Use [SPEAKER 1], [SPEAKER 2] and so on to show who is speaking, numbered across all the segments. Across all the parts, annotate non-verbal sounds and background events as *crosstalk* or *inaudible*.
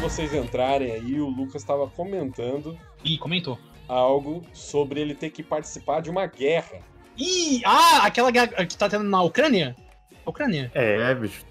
[SPEAKER 1] vocês entrarem aí, o Lucas estava comentando
[SPEAKER 2] Ih, comentou.
[SPEAKER 1] algo sobre ele ter que participar de uma guerra.
[SPEAKER 2] Ih, ah, aquela guerra que tá tendo na Ucrânia? Ucrânia.
[SPEAKER 3] É, bicho.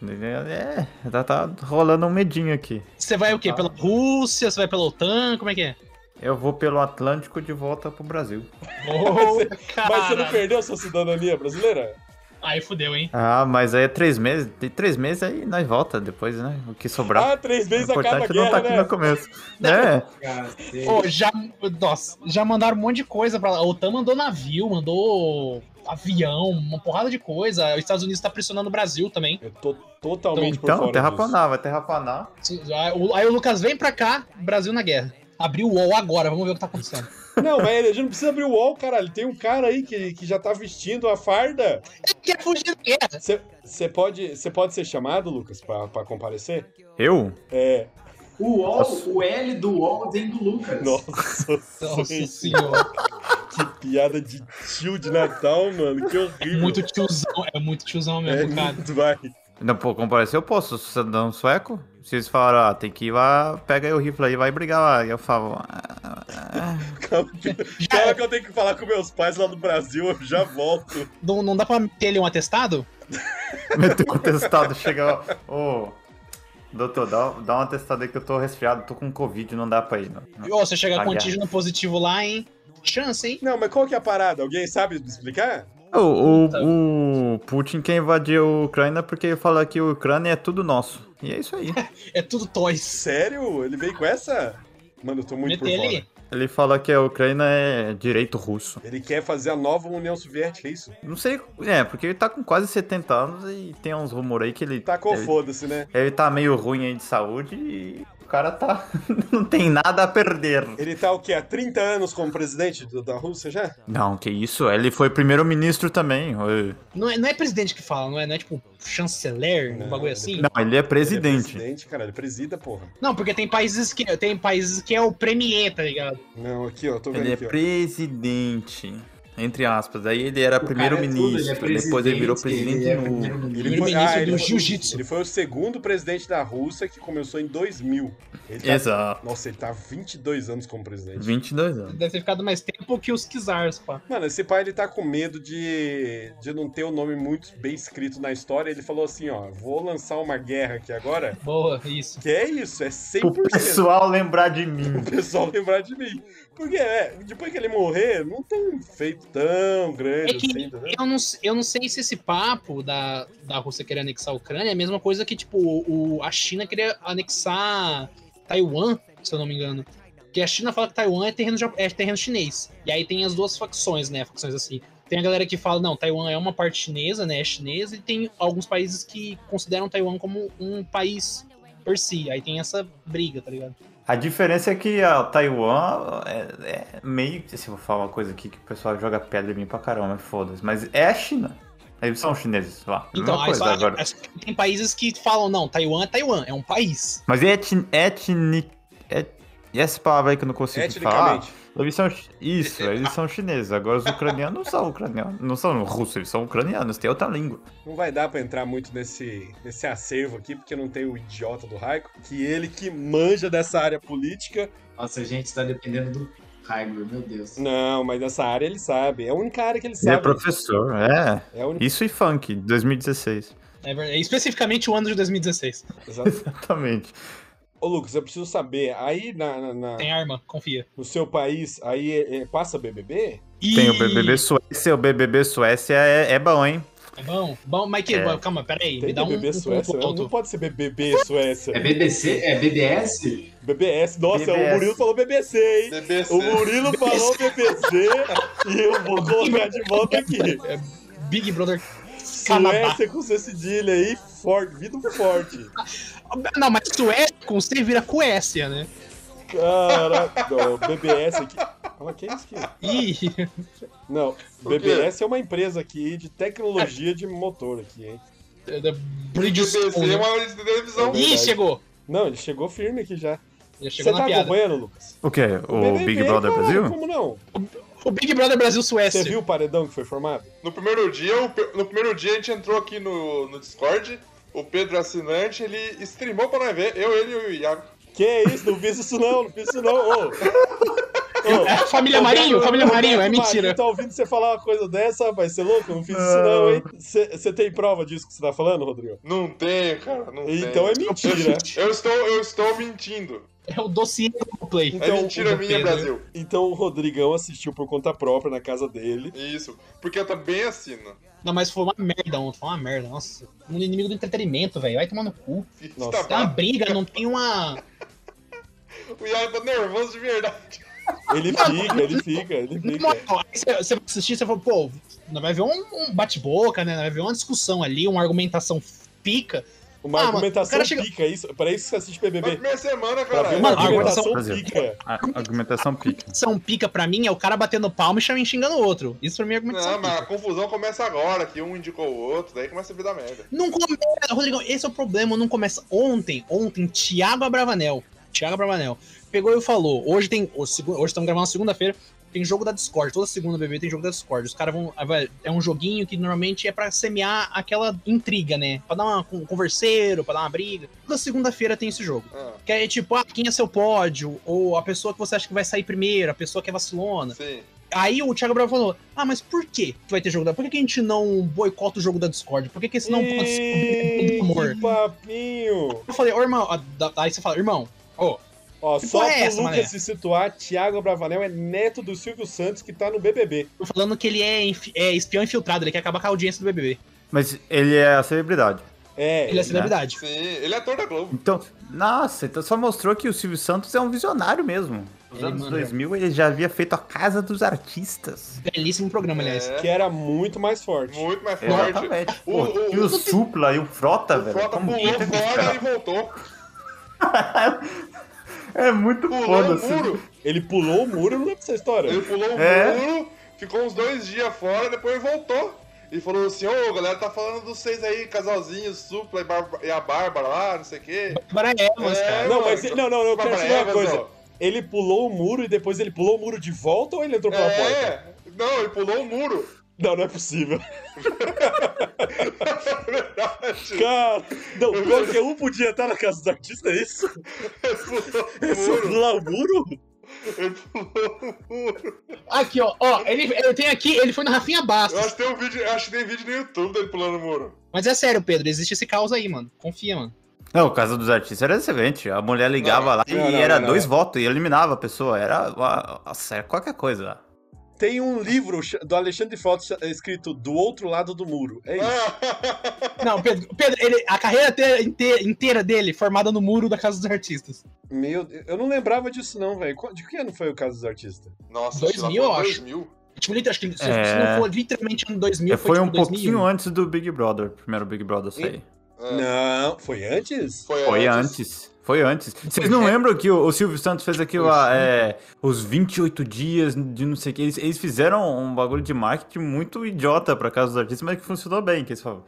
[SPEAKER 3] É, tá, tá rolando um medinho aqui.
[SPEAKER 2] Você vai o quê? Pela Rússia? Você vai pela OTAN? Como é que é?
[SPEAKER 3] Eu vou pelo Atlântico de volta pro Brasil.
[SPEAKER 2] Ô,
[SPEAKER 1] Mas você não
[SPEAKER 2] cara.
[SPEAKER 1] perdeu sua cidadania brasileira?
[SPEAKER 2] Aí fudeu, hein?
[SPEAKER 3] Ah, mas aí é três meses. Tem três meses aí nós volta depois, né? O que sobrar.
[SPEAKER 1] Ah, três
[SPEAKER 3] o
[SPEAKER 1] vezes a cada
[SPEAKER 3] importante não
[SPEAKER 1] guerra,
[SPEAKER 3] tá aqui
[SPEAKER 1] né?
[SPEAKER 3] no
[SPEAKER 1] *laughs*
[SPEAKER 3] começo. É,
[SPEAKER 4] Cacete.
[SPEAKER 2] Ô, já, nossa, já mandaram um monte de coisa pra lá. A OTAN mandou navio, mandou avião, uma porrada de coisa. Os Estados Unidos tá pressionando o Brasil também.
[SPEAKER 1] Eu tô totalmente por
[SPEAKER 3] então,
[SPEAKER 1] fora disso.
[SPEAKER 3] terraplanar, vai terraplanar.
[SPEAKER 2] Aí o- aí o Lucas vem pra cá, Brasil na guerra. Abriu o UOL agora, vamos ver o que tá acontecendo.
[SPEAKER 1] Não, mas a gente não precisa abrir o wall, caralho. Tem um cara aí que, que já tá vestindo a farda.
[SPEAKER 2] Ele quer fugir da guerra.
[SPEAKER 1] Você pode, cê pode ser chamado, Lucas, pra, pra
[SPEAKER 2] *laughs*
[SPEAKER 1] comparecer?
[SPEAKER 3] Eu?
[SPEAKER 1] É.
[SPEAKER 4] O
[SPEAKER 3] Nossa.
[SPEAKER 4] UOL, o L do UOL vem do Lucas.
[SPEAKER 1] Nossa,
[SPEAKER 2] Nossa
[SPEAKER 1] gente,
[SPEAKER 2] senhora.
[SPEAKER 1] que piada de tio de Natal, mano. Que horrível.
[SPEAKER 2] Muito tiozão, é muito tiozão
[SPEAKER 1] é,
[SPEAKER 2] mesmo, cara.
[SPEAKER 1] muito vai.
[SPEAKER 3] Não, pô, comparecer eu posso, sou cidadão é um sueco. Se eles falaram, ah, tem que ir lá, pega aí o rifle aí, vai brigar lá. E eu falo, ah, *laughs*
[SPEAKER 1] Calma que, calma que eu tenho que falar com meus pais lá no Brasil, eu já volto.
[SPEAKER 2] Não, não dá pra ter ele um atestado?
[SPEAKER 3] meteu um testado, chega lá. Ô, doutor, dá, dá um testado aí que eu tô resfriado, tô com Covid, não dá pra ir. Não.
[SPEAKER 2] Ou você chega com um
[SPEAKER 3] Aliás.
[SPEAKER 2] antígeno positivo lá, hein? Chance, hein?
[SPEAKER 1] Não, mas qual que é a parada? Alguém sabe me explicar?
[SPEAKER 3] Ah, O, o, o Putin quer invadir a Ucrânia porque ele fala que a Ucrânia é tudo nosso. E é isso aí.
[SPEAKER 2] É tudo toys.
[SPEAKER 1] Sério? Ele veio com essa? Mano, eu tô muito
[SPEAKER 2] Mete
[SPEAKER 1] por fora.
[SPEAKER 2] ele.
[SPEAKER 1] Ele.
[SPEAKER 3] Ele fala que a Ucrânia é direito russo.
[SPEAKER 1] quer fazer a nova União Soviética, é isso?
[SPEAKER 3] Não sei, é, porque ele tá com quase 70 anos e tem uns rumores aí que ele.
[SPEAKER 1] Tá com
[SPEAKER 3] ele,
[SPEAKER 1] foda-se, né?
[SPEAKER 3] ele tá meio ruim aí de saúde e o cara tá. *laughs* não tem nada a perder.
[SPEAKER 1] Ele tá o quê? Há 30 anos como presidente do- da Rússia já?
[SPEAKER 3] Não, que isso? Ele foi primeiro-ministro também. Oi.
[SPEAKER 2] Não é, não é presidente que fala, não é, não é tipo chanceler,
[SPEAKER 1] Não,
[SPEAKER 2] um bagulho assim? Não.
[SPEAKER 3] Não, ele
[SPEAKER 1] Ele
[SPEAKER 3] é
[SPEAKER 1] é
[SPEAKER 3] presidente.
[SPEAKER 1] presidente, cara. Ele presida, porra.
[SPEAKER 2] porque tem países que tem países que é o premier, tá ligado?
[SPEAKER 1] Não, aqui, ó. Tô vendo
[SPEAKER 3] Ele é
[SPEAKER 1] aqui, ó.
[SPEAKER 3] presidente. Entre aspas. Aí ele era
[SPEAKER 4] cara é tudo, ele
[SPEAKER 3] primeiro-ministro.
[SPEAKER 4] é presidente,
[SPEAKER 3] depois ele virou
[SPEAKER 4] ele
[SPEAKER 3] presidente
[SPEAKER 4] é Ah,
[SPEAKER 3] no.
[SPEAKER 4] primeiro-ministro.
[SPEAKER 2] Primeiro-ministro do
[SPEAKER 4] é
[SPEAKER 1] foi- Ah,
[SPEAKER 2] jiu-jitsu.
[SPEAKER 1] Ele foi o segundo presidente da Rússia que começou em 2000. Ele tá-
[SPEAKER 3] Exato.
[SPEAKER 1] Nossa, ele tá há 22 anos como presidente.
[SPEAKER 3] 22 anos.
[SPEAKER 2] Deve ter ficado mais tempo que os Kizars, pá.
[SPEAKER 1] Mano, esse pai ele tá com medo de, de não ter o nome muito bem escrito na história. Ele falou assim: ó, vou lançar uma guerra aqui agora.
[SPEAKER 2] Boa, isso.
[SPEAKER 1] Que é isso, é
[SPEAKER 3] Pro
[SPEAKER 1] 100%.
[SPEAKER 3] pessoal lembrar de mim.
[SPEAKER 1] O pessoal lembrar de mim. Porque é, depois que ele morrer, não tem um feito tão grande
[SPEAKER 2] É que-
[SPEAKER 1] assim,
[SPEAKER 3] né?
[SPEAKER 1] entendeu?
[SPEAKER 2] Eu não, eu não sei se esse papo da, da Rússia querer anexar a Ucrânia é a mesma coisa que, tipo, o, a China queria anexar Taiwan, se eu não me engano. Porque a China fala que Taiwan é terreno, ja- é terreno chinês. E aí tem as duas facções, né? Facções assim. Tem a galera que fala, não, Taiwan é uma parte chinesa, né? É chinesa. E tem alguns países que consideram Taiwan como um país por si. Aí tem essa briga, tá ligado?
[SPEAKER 3] A diferença é que a Taiwan é, é meio. Se eu vou falar uma coisa aqui que o pessoal joga pedra em mim pra caramba, foda-se. Mas é a China. Eles são chineses lá.
[SPEAKER 2] Então,
[SPEAKER 3] Mesma
[SPEAKER 2] aí
[SPEAKER 3] coisa
[SPEAKER 2] só,
[SPEAKER 3] agora.
[SPEAKER 2] aí só tem países que falam, não, Taiwan é Taiwan, é um país.
[SPEAKER 3] Mas etni, etni, et, e essa palavra aí que eu não consigo falar.
[SPEAKER 1] Etnicamente.
[SPEAKER 3] Eles são chi- isso,
[SPEAKER 2] É,
[SPEAKER 3] eles são chineses. Agora os ucranianos não são ucranianos, não são russos, eles são ucranianos, tem outra língua.
[SPEAKER 1] Não vai dar pra entrar muito nesse, nesse acervo aqui, porque não tem o idiota do Raico, que ele que manja dessa área política.
[SPEAKER 4] Nossa, a gente tá dependendo do Raigor, meu Deus.
[SPEAKER 1] Não, mas essa área ele sabe. É a única área que ele
[SPEAKER 3] Ele é
[SPEAKER 1] sabe.
[SPEAKER 3] professor, é.
[SPEAKER 1] É a única.
[SPEAKER 3] Isso e funk, 2016.
[SPEAKER 2] É verdade. Especificamente o ano de 2016.
[SPEAKER 1] Exato.
[SPEAKER 3] *laughs* Exatamente.
[SPEAKER 1] Ô, Lucas, eu preciso saber. Aí na- na- na,
[SPEAKER 2] Tem arma, confia.
[SPEAKER 1] no seu país, aí é- é- passa BBB?
[SPEAKER 2] E...
[SPEAKER 3] Tem o BBB Suécia, o BBB Suécia é, é bom, hein?
[SPEAKER 2] É bom? Bom, mas que.
[SPEAKER 3] É.
[SPEAKER 2] Calma, peraí.
[SPEAKER 1] Tem
[SPEAKER 2] me dá um.
[SPEAKER 1] BBB
[SPEAKER 2] um
[SPEAKER 1] Suécia?
[SPEAKER 2] ponto
[SPEAKER 1] Não,
[SPEAKER 2] alto.
[SPEAKER 1] não pode ser BBB Suécia.
[SPEAKER 4] É BBC? É BBS?
[SPEAKER 1] BBS. Nossa, o
[SPEAKER 3] BBS.
[SPEAKER 1] Murilo falou BBC, hein?
[SPEAKER 5] BBC.
[SPEAKER 1] O Murilo falou BBC e eu vou colocar de volta
[SPEAKER 2] *laughs*
[SPEAKER 1] aqui.
[SPEAKER 2] É Big Brother. Canadá.
[SPEAKER 1] Suécia com C cedilha aí, forte, vindo forte.
[SPEAKER 2] Não, mas Suécia com C vira Coécia, né?
[SPEAKER 1] Caraca, não, BBS aqui. Fala, que é isso aqui?
[SPEAKER 2] Ih,
[SPEAKER 1] Não, BBS é uma empresa aqui de tecnologia de motor aqui, hein?
[SPEAKER 2] é da Bridgestone,
[SPEAKER 5] BBC
[SPEAKER 2] né?
[SPEAKER 5] é uma rede de televisão.
[SPEAKER 1] É
[SPEAKER 2] Ih,
[SPEAKER 1] verdade.
[SPEAKER 2] chegou.
[SPEAKER 1] Não, ele chegou firme aqui já. Você
[SPEAKER 2] Já chegou na
[SPEAKER 1] tá
[SPEAKER 2] piada.
[SPEAKER 1] acompanhando, Lucas?
[SPEAKER 3] O quê? O
[SPEAKER 1] BBB,
[SPEAKER 3] Big Brother
[SPEAKER 1] caralho,
[SPEAKER 3] Brasil?
[SPEAKER 1] Como não?
[SPEAKER 2] O Big Brother Brasil Suécia.
[SPEAKER 1] Você viu o paredão que foi formado?
[SPEAKER 5] No primeiro dia, o Pe- no primeiro dia a gente entrou aqui no, no Discord, o Pedro assinante, ele streamou pra nós ver, eu, ele e o Iago.
[SPEAKER 1] Que isso? Não fiz isso não, não fiz isso não. Ô. Ô,
[SPEAKER 2] É Família Marinho, família Marinho, é mentira.
[SPEAKER 1] Tá ouvindo você falar uma coisa dessa, rapaz? Você é louco? Eu Não fiz isso
[SPEAKER 3] Ah.
[SPEAKER 1] não, hein? Você você tem prova disso que você tá falando, Rodrigo?
[SPEAKER 5] Não tem, cara. Não
[SPEAKER 1] Então é
[SPEAKER 2] *laughs*
[SPEAKER 5] tem.
[SPEAKER 1] mentira.
[SPEAKER 5] Eu estou, eu estou mentindo.
[SPEAKER 2] É o dossiê do Play.
[SPEAKER 1] Então,
[SPEAKER 5] é mentira
[SPEAKER 2] o
[SPEAKER 5] minha,
[SPEAKER 2] Pedro-
[SPEAKER 5] Brasil.
[SPEAKER 1] Então o Rodrigão assistiu por conta própria na casa dele.
[SPEAKER 5] Isso. Porque ela tá bem assina.
[SPEAKER 2] Não, mas foi uma merda ontem, foi uma merda. Nossa, um inimigo do entretenimento, velho. Vai tomar no cu.
[SPEAKER 1] Nossa.
[SPEAKER 5] Está
[SPEAKER 2] Tem uma
[SPEAKER 5] bravo.
[SPEAKER 2] briga, não tem uma.
[SPEAKER 5] O Yara tá nervoso de verdade.
[SPEAKER 1] Ele fica, ele fica, ele
[SPEAKER 2] Na
[SPEAKER 1] fica.
[SPEAKER 2] moral, aí Você você vai assistir, você fala, pô, não vai ver um, um bate-boca, né? Vai ver uma discussão ali, uma argumentação pica.
[SPEAKER 1] Uma
[SPEAKER 2] Ah, mano, o
[SPEAKER 1] argumentação
[SPEAKER 2] cara chega-
[SPEAKER 1] pica, é isso, pra isso que você assiste
[SPEAKER 5] Na
[SPEAKER 1] BBB.
[SPEAKER 5] primeira
[SPEAKER 1] Pra
[SPEAKER 5] semana,
[SPEAKER 1] ver
[SPEAKER 5] cara.
[SPEAKER 1] uma
[SPEAKER 2] Mano,
[SPEAKER 1] argumentação
[SPEAKER 3] argumentação-
[SPEAKER 1] pica.
[SPEAKER 3] A argumentação pica.
[SPEAKER 2] Argumentação pica pra mim é o cara batendo palma e chamando xingando o outro. Isso pra mim é argumentação
[SPEAKER 5] Não, mas a
[SPEAKER 2] pica.
[SPEAKER 5] confusão começa agora, que um indicou o outro, daí começa a vir da merda.
[SPEAKER 2] Não começa, Rodrigão, esse é o problema, não começa. Ontem, ontem, Thiago Abravanel, Thiago Abravanel, pegou e falou, hoje tem, hoje segu- hoje estamos gravando na segunda-feira, tem jogo da Discord, toda segunda, bebê, tem jogo da Discord. Os caras vão, ah, vai, é um joguinho que normalmente é pra semear aquela intriga, né? Pra dar uma um converseiro, pra dar uma briga. Toda segunda-feira tem esse jogo.
[SPEAKER 5] Ah,
[SPEAKER 2] Que é tipo, ah, quem é seu pódio? Ou a pessoa que você acha que vai sair primeiro, a pessoa que é vacilona.
[SPEAKER 5] sim.
[SPEAKER 2] Aí o Thiago Bravo falou: Ah, mas por que que vai ter jogo da. Por que, que a gente não boicota o jogo da Discord? Por que, que esse não pode ser
[SPEAKER 1] Ih,
[SPEAKER 2] um amor?
[SPEAKER 1] que papinho!
[SPEAKER 2] Eu falei, ô irmão, ó, da- aí você fala, irmão, ô,
[SPEAKER 1] Ó,
[SPEAKER 2] Que
[SPEAKER 1] só
[SPEAKER 2] porra
[SPEAKER 1] pro
[SPEAKER 2] é essa,
[SPEAKER 1] Lucas
[SPEAKER 2] mané?
[SPEAKER 1] se situar, Thiago Bravanel é neto do Silvio Santos que tá no BBB.
[SPEAKER 2] tô falando que ele é, infi- é espião infiltrado, ele quer acabar com a audiência do BBB.
[SPEAKER 3] Mas ele é a celebridade.
[SPEAKER 1] É,
[SPEAKER 2] Ele é celebridade.
[SPEAKER 5] Sim, ele é ator da Globo.
[SPEAKER 3] Então, nossa, então só mostrou que o Silvio Santos é um visionário mesmo. Nos
[SPEAKER 2] Ele
[SPEAKER 3] anos
[SPEAKER 2] manda.
[SPEAKER 3] 2000 ele já havia feito a Casa dos Artistas.
[SPEAKER 2] Belíssimo programa, aliás.
[SPEAKER 5] É,
[SPEAKER 1] que era muito mais forte.
[SPEAKER 5] muito mais forte.
[SPEAKER 3] Exatamente.
[SPEAKER 5] É, O-
[SPEAKER 3] Pô,
[SPEAKER 5] o-
[SPEAKER 3] e o
[SPEAKER 5] o-
[SPEAKER 3] Supla e o Frota,
[SPEAKER 5] O
[SPEAKER 3] tá velho.
[SPEAKER 5] Frota
[SPEAKER 3] como
[SPEAKER 5] pulou
[SPEAKER 3] que- tá?
[SPEAKER 5] fora e voltou.
[SPEAKER 3] É muito assim.
[SPEAKER 5] Pulou o
[SPEAKER 3] foda-se.
[SPEAKER 5] muro.
[SPEAKER 1] Ele pulou o muro, eu não lembro dessa história.
[SPEAKER 5] Ele pulou o
[SPEAKER 3] É.
[SPEAKER 5] muro, ficou uns dois dias fora, depois voltou. E falou assim, ô, galera, tá falando dos seis aí, casalzinho, Supla e, Bar- e a Bárbara lá, não sei o quê.
[SPEAKER 2] Agora é, mas,
[SPEAKER 5] É,
[SPEAKER 2] cara.
[SPEAKER 1] Ah, Não,
[SPEAKER 5] mano,
[SPEAKER 1] mas ele- não, não, eu quero
[SPEAKER 5] Bárbara
[SPEAKER 1] saber uma
[SPEAKER 5] Evans,
[SPEAKER 1] coisa.
[SPEAKER 5] ó.
[SPEAKER 1] Ele pulou o muro e depois ele pulou o muro de volta ou ele entrou pela porta?
[SPEAKER 5] É, não, ele pulou o muro. *laughs*
[SPEAKER 1] Não, não é possível.
[SPEAKER 5] É verdade.
[SPEAKER 1] Cara, não, qualquer um podia estar na casa dos artistas, é
[SPEAKER 5] *laughs*
[SPEAKER 1] isso?
[SPEAKER 5] Ele pulou
[SPEAKER 1] É
[SPEAKER 5] o
[SPEAKER 1] só
[SPEAKER 5] muro.
[SPEAKER 1] pular o muro?
[SPEAKER 5] Ele pulou o muro.
[SPEAKER 2] Aqui, ó, ó, ele, ele tem aqui, ele foi na Rafinha
[SPEAKER 5] Eu
[SPEAKER 2] Bastos.
[SPEAKER 5] acho que tem um vídeo, eu acho que tem vídeo no YouTube dele pulando o muro.
[SPEAKER 2] Mas é sério, Pedro, existe esse caos aí, mano. Confia, mano.
[SPEAKER 3] Não, o caso dos artistas era excelente. A mulher ligava lá
[SPEAKER 1] não,
[SPEAKER 3] e
[SPEAKER 1] não,
[SPEAKER 3] era
[SPEAKER 1] não,
[SPEAKER 3] dois votos e eliminava a pessoa. Era. uma- Nossa, era qualquer coisa.
[SPEAKER 1] Tem um livro cha- do Alexandre Fotos escrito Do Outro Lado do Muro. É isso.
[SPEAKER 2] Não, Pedro, Pedro ele, a carreira te- inte- inteira dele formada no muro da Casa dos Artistas.
[SPEAKER 1] Meu Deus, eu não lembrava disso não, velho. Qu- De que ano foi o caso dos artistas?
[SPEAKER 5] *laughs* Nossa,
[SPEAKER 2] Dois
[SPEAKER 5] Sheila,
[SPEAKER 2] mil,
[SPEAKER 5] foi
[SPEAKER 2] eu
[SPEAKER 5] dois
[SPEAKER 2] acho.
[SPEAKER 5] mil.
[SPEAKER 2] Tipo, liter- acho que se,
[SPEAKER 3] É.
[SPEAKER 2] se não for literalmente ano 2000, foi,
[SPEAKER 3] Foi,
[SPEAKER 2] tipo,
[SPEAKER 3] um
[SPEAKER 2] 2001.
[SPEAKER 3] pouquinho antes do Big Brother, primeiro Big Brother sair.
[SPEAKER 5] É,
[SPEAKER 1] Ah. Não, foi antes?
[SPEAKER 3] Foi antes. Foi antes. Vocês não
[SPEAKER 2] É.
[SPEAKER 3] lembram que o o Silvio Santos fez aquilo lá,
[SPEAKER 2] Poxa.
[SPEAKER 3] é, os 28 dias de não sei o que. Eles, eles fizeram um bagulho de marketing muito idiota pra casa dos artistas, mas que funcionou bem, que eles falam.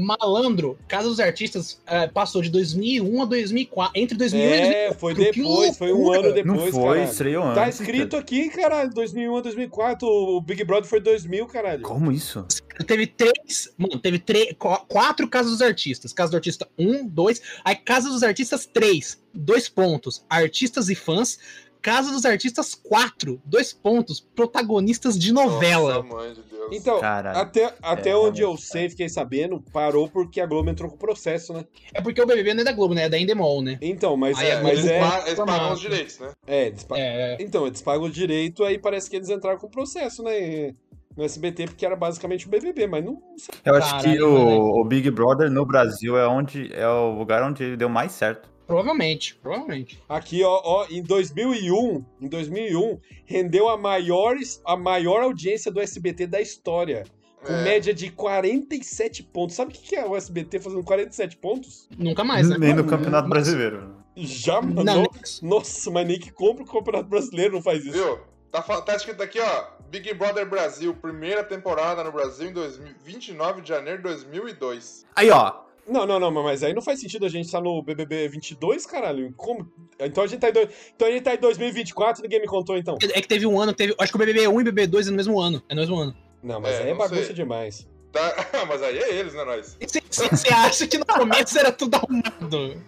[SPEAKER 2] Malandro, Casa dos Artistas eh, passou de 2001 a 2004. Entre 2001 e 2004.
[SPEAKER 1] É, foi
[SPEAKER 2] Que
[SPEAKER 1] depois, foi um
[SPEAKER 2] loucura.
[SPEAKER 1] ano
[SPEAKER 3] Não
[SPEAKER 1] depois,
[SPEAKER 3] foi, é
[SPEAKER 1] caralho.
[SPEAKER 3] estreou antes.
[SPEAKER 1] Tá escrito aqui, caralho, 2001, 2004, o Big Brother foi 2000, caralho.
[SPEAKER 3] Como isso?
[SPEAKER 2] Teve três. Mano, teve três, qu- quatro Casas dos Artistas. Casa do Artista 1, 2. Aí Casa dos Artistas 3, dois pontos. Artistas e fãs. Casa dos Artistas 4, dois pontos. Protagonistas de novela.
[SPEAKER 5] Nossa, mãe de Deus.
[SPEAKER 1] Então,
[SPEAKER 3] Caralho.
[SPEAKER 1] até, até
[SPEAKER 3] É,
[SPEAKER 1] onde eu
[SPEAKER 3] realmente,
[SPEAKER 1] sei, fiquei sabendo, parou porque a Globo entrou com o processo, né?
[SPEAKER 2] É porque o BBB não é da Globo, né? É da Endemol, né?
[SPEAKER 1] Então, mas,
[SPEAKER 2] Aí a
[SPEAKER 1] mas
[SPEAKER 5] eles,
[SPEAKER 2] Globo
[SPEAKER 1] é...
[SPEAKER 5] pa- eles pagam os direitos, né?
[SPEAKER 1] é, eles pa-
[SPEAKER 2] É.
[SPEAKER 1] Então, eles pagam o direito, aí parece que eles entraram com o processo, né? No SBT, porque era basicamente o BBB, mas não sei.
[SPEAKER 3] Eu acho que
[SPEAKER 2] Caralho,
[SPEAKER 3] o, o Big Brother no Brasil é onde é o lugar onde ele deu mais certo.
[SPEAKER 2] Provavelmente, provavelmente.
[SPEAKER 1] Aqui, ó, ó, em 2001, em 2001, rendeu a maior, a maior audiência do SBT da história. Com
[SPEAKER 5] É.
[SPEAKER 1] média de 47 pontos. Sabe o que que é o SBT fazendo 47 pontos?
[SPEAKER 2] Nunca mais, né?
[SPEAKER 3] Nem no
[SPEAKER 2] Não,
[SPEAKER 3] Campeonato
[SPEAKER 2] não-
[SPEAKER 3] Brasileiro.
[SPEAKER 1] Já
[SPEAKER 2] Não,
[SPEAKER 1] mandou. Nossa, mas nem que compra o Campeonato Brasileiro não faz isso.
[SPEAKER 5] Viu? Tá, fa- tá escrito aqui, ó. Big Brother Brasil, primeira temporada no Brasil em 2000 29 de janeiro de 2002.
[SPEAKER 3] Aí, ó.
[SPEAKER 1] Não, não, não, mas aí não faz sentido a gente estar no BBB 22, caralho. Como? Então a gente tá em, dois... então a gente tá em 2024 ninguém me contou, então.
[SPEAKER 2] É que teve um ano, teve. Acho que o BBB 1 e o BBB 2 é no mesmo ano. É no mesmo ano.
[SPEAKER 1] Não, mas
[SPEAKER 5] É,
[SPEAKER 1] aí é
[SPEAKER 5] não
[SPEAKER 1] bagunça
[SPEAKER 5] sei.
[SPEAKER 1] demais.
[SPEAKER 5] *laughs* Tá... Mas aí é eles, né, nós? *laughs*
[SPEAKER 2] Você acha que no começo era tudo arrumado?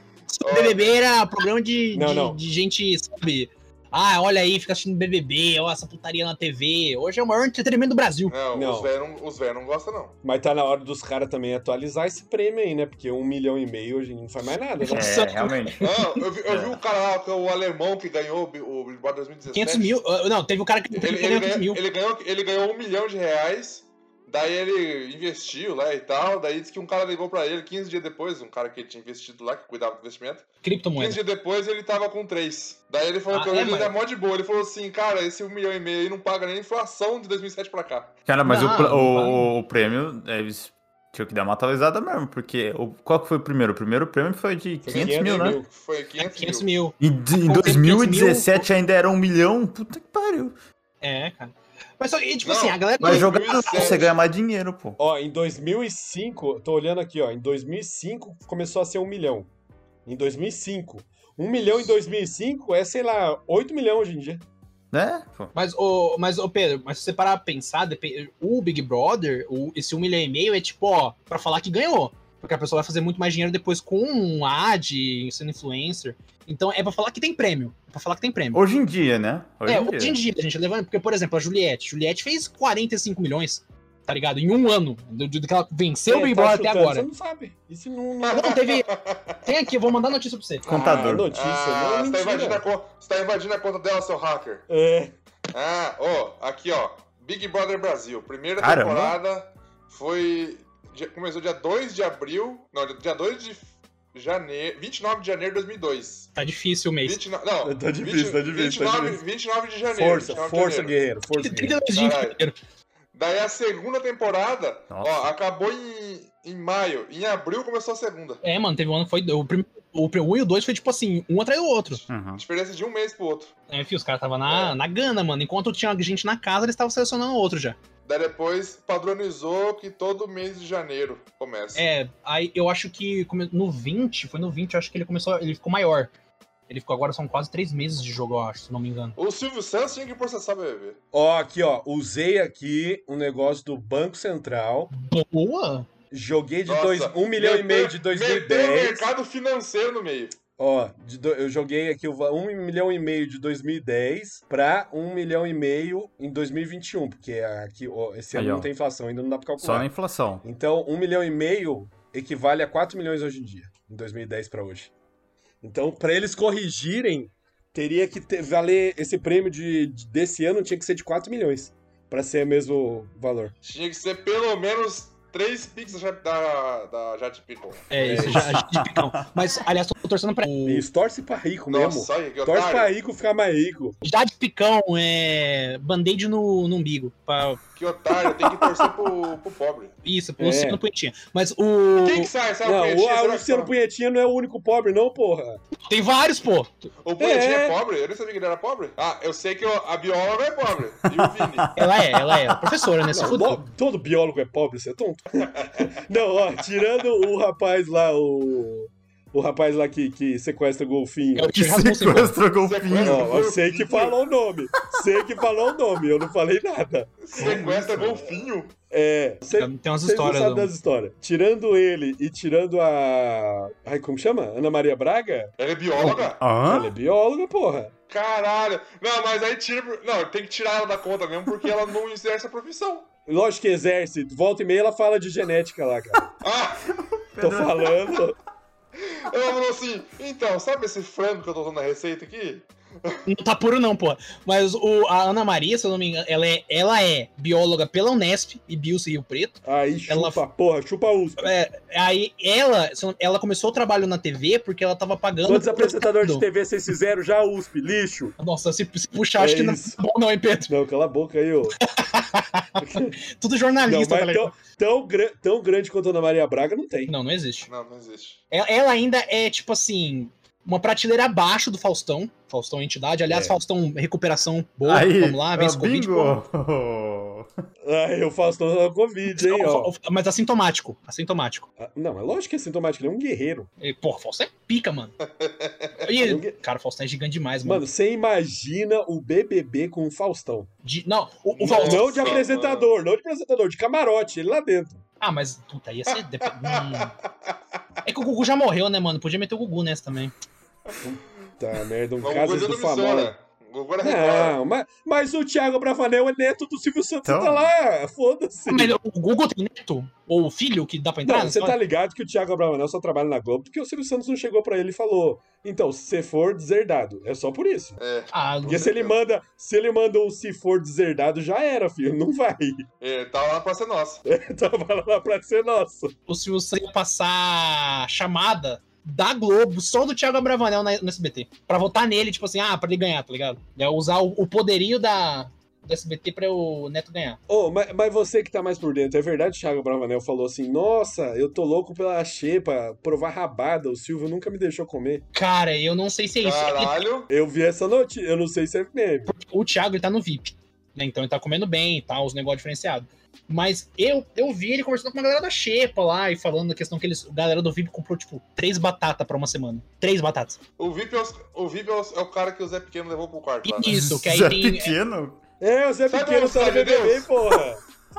[SPEAKER 2] O BBB era programa de,
[SPEAKER 1] Não,
[SPEAKER 2] de,
[SPEAKER 1] não.
[SPEAKER 2] de gente, sabe? Ah, olha aí, fica assistindo BBB, ó, essa putaria na TV. Hoje é o maior entretenimento do Brasil.
[SPEAKER 5] Não,
[SPEAKER 1] Não.
[SPEAKER 5] os velhos não, os velhos não gostam, não.
[SPEAKER 1] Mas tá na hora dos caras também atualizar esse prêmio aí, né? Porque um milhão e meio hoje não faz mais nada, né?
[SPEAKER 3] É, realmente.
[SPEAKER 5] Não, eu vi, eu vi o cara lá, que é o alemão que ganhou o Bi- o Big Brother 2017.
[SPEAKER 2] 500 mil. ah, Não, teve um cara que
[SPEAKER 5] Ele, ele
[SPEAKER 2] ganhou 500 mil.
[SPEAKER 5] ganhou, ele, ganhou, ele ganhou um milhão de reais, daí ele investiu lá e tal, daí disse que um cara ligou pra ele 15 dias depois, um cara que ele tinha investido lá, que cuidava do investimento, 15
[SPEAKER 2] Criptomoeda.
[SPEAKER 5] dias depois ele tava com 3. Daí ele falou
[SPEAKER 2] Ah,
[SPEAKER 5] que
[SPEAKER 2] é,
[SPEAKER 5] ele
[SPEAKER 2] mano?
[SPEAKER 5] tá mó de boa, ele falou assim, cara, esse um milhão e meio aí não paga nem a inflação de 2007 pra cá.
[SPEAKER 3] Cara, mas
[SPEAKER 2] Não,
[SPEAKER 3] o, pl-
[SPEAKER 2] não
[SPEAKER 3] o-
[SPEAKER 2] vai.
[SPEAKER 3] o- o prêmio, é, eles tinham que dar uma atualizada mesmo, porque o, qual que foi o primeiro? O primeiro prêmio foi de 500 mil, né?
[SPEAKER 5] Foi 500,
[SPEAKER 2] 500
[SPEAKER 5] mil.
[SPEAKER 2] mil.
[SPEAKER 3] E de- em
[SPEAKER 2] Pô,
[SPEAKER 3] 2017 ainda era um milhão? Puta que pariu.
[SPEAKER 2] É, cara. Mas só, e, tipo
[SPEAKER 5] Não,
[SPEAKER 2] assim, a galera.
[SPEAKER 3] Vai jogar lá,
[SPEAKER 5] 2007.
[SPEAKER 3] você ganha mais dinheiro, pô.
[SPEAKER 1] Ó, em 2005, tô olhando aqui, ó, em 2005 começou a ser um milhão. Em 2005. Um milhão em 2005 é, sei lá, 8 milhões hoje em dia.
[SPEAKER 3] Né? Pô.
[SPEAKER 2] Mas, ô, mas, ô Pedro, mas se você parar pra pensar, depe- o Big Brother, o, esse 1 milhão e meio é tipo, ó, pra falar que ganhou. Porque a pessoa vai fazer muito mais dinheiro depois com um ad, sendo influencer. Então é pra falar que tem prêmio. É pra falar que tem prêmio.
[SPEAKER 3] Hoje em dia, né? Hoje
[SPEAKER 2] é,
[SPEAKER 3] em
[SPEAKER 2] hoje em
[SPEAKER 3] dia.
[SPEAKER 2] dia, gente, levando. Porque, por exemplo, a Juliette. Juliette fez 45 milhões, tá ligado? Em um ano. Do, do que ela venceu o
[SPEAKER 1] É,
[SPEAKER 2] Big
[SPEAKER 1] tá
[SPEAKER 2] Brother até
[SPEAKER 1] chutando, Você
[SPEAKER 2] agora.
[SPEAKER 1] não sabe. Isso não. não...
[SPEAKER 2] Não, teve. Tem aqui, eu vou mandar notícia pra você.
[SPEAKER 1] Ah,
[SPEAKER 2] é
[SPEAKER 3] Contador.
[SPEAKER 1] notícia,
[SPEAKER 5] Ah,
[SPEAKER 1] não,
[SPEAKER 5] você tá,
[SPEAKER 1] mentira.
[SPEAKER 5] invadindo a co- você tá invadindo a conta dela, seu hacker.
[SPEAKER 1] É,
[SPEAKER 5] Ah, ó, aqui ó, Big Brother Brasil, primeira
[SPEAKER 3] Caramba.
[SPEAKER 5] temporada foi dia- começou dia 2 de abril, não, dia 2 de janeiro, 29 de janeiro de 2002.
[SPEAKER 2] Tá difícil o mês.
[SPEAKER 5] 29, não,
[SPEAKER 1] Tá difícil, tá difícil, tá
[SPEAKER 5] 29,
[SPEAKER 1] difícil.
[SPEAKER 5] 29 de janeiro.
[SPEAKER 1] força,
[SPEAKER 5] 29 de
[SPEAKER 1] força,
[SPEAKER 5] janeiro.
[SPEAKER 1] guerreiro. Força, guerreiro.
[SPEAKER 2] 32 dias de
[SPEAKER 5] Caralho.
[SPEAKER 2] dinheiro.
[SPEAKER 5] Daí a segunda temporada,
[SPEAKER 3] Nossa.
[SPEAKER 5] ó, acabou em, em maio, em abril começou a segunda.
[SPEAKER 2] É, mano, teve um ano que foi. O, prim... o, prim- um e o dois foi tipo assim, um atrás do outro.
[SPEAKER 3] Uhum.
[SPEAKER 5] Diferença de um mês pro outro.
[SPEAKER 2] É, fio, os caras estavam na, na Gana, mano. Enquanto tinha gente na casa, eles estavam selecionando outro já.
[SPEAKER 5] Daí depois padronizou que todo mês de janeiro começa.
[SPEAKER 2] É, aí eu acho que come- no 20, foi no 20, eu acho que ele começou. Ele ficou maior. Ele ficou agora, são quase três meses de jogo, eu acho, se não me engano.
[SPEAKER 5] O Silvio Santos tinha que processar o BBB.
[SPEAKER 1] Ó, aqui, ó. Usei aqui um negócio do Banco Central.
[SPEAKER 2] Boa!
[SPEAKER 1] Joguei de
[SPEAKER 5] Nossa,
[SPEAKER 1] 1 um milhão e
[SPEAKER 5] meteu-
[SPEAKER 1] meio de
[SPEAKER 5] Meteu o
[SPEAKER 1] 2010.
[SPEAKER 5] mercado financeiro no meio.
[SPEAKER 1] Ó, de do- eu joguei aqui 1 um milhão e meio de 2010 pra 1 um milhão e meio em 2021, porque aqui, ó, esse ano
[SPEAKER 3] Aí, ó.
[SPEAKER 1] não tem inflação, ainda não dá pra
[SPEAKER 3] Só na
[SPEAKER 1] calcular.
[SPEAKER 3] inflação.
[SPEAKER 1] Então, 1 um milhão e meio equivale a 4 milhões hoje em dia, em 2010 pra hoje. Então, pra eles corrigirem, teria que ter- valer esse prêmio de, de- desse ano tinha que ser de 4 milhões pra ser o mesmo valor.
[SPEAKER 5] Tinha que ser pelo menos três pix da, da, da Jade Pickle.
[SPEAKER 2] É isso, já, já de picão. Mas, aliás, tô torcendo pra. O...
[SPEAKER 1] Isso, torce pra rico mesmo.
[SPEAKER 5] Nossa, olha que
[SPEAKER 1] Torce pra
[SPEAKER 5] otário.
[SPEAKER 1] rico ficar mais rico.
[SPEAKER 2] Já de picão é. Band-aid no, no umbigo. Pra...
[SPEAKER 5] Que otário, tem que torcer pro,
[SPEAKER 1] *laughs*
[SPEAKER 5] pro pobre.
[SPEAKER 2] Isso, pro
[SPEAKER 1] É.
[SPEAKER 2] Luciano Poetinha. Mas o.
[SPEAKER 5] Quem que sai? Sai
[SPEAKER 1] Não,
[SPEAKER 5] o
[SPEAKER 1] o,
[SPEAKER 5] Poetinha?
[SPEAKER 1] a- o
[SPEAKER 5] Tá, Será que
[SPEAKER 1] Luciano
[SPEAKER 5] sai?
[SPEAKER 1] Punhetinha não é o único pobre, não, porra.
[SPEAKER 2] Tem vários, pô.
[SPEAKER 5] O Poetinha é.
[SPEAKER 1] É.
[SPEAKER 5] pobre? Eu nem sabia que ele era pobre. Ah, eu sei que o- a bióloga é pobre. E o
[SPEAKER 1] *laughs*
[SPEAKER 5] Vini.
[SPEAKER 2] Ela é, ela é. Professora, né? Se
[SPEAKER 1] Não,
[SPEAKER 2] fudeu.
[SPEAKER 1] bo- todo biólogo é pobre, você é tonto. *laughs* Não, ó, tirando o rapaz lá, o. O rapaz lá que, que sequestra golfinho.
[SPEAKER 2] É o
[SPEAKER 3] Que
[SPEAKER 2] Tio Rasmussen, pô.
[SPEAKER 3] sequestra golfinho.
[SPEAKER 5] Sequestra.
[SPEAKER 1] Ó, eu sei que falou o nome. Sei que falou o nome, eu não falei nada.
[SPEAKER 5] Sequestra golfinho.
[SPEAKER 1] É. Cê,
[SPEAKER 2] Tem umas
[SPEAKER 1] vocês não
[SPEAKER 2] histórias.
[SPEAKER 1] sabem
[SPEAKER 2] do-
[SPEAKER 1] das histórias. Tirando ele e tirando a. Ai, como chama? Ana Maria Braga?
[SPEAKER 5] Ela é bióloga?
[SPEAKER 2] Ah.
[SPEAKER 1] Ela é
[SPEAKER 3] Hã?
[SPEAKER 1] bióloga, porra.
[SPEAKER 5] Caralho. Não, mas aí tira... pro- Não, tem que tirar ela da conta mesmo, porque ela não exerce a profissão.
[SPEAKER 1] Lógico que exerce. Volta e meia ela fala de genética lá, cara.
[SPEAKER 5] Ah,
[SPEAKER 1] Tô falando.
[SPEAKER 5] ela falou assim, então, sabe esse frango que eu tô dando na receita aqui?
[SPEAKER 2] Não tá puro, não, pô. Mas o, a Ana Maria, se eu não me engano, ela é, ela é bióloga pela Unesp e Bios Rio Preto.
[SPEAKER 1] Aí chupa,
[SPEAKER 2] Ela-
[SPEAKER 1] porra, chupa USP.
[SPEAKER 2] É, aí ela, se eu não- ela começou o trabalho na TV porque ela tava pagando.
[SPEAKER 1] Quantos
[SPEAKER 2] pro
[SPEAKER 1] apresentadores de
[SPEAKER 2] apresentador.
[SPEAKER 1] TV vocês fizeram já, USP? Lixo.
[SPEAKER 2] Nossa, se, se puxar, acho
[SPEAKER 1] É
[SPEAKER 2] que não é
[SPEAKER 1] isso.
[SPEAKER 2] bom, não, hein, Pedro?
[SPEAKER 1] Não, cala a boca aí, ô.
[SPEAKER 2] Tudo
[SPEAKER 1] Não,
[SPEAKER 2] jornalista, tá
[SPEAKER 1] mas então-
[SPEAKER 2] ligado?
[SPEAKER 1] tão, tão, gran- tão grande quanto a Ana Maria Braga não tem.
[SPEAKER 2] Não, não existe.
[SPEAKER 5] Não, não existe.
[SPEAKER 2] Ela, ela ainda é, tipo assim, uma prateleira abaixo do Faustão. Faustão é entidade. Aliás,
[SPEAKER 1] É.
[SPEAKER 2] Faustão, recuperação boa.
[SPEAKER 3] Aí,
[SPEAKER 2] Vamos lá, vence
[SPEAKER 3] ah,
[SPEAKER 2] Covid. pô.
[SPEAKER 3] *laughs* bingo!
[SPEAKER 1] Ai, Ah, eu faço toda Covid, hein, ó.
[SPEAKER 2] Mas assintomático. Assintomático.
[SPEAKER 1] Ah, Não, é lógico que é sintomático, ele é um guerreiro.
[SPEAKER 2] E, Porra, Faustão é pica, *laughs* mano. E, cara, o Faustão é gigante demais, mano.
[SPEAKER 1] Mano, você imagina o BBB com o Faustão.
[SPEAKER 2] De- não, o, o
[SPEAKER 5] Nossa,
[SPEAKER 2] Faustão.
[SPEAKER 1] não de apresentador, não de apresentador, de camarote, ele lá dentro.
[SPEAKER 2] Ah, mas puta, ia ser. *laughs* dep- Hum. É que o Gugu já morreu, né, mano? Podia meter o Gugu nessa também.
[SPEAKER 1] Tá, merda, um
[SPEAKER 5] Vamos coisa
[SPEAKER 1] caso
[SPEAKER 5] da
[SPEAKER 1] do famoso.
[SPEAKER 5] emissora. Gugu era Record.
[SPEAKER 1] Não, mas, mas o Thiago Bravanel é neto do Silvio Santos,
[SPEAKER 3] Então.
[SPEAKER 1] tá lá, foda-se.
[SPEAKER 2] Mas o Gugu tem um neto? Ou filho que dá pra entrar?
[SPEAKER 1] Não, você tá ligado que o Thiago Abravanel só trabalha na Globo porque o Silvio Santos não chegou pra ele e falou. Então, se você for deserdado, é só por isso.
[SPEAKER 2] Ah,
[SPEAKER 1] E se ele manda, se ele manda um se for deserdado, já era, filho, não vai. *laughs*
[SPEAKER 5] É, tava lá pra ser nossa.
[SPEAKER 1] Tava lá pra ser nosso.
[SPEAKER 2] o Silvio Santos ia passar chamada da Globo, só do Thiago Abravanel na- no SBT. Pra votar nele, tipo assim, ah, pra ele ganhar, tá ligado? É usar o, o poderio da, do SBT pra o Neto ganhar.
[SPEAKER 1] Ô, mas, mas você que tá mais por dentro, é verdade que o Thiago Bravanel falou assim: Nossa, eu tô louco pela xepa, provar rabada, o Silvio nunca me deixou comer.
[SPEAKER 2] Cara, eu não sei se é isso. Ele-
[SPEAKER 5] Caralho.
[SPEAKER 1] Eu vi essa notícia, eu não sei se é meme.
[SPEAKER 2] o Thiago, ele tá no VIP. Né? Então ele tá comendo bem e tal, os negócios diferenciados. Mas eu, eu vi ele conversando com uma galera da Xepa lá e falando da questão que eles. A galera do VIP comprou, tipo, três batatas pra uma semana. Três batatas.
[SPEAKER 5] O VIP, é, os- o VIP é, os- é o cara que o Zé Pequeno levou pro quarto lá. Né?
[SPEAKER 2] Isso, que aí
[SPEAKER 3] Zé
[SPEAKER 2] tem.
[SPEAKER 3] Pequeno?
[SPEAKER 1] É, o Zé
[SPEAKER 5] Sabe
[SPEAKER 1] Pequeno
[SPEAKER 5] onde
[SPEAKER 1] tá no
[SPEAKER 5] sabe
[SPEAKER 1] BBB,
[SPEAKER 5] Deus?
[SPEAKER 1] porra.
[SPEAKER 5] *laughs*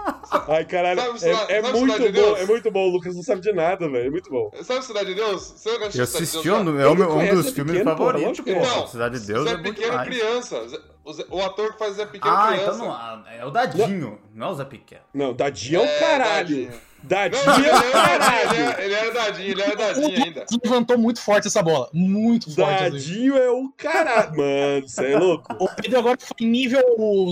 [SPEAKER 1] Ai, caralho,
[SPEAKER 5] Sabe onde sabe-
[SPEAKER 1] é, é
[SPEAKER 5] sabe onde
[SPEAKER 1] muito
[SPEAKER 5] sabe
[SPEAKER 1] bom,
[SPEAKER 5] Deus?
[SPEAKER 1] é muito bom, o Lucas não sabe de nada, velho, é muito bom.
[SPEAKER 5] né? Sabe Cidade de Deus? Você não
[SPEAKER 3] Eu
[SPEAKER 5] Cidade de
[SPEAKER 3] assisti, é
[SPEAKER 5] Deus,
[SPEAKER 3] o
[SPEAKER 5] não?
[SPEAKER 3] meu- é o meu-
[SPEAKER 1] Ele
[SPEAKER 3] um dos
[SPEAKER 1] conhece
[SPEAKER 3] filmes
[SPEAKER 1] Pequeno, pô,
[SPEAKER 3] favoritos,
[SPEAKER 1] lógico que
[SPEAKER 3] pô.
[SPEAKER 1] ele
[SPEAKER 5] Não,
[SPEAKER 3] Cidade de Deus
[SPEAKER 5] Zé
[SPEAKER 3] é bom
[SPEAKER 5] Pequeno
[SPEAKER 3] demais.
[SPEAKER 5] criança. Zé- O, Zé- o ator que faz Zé Pequeno
[SPEAKER 3] Ah,
[SPEAKER 5] criança.
[SPEAKER 3] então não. É o Dadinho, não é o Zé Pequeno.
[SPEAKER 1] Não, Dadinho é o
[SPEAKER 5] É,
[SPEAKER 1] caralho.
[SPEAKER 5] Dadinho.
[SPEAKER 1] Dadinho
[SPEAKER 5] Não,
[SPEAKER 1] é
[SPEAKER 5] ele,
[SPEAKER 1] o
[SPEAKER 5] era, ele,
[SPEAKER 1] caralho.
[SPEAKER 5] era, ele era dadinho, ele era dadinho ainda.
[SPEAKER 2] Ele levantou muito forte essa bola. Muito forte. assim.
[SPEAKER 1] Dadinho é o caralho. Mano, você é louco.
[SPEAKER 2] O Pedro agora foi nível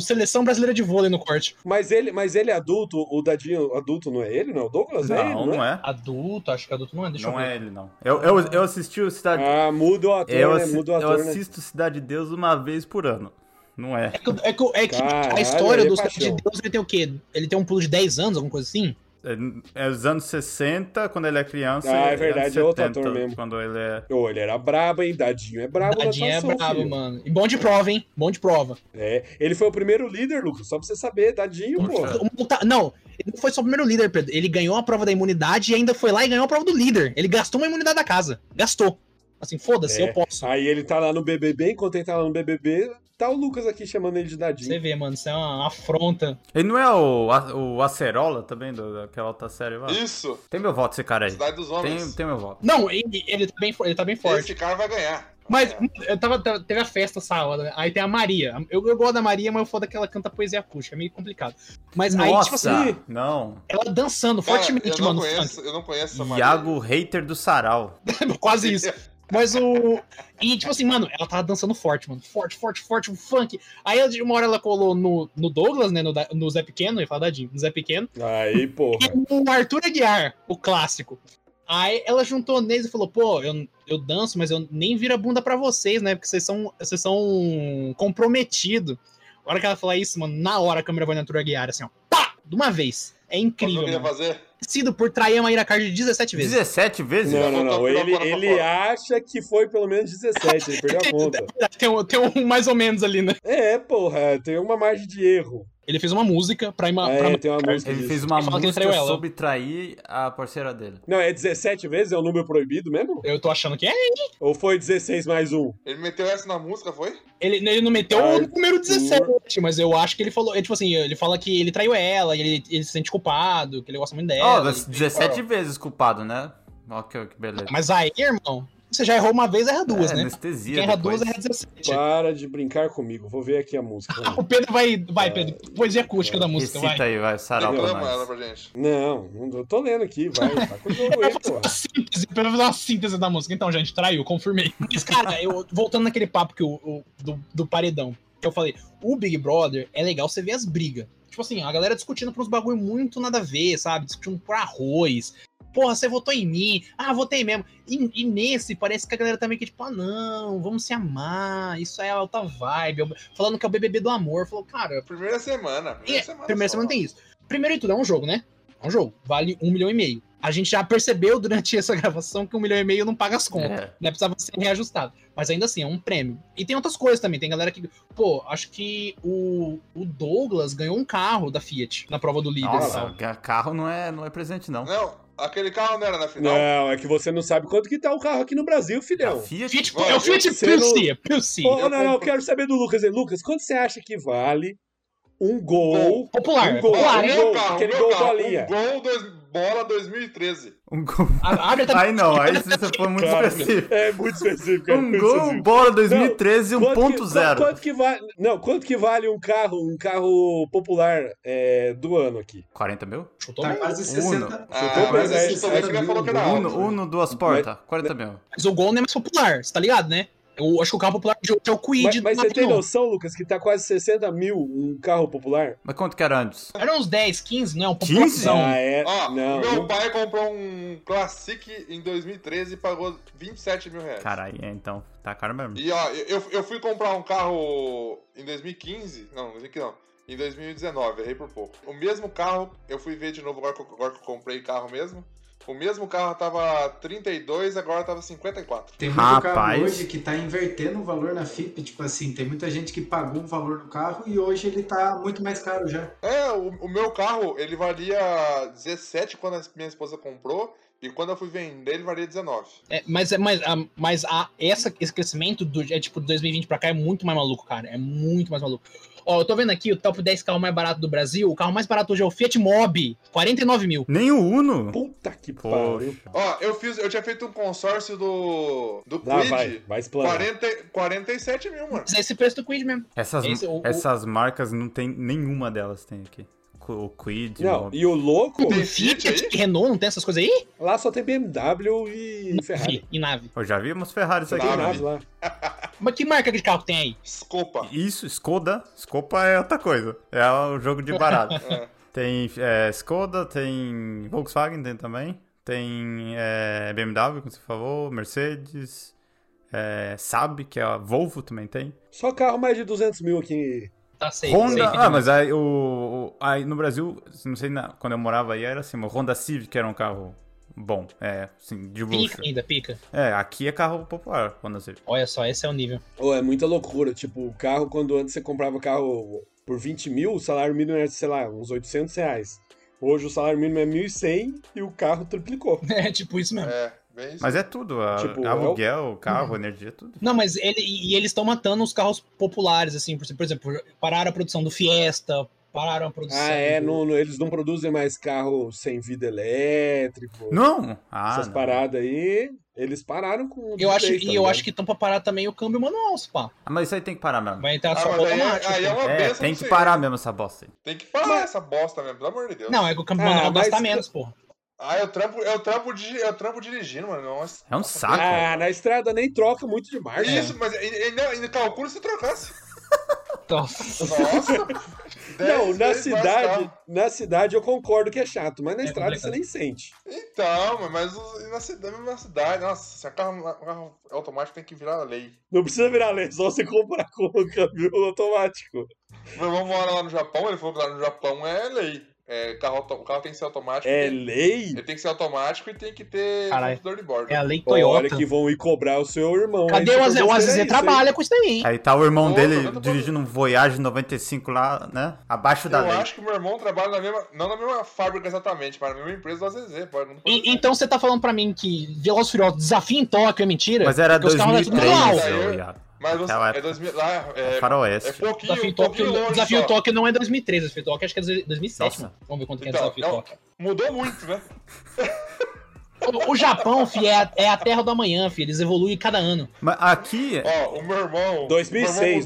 [SPEAKER 2] seleção brasileira de vôlei no corte.
[SPEAKER 1] Mas ele, mas ele é adulto, o Dadinho adulto não é ele, não? O Douglas é ele,
[SPEAKER 3] Não, não é.
[SPEAKER 2] Adulto, acho que adulto não é, deixa eu
[SPEAKER 3] Não
[SPEAKER 2] ver.
[SPEAKER 3] é ele, não. Eu, eu, eu assisti o Cidade.
[SPEAKER 1] Ah, muda o ator,
[SPEAKER 3] eu,
[SPEAKER 1] né?
[SPEAKER 3] assi-
[SPEAKER 1] Muda o
[SPEAKER 3] eu
[SPEAKER 1] ator, né?
[SPEAKER 3] assisto Cidade de Deus uma vez por ano. Não é.
[SPEAKER 2] É que, é que- é que
[SPEAKER 1] Caralho,
[SPEAKER 2] a história
[SPEAKER 1] aí é
[SPEAKER 2] do Cidade de
[SPEAKER 1] paixão.
[SPEAKER 2] Deus ele tem o quê? Ele tem um pulo de 10 anos, alguma coisa assim?
[SPEAKER 3] É, é os anos 60, quando ele é criança.
[SPEAKER 1] Ah, é
[SPEAKER 3] e anos
[SPEAKER 1] verdade, é outro ator mesmo.
[SPEAKER 3] Quando ele é.
[SPEAKER 1] Ô, ele era brabo, hein? Dadinho é brabo na
[SPEAKER 2] Tadinho é
[SPEAKER 1] atuação,
[SPEAKER 2] brabo,
[SPEAKER 1] filho.
[SPEAKER 2] mano. E bom de prova, hein? Bom de prova.
[SPEAKER 1] É, ele foi o primeiro líder, Lucas, só pra você saber, Dadinho, pô.
[SPEAKER 3] Poxa.
[SPEAKER 2] O Monta- Não, ele não foi só o primeiro líder, Pedro. Ele ganhou a prova da imunidade e ainda foi lá e ganhou a prova do líder. Ele gastou uma imunidade da casa. Gastou. Assim, foda-se,
[SPEAKER 1] É.
[SPEAKER 2] eu posso.
[SPEAKER 1] Aí ele tá lá no BBB, enquanto ele tá lá no BBB, tá o Lucas aqui chamando ele de
[SPEAKER 2] Você
[SPEAKER 1] Dadinho.
[SPEAKER 2] vê, mano, isso é uma afronta.
[SPEAKER 3] Ele não é o, A- o Acerola também, do- daquela outra série lá?
[SPEAKER 5] Isso,
[SPEAKER 3] Tem meu voto esse cara aí.
[SPEAKER 5] Cidade dos
[SPEAKER 3] Tem,
[SPEAKER 5] Homens.
[SPEAKER 3] tem meu voto.
[SPEAKER 2] Não, ele, ele tá bem, fo- ele tá bem forte.
[SPEAKER 5] Esse cara vai ganhar.
[SPEAKER 2] Mas eu tava, tava- teve a festa sábado, né? aí tem a Maria. Eu, eu gosto da Maria, mas eu foda que ela canta poesia acústica, é meio complicado. Mas aí, tipo
[SPEAKER 3] Nossa!
[SPEAKER 2] assim,
[SPEAKER 3] não.
[SPEAKER 2] ela dançando
[SPEAKER 5] Cara, eu
[SPEAKER 2] fortemente,
[SPEAKER 5] não
[SPEAKER 2] mano. no
[SPEAKER 5] Conheço, eu não conheço essa Maria.
[SPEAKER 3] Iago, hater do sarau.
[SPEAKER 2] funk. *laughs* Quase isso. Mas o. *laughs* E tipo assim, mano, ela tava dançando forte, mano. Forte, forte, forte, um funk. Aí de uma hora ela colou no, no Douglas, né? No, da- no Zé Pequeno, eu ia falar dadinho, no Zé Pequeno.
[SPEAKER 1] Aí,
[SPEAKER 3] *laughs*
[SPEAKER 1] porra.
[SPEAKER 2] E o Arthur Aguiar, o clássico. Aí ela juntou neles e falou: pô, eu, eu danço, mas eu nem viro a bunda pra vocês, né? Porque vocês são, vocês são comprometidos. A hora que ela falar isso, mano, na hora a câmera vai no Arthur Aguiar, assim, ó. Pá! De uma vez. É
[SPEAKER 5] Sabe o
[SPEAKER 2] incrível,
[SPEAKER 5] que eu queria
[SPEAKER 2] mano.
[SPEAKER 5] fazer?
[SPEAKER 2] Sido por trair a Maíra Card 17 vezes.
[SPEAKER 3] 17 vezes?
[SPEAKER 1] Não, não,
[SPEAKER 5] Voltou
[SPEAKER 1] não.
[SPEAKER 5] pra
[SPEAKER 1] Ele,
[SPEAKER 5] fora, pra
[SPEAKER 1] ele
[SPEAKER 5] fora.
[SPEAKER 1] acha que foi pelo menos 17, ele perdeu a
[SPEAKER 3] *laughs*
[SPEAKER 1] conta.
[SPEAKER 2] Tem um, tem um mais ou menos ali, né?
[SPEAKER 1] É, porra, tem uma margem de erro.
[SPEAKER 2] Ele fez uma música pra. Ima, pra-
[SPEAKER 1] É, tem uma música
[SPEAKER 3] Ah, Ele
[SPEAKER 1] disso.
[SPEAKER 3] fez uma
[SPEAKER 2] Ele fala que ele
[SPEAKER 3] música
[SPEAKER 2] traiu ela.
[SPEAKER 3] sobre trair a parceira dele.
[SPEAKER 1] Não, é 17 vezes? É um número proibido mesmo?
[SPEAKER 2] Eu tô achando que é.
[SPEAKER 1] Ou foi 16 mais um?
[SPEAKER 5] Ele meteu essa na música, foi?
[SPEAKER 2] Ele, ele não meteu o
[SPEAKER 1] Arthur.
[SPEAKER 2] número 17, mas eu acho que ele falou. é, tipo assim, ele fala que ele traiu ela, e ele, ele se sente culpado, que É, ele gosta muito
[SPEAKER 3] Ó,
[SPEAKER 2] dela. e-
[SPEAKER 3] 17 vezes culpado, né? Ó, que, que beleza.
[SPEAKER 2] Mas aí, irmão, você já errou uma vez, erra duas,
[SPEAKER 3] É,
[SPEAKER 2] né?
[SPEAKER 3] Anestesia.
[SPEAKER 2] Quem erra
[SPEAKER 3] depois.
[SPEAKER 2] duas, erra 17.
[SPEAKER 1] Para de brincar comigo, vou ver aqui a música.
[SPEAKER 3] *laughs*
[SPEAKER 2] O Pedro vai,
[SPEAKER 3] É.
[SPEAKER 2] vai, Pedro, poesia acústica da música, vai.
[SPEAKER 3] Recita aí, vai, sarau pra
[SPEAKER 5] Reclama ela
[SPEAKER 3] nós.
[SPEAKER 5] pra gente.
[SPEAKER 1] não, não, eu tô lendo aqui, vai, tá com o jogo
[SPEAKER 3] *laughs*
[SPEAKER 1] aí, porra.
[SPEAKER 2] Uma síntese, pelo menos uma síntese da música. Então, gente, traiu, confirmei. Mas, cara, eu, voltando naquele papo que o, o- do, do paredão, que eu falei, o Big Brother é legal você ver as brigas. Tipo assim, a galera discutindo por uns bagulho muito nada a ver, sabe? Discutindo por arroz. Porra, você votou em mim. Ah, votei mesmo. E, e nesse, parece que a galera tá meio que tipo, ah, não, vamos se amar. Isso é alta vibe. Falando que é o BBB do amor. Falou, cara,
[SPEAKER 5] Primeira semana.
[SPEAKER 2] é,
[SPEAKER 5] Primeira semana.
[SPEAKER 2] primeira
[SPEAKER 5] só.
[SPEAKER 2] semana tem isso. Primeiro de tudo, é um jogo, né? É um jogo. Vale um milhão e meio. A gente já percebeu durante *laughs* essa gravação que um milhão e meio não paga as contas.
[SPEAKER 3] É.
[SPEAKER 2] Né? Precisava ser reajustado. Mas ainda assim, é um prêmio. E tem outras coisas também. Tem galera que. Pô, acho que o, o Douglas ganhou um carro da Fiat na prova do líder. e
[SPEAKER 3] Nossa,
[SPEAKER 2] tal.
[SPEAKER 3] ca- carro não é, não é presente, não.
[SPEAKER 5] Não, aquele carro não era na final.
[SPEAKER 1] Não, é que você não sabe quanto que tá o carro aqui no Brasil,
[SPEAKER 3] A
[SPEAKER 1] filhão.
[SPEAKER 3] Fiat,
[SPEAKER 2] Fiat,
[SPEAKER 5] Vai,
[SPEAKER 2] é o Fiat
[SPEAKER 1] eu- você não-
[SPEAKER 2] Pilsi, Pilsi.
[SPEAKER 1] Ô, não,
[SPEAKER 5] eu
[SPEAKER 1] não, eu
[SPEAKER 5] compro-
[SPEAKER 1] quero saber do Lucas. hein? Lucas, quanto você acha que vale um gol?
[SPEAKER 2] Popular.
[SPEAKER 1] Um gol,
[SPEAKER 2] popular, né?
[SPEAKER 1] um
[SPEAKER 2] hein?
[SPEAKER 1] gol, aquele gol bolinha.
[SPEAKER 5] Um gol dois- Bola 2013.
[SPEAKER 3] Um gol.
[SPEAKER 2] A- Abre a tabela.
[SPEAKER 3] Aí não, aí você
[SPEAKER 1] *laughs*
[SPEAKER 3] foi muito
[SPEAKER 1] Cara,
[SPEAKER 3] específico.
[SPEAKER 1] É muito específico. é
[SPEAKER 3] Um
[SPEAKER 1] muito
[SPEAKER 3] gol, um
[SPEAKER 1] específico.
[SPEAKER 3] bola 2013,
[SPEAKER 1] Quanto que- Quanto,
[SPEAKER 3] 1.0.
[SPEAKER 1] quanto que vale? Não, quanto que vale um carro, um carro popular é, do ano aqui?
[SPEAKER 3] 40 mil?
[SPEAKER 2] Chutou
[SPEAKER 4] Tá
[SPEAKER 2] bem.
[SPEAKER 4] quase
[SPEAKER 3] Uno.
[SPEAKER 4] 60.
[SPEAKER 5] Ah, mas
[SPEAKER 1] bem,
[SPEAKER 5] aí
[SPEAKER 1] né?
[SPEAKER 5] você já falou que era
[SPEAKER 4] Uno,
[SPEAKER 5] alto.
[SPEAKER 3] Uno, uno Um duas portas, 40 mil.
[SPEAKER 2] Mas o gol não é mais popular, você tá ligado, né? Eu acho que o carro popular de hoje é o Quid
[SPEAKER 1] Mas,
[SPEAKER 2] do
[SPEAKER 1] mas você tem
[SPEAKER 2] Maranhão.
[SPEAKER 1] noção, Lucas, que tá quase 60 mil um carro popular?
[SPEAKER 3] Mas quanto que era antes?
[SPEAKER 2] Era uns 10, 15, não é um
[SPEAKER 3] 15?
[SPEAKER 2] população.
[SPEAKER 1] Ah, é.
[SPEAKER 5] Ó,
[SPEAKER 1] *laughs* não.
[SPEAKER 5] meu
[SPEAKER 1] não-
[SPEAKER 5] pai comprou um Classic em 2013 e pagou 27 mil reais.
[SPEAKER 3] Caralho, é, então, tá caro mesmo.
[SPEAKER 5] E ó, eu, eu- eu fui comprar um carro em 2015. Não, 2015 não. Em 2019, errei por pouco. O mesmo carro, eu fui ver de novo agora que, eu- agora que eu comprei carro mesmo. O mesmo carro tava 32, agora tava 54.
[SPEAKER 4] Tem muito
[SPEAKER 3] Rapaz.
[SPEAKER 4] carro hoje que tá invertendo o valor na FIP. Tipo assim, tem muita gente que pagou um valor no carro e hoje ele tá muito mais caro já.
[SPEAKER 5] É, o, o meu carro, ele valia 17 quando a minha esposa comprou. E quando eu fui vender, ele valia 19.
[SPEAKER 2] É, mas é- mas, a, mas a, essa, esse crescimento do, é, tipo, de 2020 pra cá é muito mais maluco, cara. É muito mais maluco. Ó, eu tô vendo aqui o top 10 carro mais barato do Brasil. O carro mais barato hoje é o Fiat Mobi, 49 mil.
[SPEAKER 3] Nem o Uno?
[SPEAKER 1] Puta que pariu.
[SPEAKER 3] Poxa.
[SPEAKER 5] Ó, eu fiz, eu tinha feito um consórcio do. do
[SPEAKER 1] Lá
[SPEAKER 5] Quid.
[SPEAKER 1] vai, vai explanar.
[SPEAKER 5] 40, 47 mil, mano.
[SPEAKER 2] Mas é esse preço do Quid mesmo.
[SPEAKER 3] Essas,
[SPEAKER 2] Esse, é o- o-
[SPEAKER 3] essas marcas não tem nenhuma delas tem aqui. Cu- O Quid,
[SPEAKER 1] Não,
[SPEAKER 3] o-
[SPEAKER 1] e o louco,
[SPEAKER 5] Tem
[SPEAKER 2] O Fiat,
[SPEAKER 5] Fiat é aí?
[SPEAKER 2] Renault, não tem essas coisas aí?
[SPEAKER 1] lá só tem BMW e Ferrari.
[SPEAKER 2] Fiat E nave.
[SPEAKER 3] Pô, já vimos Ferraris
[SPEAKER 1] Não
[SPEAKER 3] aqui.
[SPEAKER 1] tem
[SPEAKER 5] Nave.
[SPEAKER 3] né?
[SPEAKER 1] nada lá.
[SPEAKER 2] Mas que marca de carro tem aí?
[SPEAKER 5] Desculpa.
[SPEAKER 3] Isso, Skoda. Skopa é outra coisa. É o jogo
[SPEAKER 1] *laughs*
[SPEAKER 3] de barato.
[SPEAKER 5] É.
[SPEAKER 3] tem é, Skoda, tem Volkswagen tem também. Tem é, BMW, como você falou, Mercedes, é, Saab, que é a Volvo também tem.
[SPEAKER 1] Só carro mais de 200 mil aqui.
[SPEAKER 2] Tá safe,
[SPEAKER 3] Honda,
[SPEAKER 2] safe
[SPEAKER 3] ah,
[SPEAKER 2] demais.
[SPEAKER 3] mas aí, o, o- aí no Brasil, não sei, na- quando eu morava aí, era assim, o Honda Civic era um carro bom, é, assim, de luxo.
[SPEAKER 2] Pica ainda, pica.
[SPEAKER 3] É, aqui é carro popular, Honda Civic.
[SPEAKER 2] Olha só, esse é o nível. *laughs*
[SPEAKER 1] Ô, é muita loucura. Tipo, o carro, quando antes você comprava carro por 20 mil, o salário mínimo era, sei lá, uns 800 reais. Hoje o salário mínimo é 1.100 e o carro triplicou.
[SPEAKER 2] É tipo isso mesmo.
[SPEAKER 5] É, bem isso.
[SPEAKER 3] Mas é tudo, a-
[SPEAKER 1] Tipo,
[SPEAKER 3] aluguel,
[SPEAKER 5] Uhum.
[SPEAKER 3] carro, energia, é tudo.
[SPEAKER 2] Não, mas ele, e eles estão matando os carros populares, assim, por, por exemplo, pararam a produção do Fiesta, pararam a produção.
[SPEAKER 1] Ah, é,
[SPEAKER 2] do-
[SPEAKER 1] não- não- eles não produzem mais carro sem vida elétrico.
[SPEAKER 3] Não! Ah,
[SPEAKER 1] essas
[SPEAKER 3] não.
[SPEAKER 1] paradas aí, eles pararam com o
[SPEAKER 2] Eu acho,
[SPEAKER 1] direito, tá
[SPEAKER 2] e eu
[SPEAKER 1] ligado?
[SPEAKER 2] acho que estão pra parar também o câmbio manual, se pá.
[SPEAKER 3] Ah, mas isso aí tem que parar mesmo.
[SPEAKER 2] Vai entrar
[SPEAKER 5] Ah,
[SPEAKER 2] só
[SPEAKER 5] mas aí, é-
[SPEAKER 2] automático.
[SPEAKER 5] aí é uma
[SPEAKER 3] É,
[SPEAKER 5] bênção
[SPEAKER 3] tem
[SPEAKER 5] do
[SPEAKER 3] que
[SPEAKER 5] Senhor.
[SPEAKER 3] parar mesmo essa bosta aí.
[SPEAKER 5] Tem que parar essa bosta mesmo, pelo amor de Deus.
[SPEAKER 2] Não, é que o câmbio
[SPEAKER 1] Ah,
[SPEAKER 2] manual gasta
[SPEAKER 1] mas-
[SPEAKER 2] menos, porra.
[SPEAKER 5] Ah, eu trampo, eu trampo, digi- eu trampo dirigindo, mano. Nossa.
[SPEAKER 3] É um saco.
[SPEAKER 1] Ah, na estrada nem troca muito de marcha.
[SPEAKER 5] Isso, mas ainda, ainda- ainda calcula se trocasse.
[SPEAKER 2] Então,
[SPEAKER 5] Nossa.
[SPEAKER 1] Não,
[SPEAKER 2] É.
[SPEAKER 5] Dez
[SPEAKER 1] na
[SPEAKER 5] vezes mais
[SPEAKER 1] cidade,
[SPEAKER 5] caro.
[SPEAKER 1] na cidade eu concordo que é chato, mas na
[SPEAKER 2] É
[SPEAKER 1] estrada
[SPEAKER 2] complicado.
[SPEAKER 1] você nem sente.
[SPEAKER 5] Então, mas- mas os- na cidade, na cidade, nossa, se é carro, carro automático tem que virar a lei.
[SPEAKER 1] Não precisa virar lei, só você comprar com o câmbio automático.
[SPEAKER 5] Meu irmão mora lá no Japão, ele falou que lá no Japão é lei. É, carro, auto- o carro tem que ser automático.
[SPEAKER 1] É
[SPEAKER 5] tem-
[SPEAKER 1] lei?
[SPEAKER 5] Ele tem que ser automático e tem que ter
[SPEAKER 2] Caralho.
[SPEAKER 5] computador de bordo.
[SPEAKER 2] é a lei
[SPEAKER 1] Pô, Olha
[SPEAKER 2] Toyota.
[SPEAKER 1] que vão ir cobrar o seu irmão.
[SPEAKER 2] Cadê
[SPEAKER 1] aí,
[SPEAKER 2] o
[SPEAKER 1] se
[SPEAKER 2] AZ?
[SPEAKER 1] eu
[SPEAKER 2] O
[SPEAKER 1] fosse, era
[SPEAKER 2] AZ
[SPEAKER 1] isso, hein?
[SPEAKER 2] trabalha com isso daí, hein?
[SPEAKER 3] Aí tá o irmão
[SPEAKER 5] Pô,
[SPEAKER 3] dele
[SPEAKER 5] eu tô
[SPEAKER 3] dirigindo um Voyage 95 lá, né? Abaixo da
[SPEAKER 5] Eu
[SPEAKER 3] lei.
[SPEAKER 5] acho que meu irmão trabalha na mesma. Não na mesma fábrica exatamente, mas na mesma empresa do AZZ, pode. Não pode
[SPEAKER 2] E- então você tá falando pra mim que Velozes e Furiosos desafio em Tóquio é mentira?
[SPEAKER 3] Mas era
[SPEAKER 2] Porque os carros eram tudo
[SPEAKER 3] 2003,
[SPEAKER 2] manual.
[SPEAKER 5] Aí eu-
[SPEAKER 3] ô, viado.
[SPEAKER 5] Mas você.
[SPEAKER 3] Aquela
[SPEAKER 5] É 2000. Lá,
[SPEAKER 3] É
[SPEAKER 5] é, é
[SPEAKER 3] faroeste.
[SPEAKER 5] pouquinho,
[SPEAKER 2] Desafio, em
[SPEAKER 5] pouquinho
[SPEAKER 2] Tóquio,
[SPEAKER 5] longe
[SPEAKER 2] desafio
[SPEAKER 5] só.
[SPEAKER 2] Tóquio não é 2013, desafio Tóquio acho que é 2007.
[SPEAKER 3] Nossa.
[SPEAKER 2] Vamos ver quanto que é
[SPEAKER 5] Então,
[SPEAKER 2] desafio
[SPEAKER 5] não.
[SPEAKER 2] Tóquio.
[SPEAKER 5] Mudou muito, né?
[SPEAKER 2] O, o Japão, fi, é a, é a terra do amanhã, fi. Eles evoluem cada ano.
[SPEAKER 3] Mas aqui,
[SPEAKER 5] Ó, o meu
[SPEAKER 1] 2006,
[SPEAKER 5] irmão. meu
[SPEAKER 1] 2006,
[SPEAKER 5] irmão,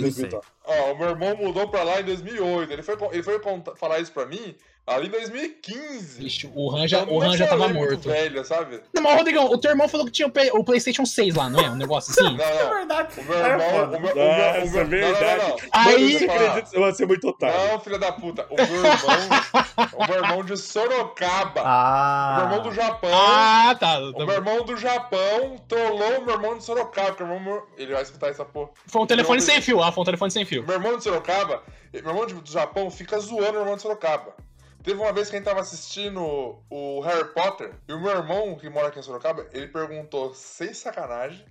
[SPEAKER 2] 2006,
[SPEAKER 1] 2008.
[SPEAKER 5] Ó, o meu irmão mudou pra lá em 2008. Ele foi, con- ele foi conta- falar isso pra mim ali em 2015.
[SPEAKER 2] Vixe, o Han já,
[SPEAKER 5] Então,
[SPEAKER 2] o
[SPEAKER 5] não é
[SPEAKER 2] Han
[SPEAKER 5] que
[SPEAKER 2] já
[SPEAKER 5] eu
[SPEAKER 2] tava
[SPEAKER 5] era muito
[SPEAKER 2] morto.
[SPEAKER 5] Velho, sabe?
[SPEAKER 2] Não, mas, Rodrigão, o teu irmão falou que tinha o, Play- o PlayStation 6 lá, não é? Um negócio assim?
[SPEAKER 5] Não, não.
[SPEAKER 3] verdade. É
[SPEAKER 5] O meu irmão. O meu, o meu, o meu,
[SPEAKER 1] Nossa, é
[SPEAKER 5] não, não,
[SPEAKER 1] verdade.
[SPEAKER 5] não, não.
[SPEAKER 2] Aí-
[SPEAKER 5] Deixa eu falar.
[SPEAKER 1] Acredito, você vai ser muito otário.
[SPEAKER 5] Não, filha da puta. O meu irmão. o meu irmão de Sorocaba. O meu irmão
[SPEAKER 3] Ah,
[SPEAKER 5] do Japão.
[SPEAKER 2] Ah, tá. tá
[SPEAKER 5] O meu
[SPEAKER 2] bom.
[SPEAKER 5] irmão do Japão trollou o meu irmão de Sorocaba. Porque o meu irmão... Ele vai escutar essa porra.
[SPEAKER 2] Foi um telefone
[SPEAKER 5] Meu-
[SPEAKER 2] sem fio. Ah, foi um telefone sem fio.
[SPEAKER 5] Meu irmão de Sorocaba. Meu irmão de- do Japão fica zoando o meu irmão de Sorocaba. Teve uma vez que a gente tava assistindo o Harry Potter. E o meu irmão, que mora aqui em Sorocaba, ele perguntou, sem sacanagem,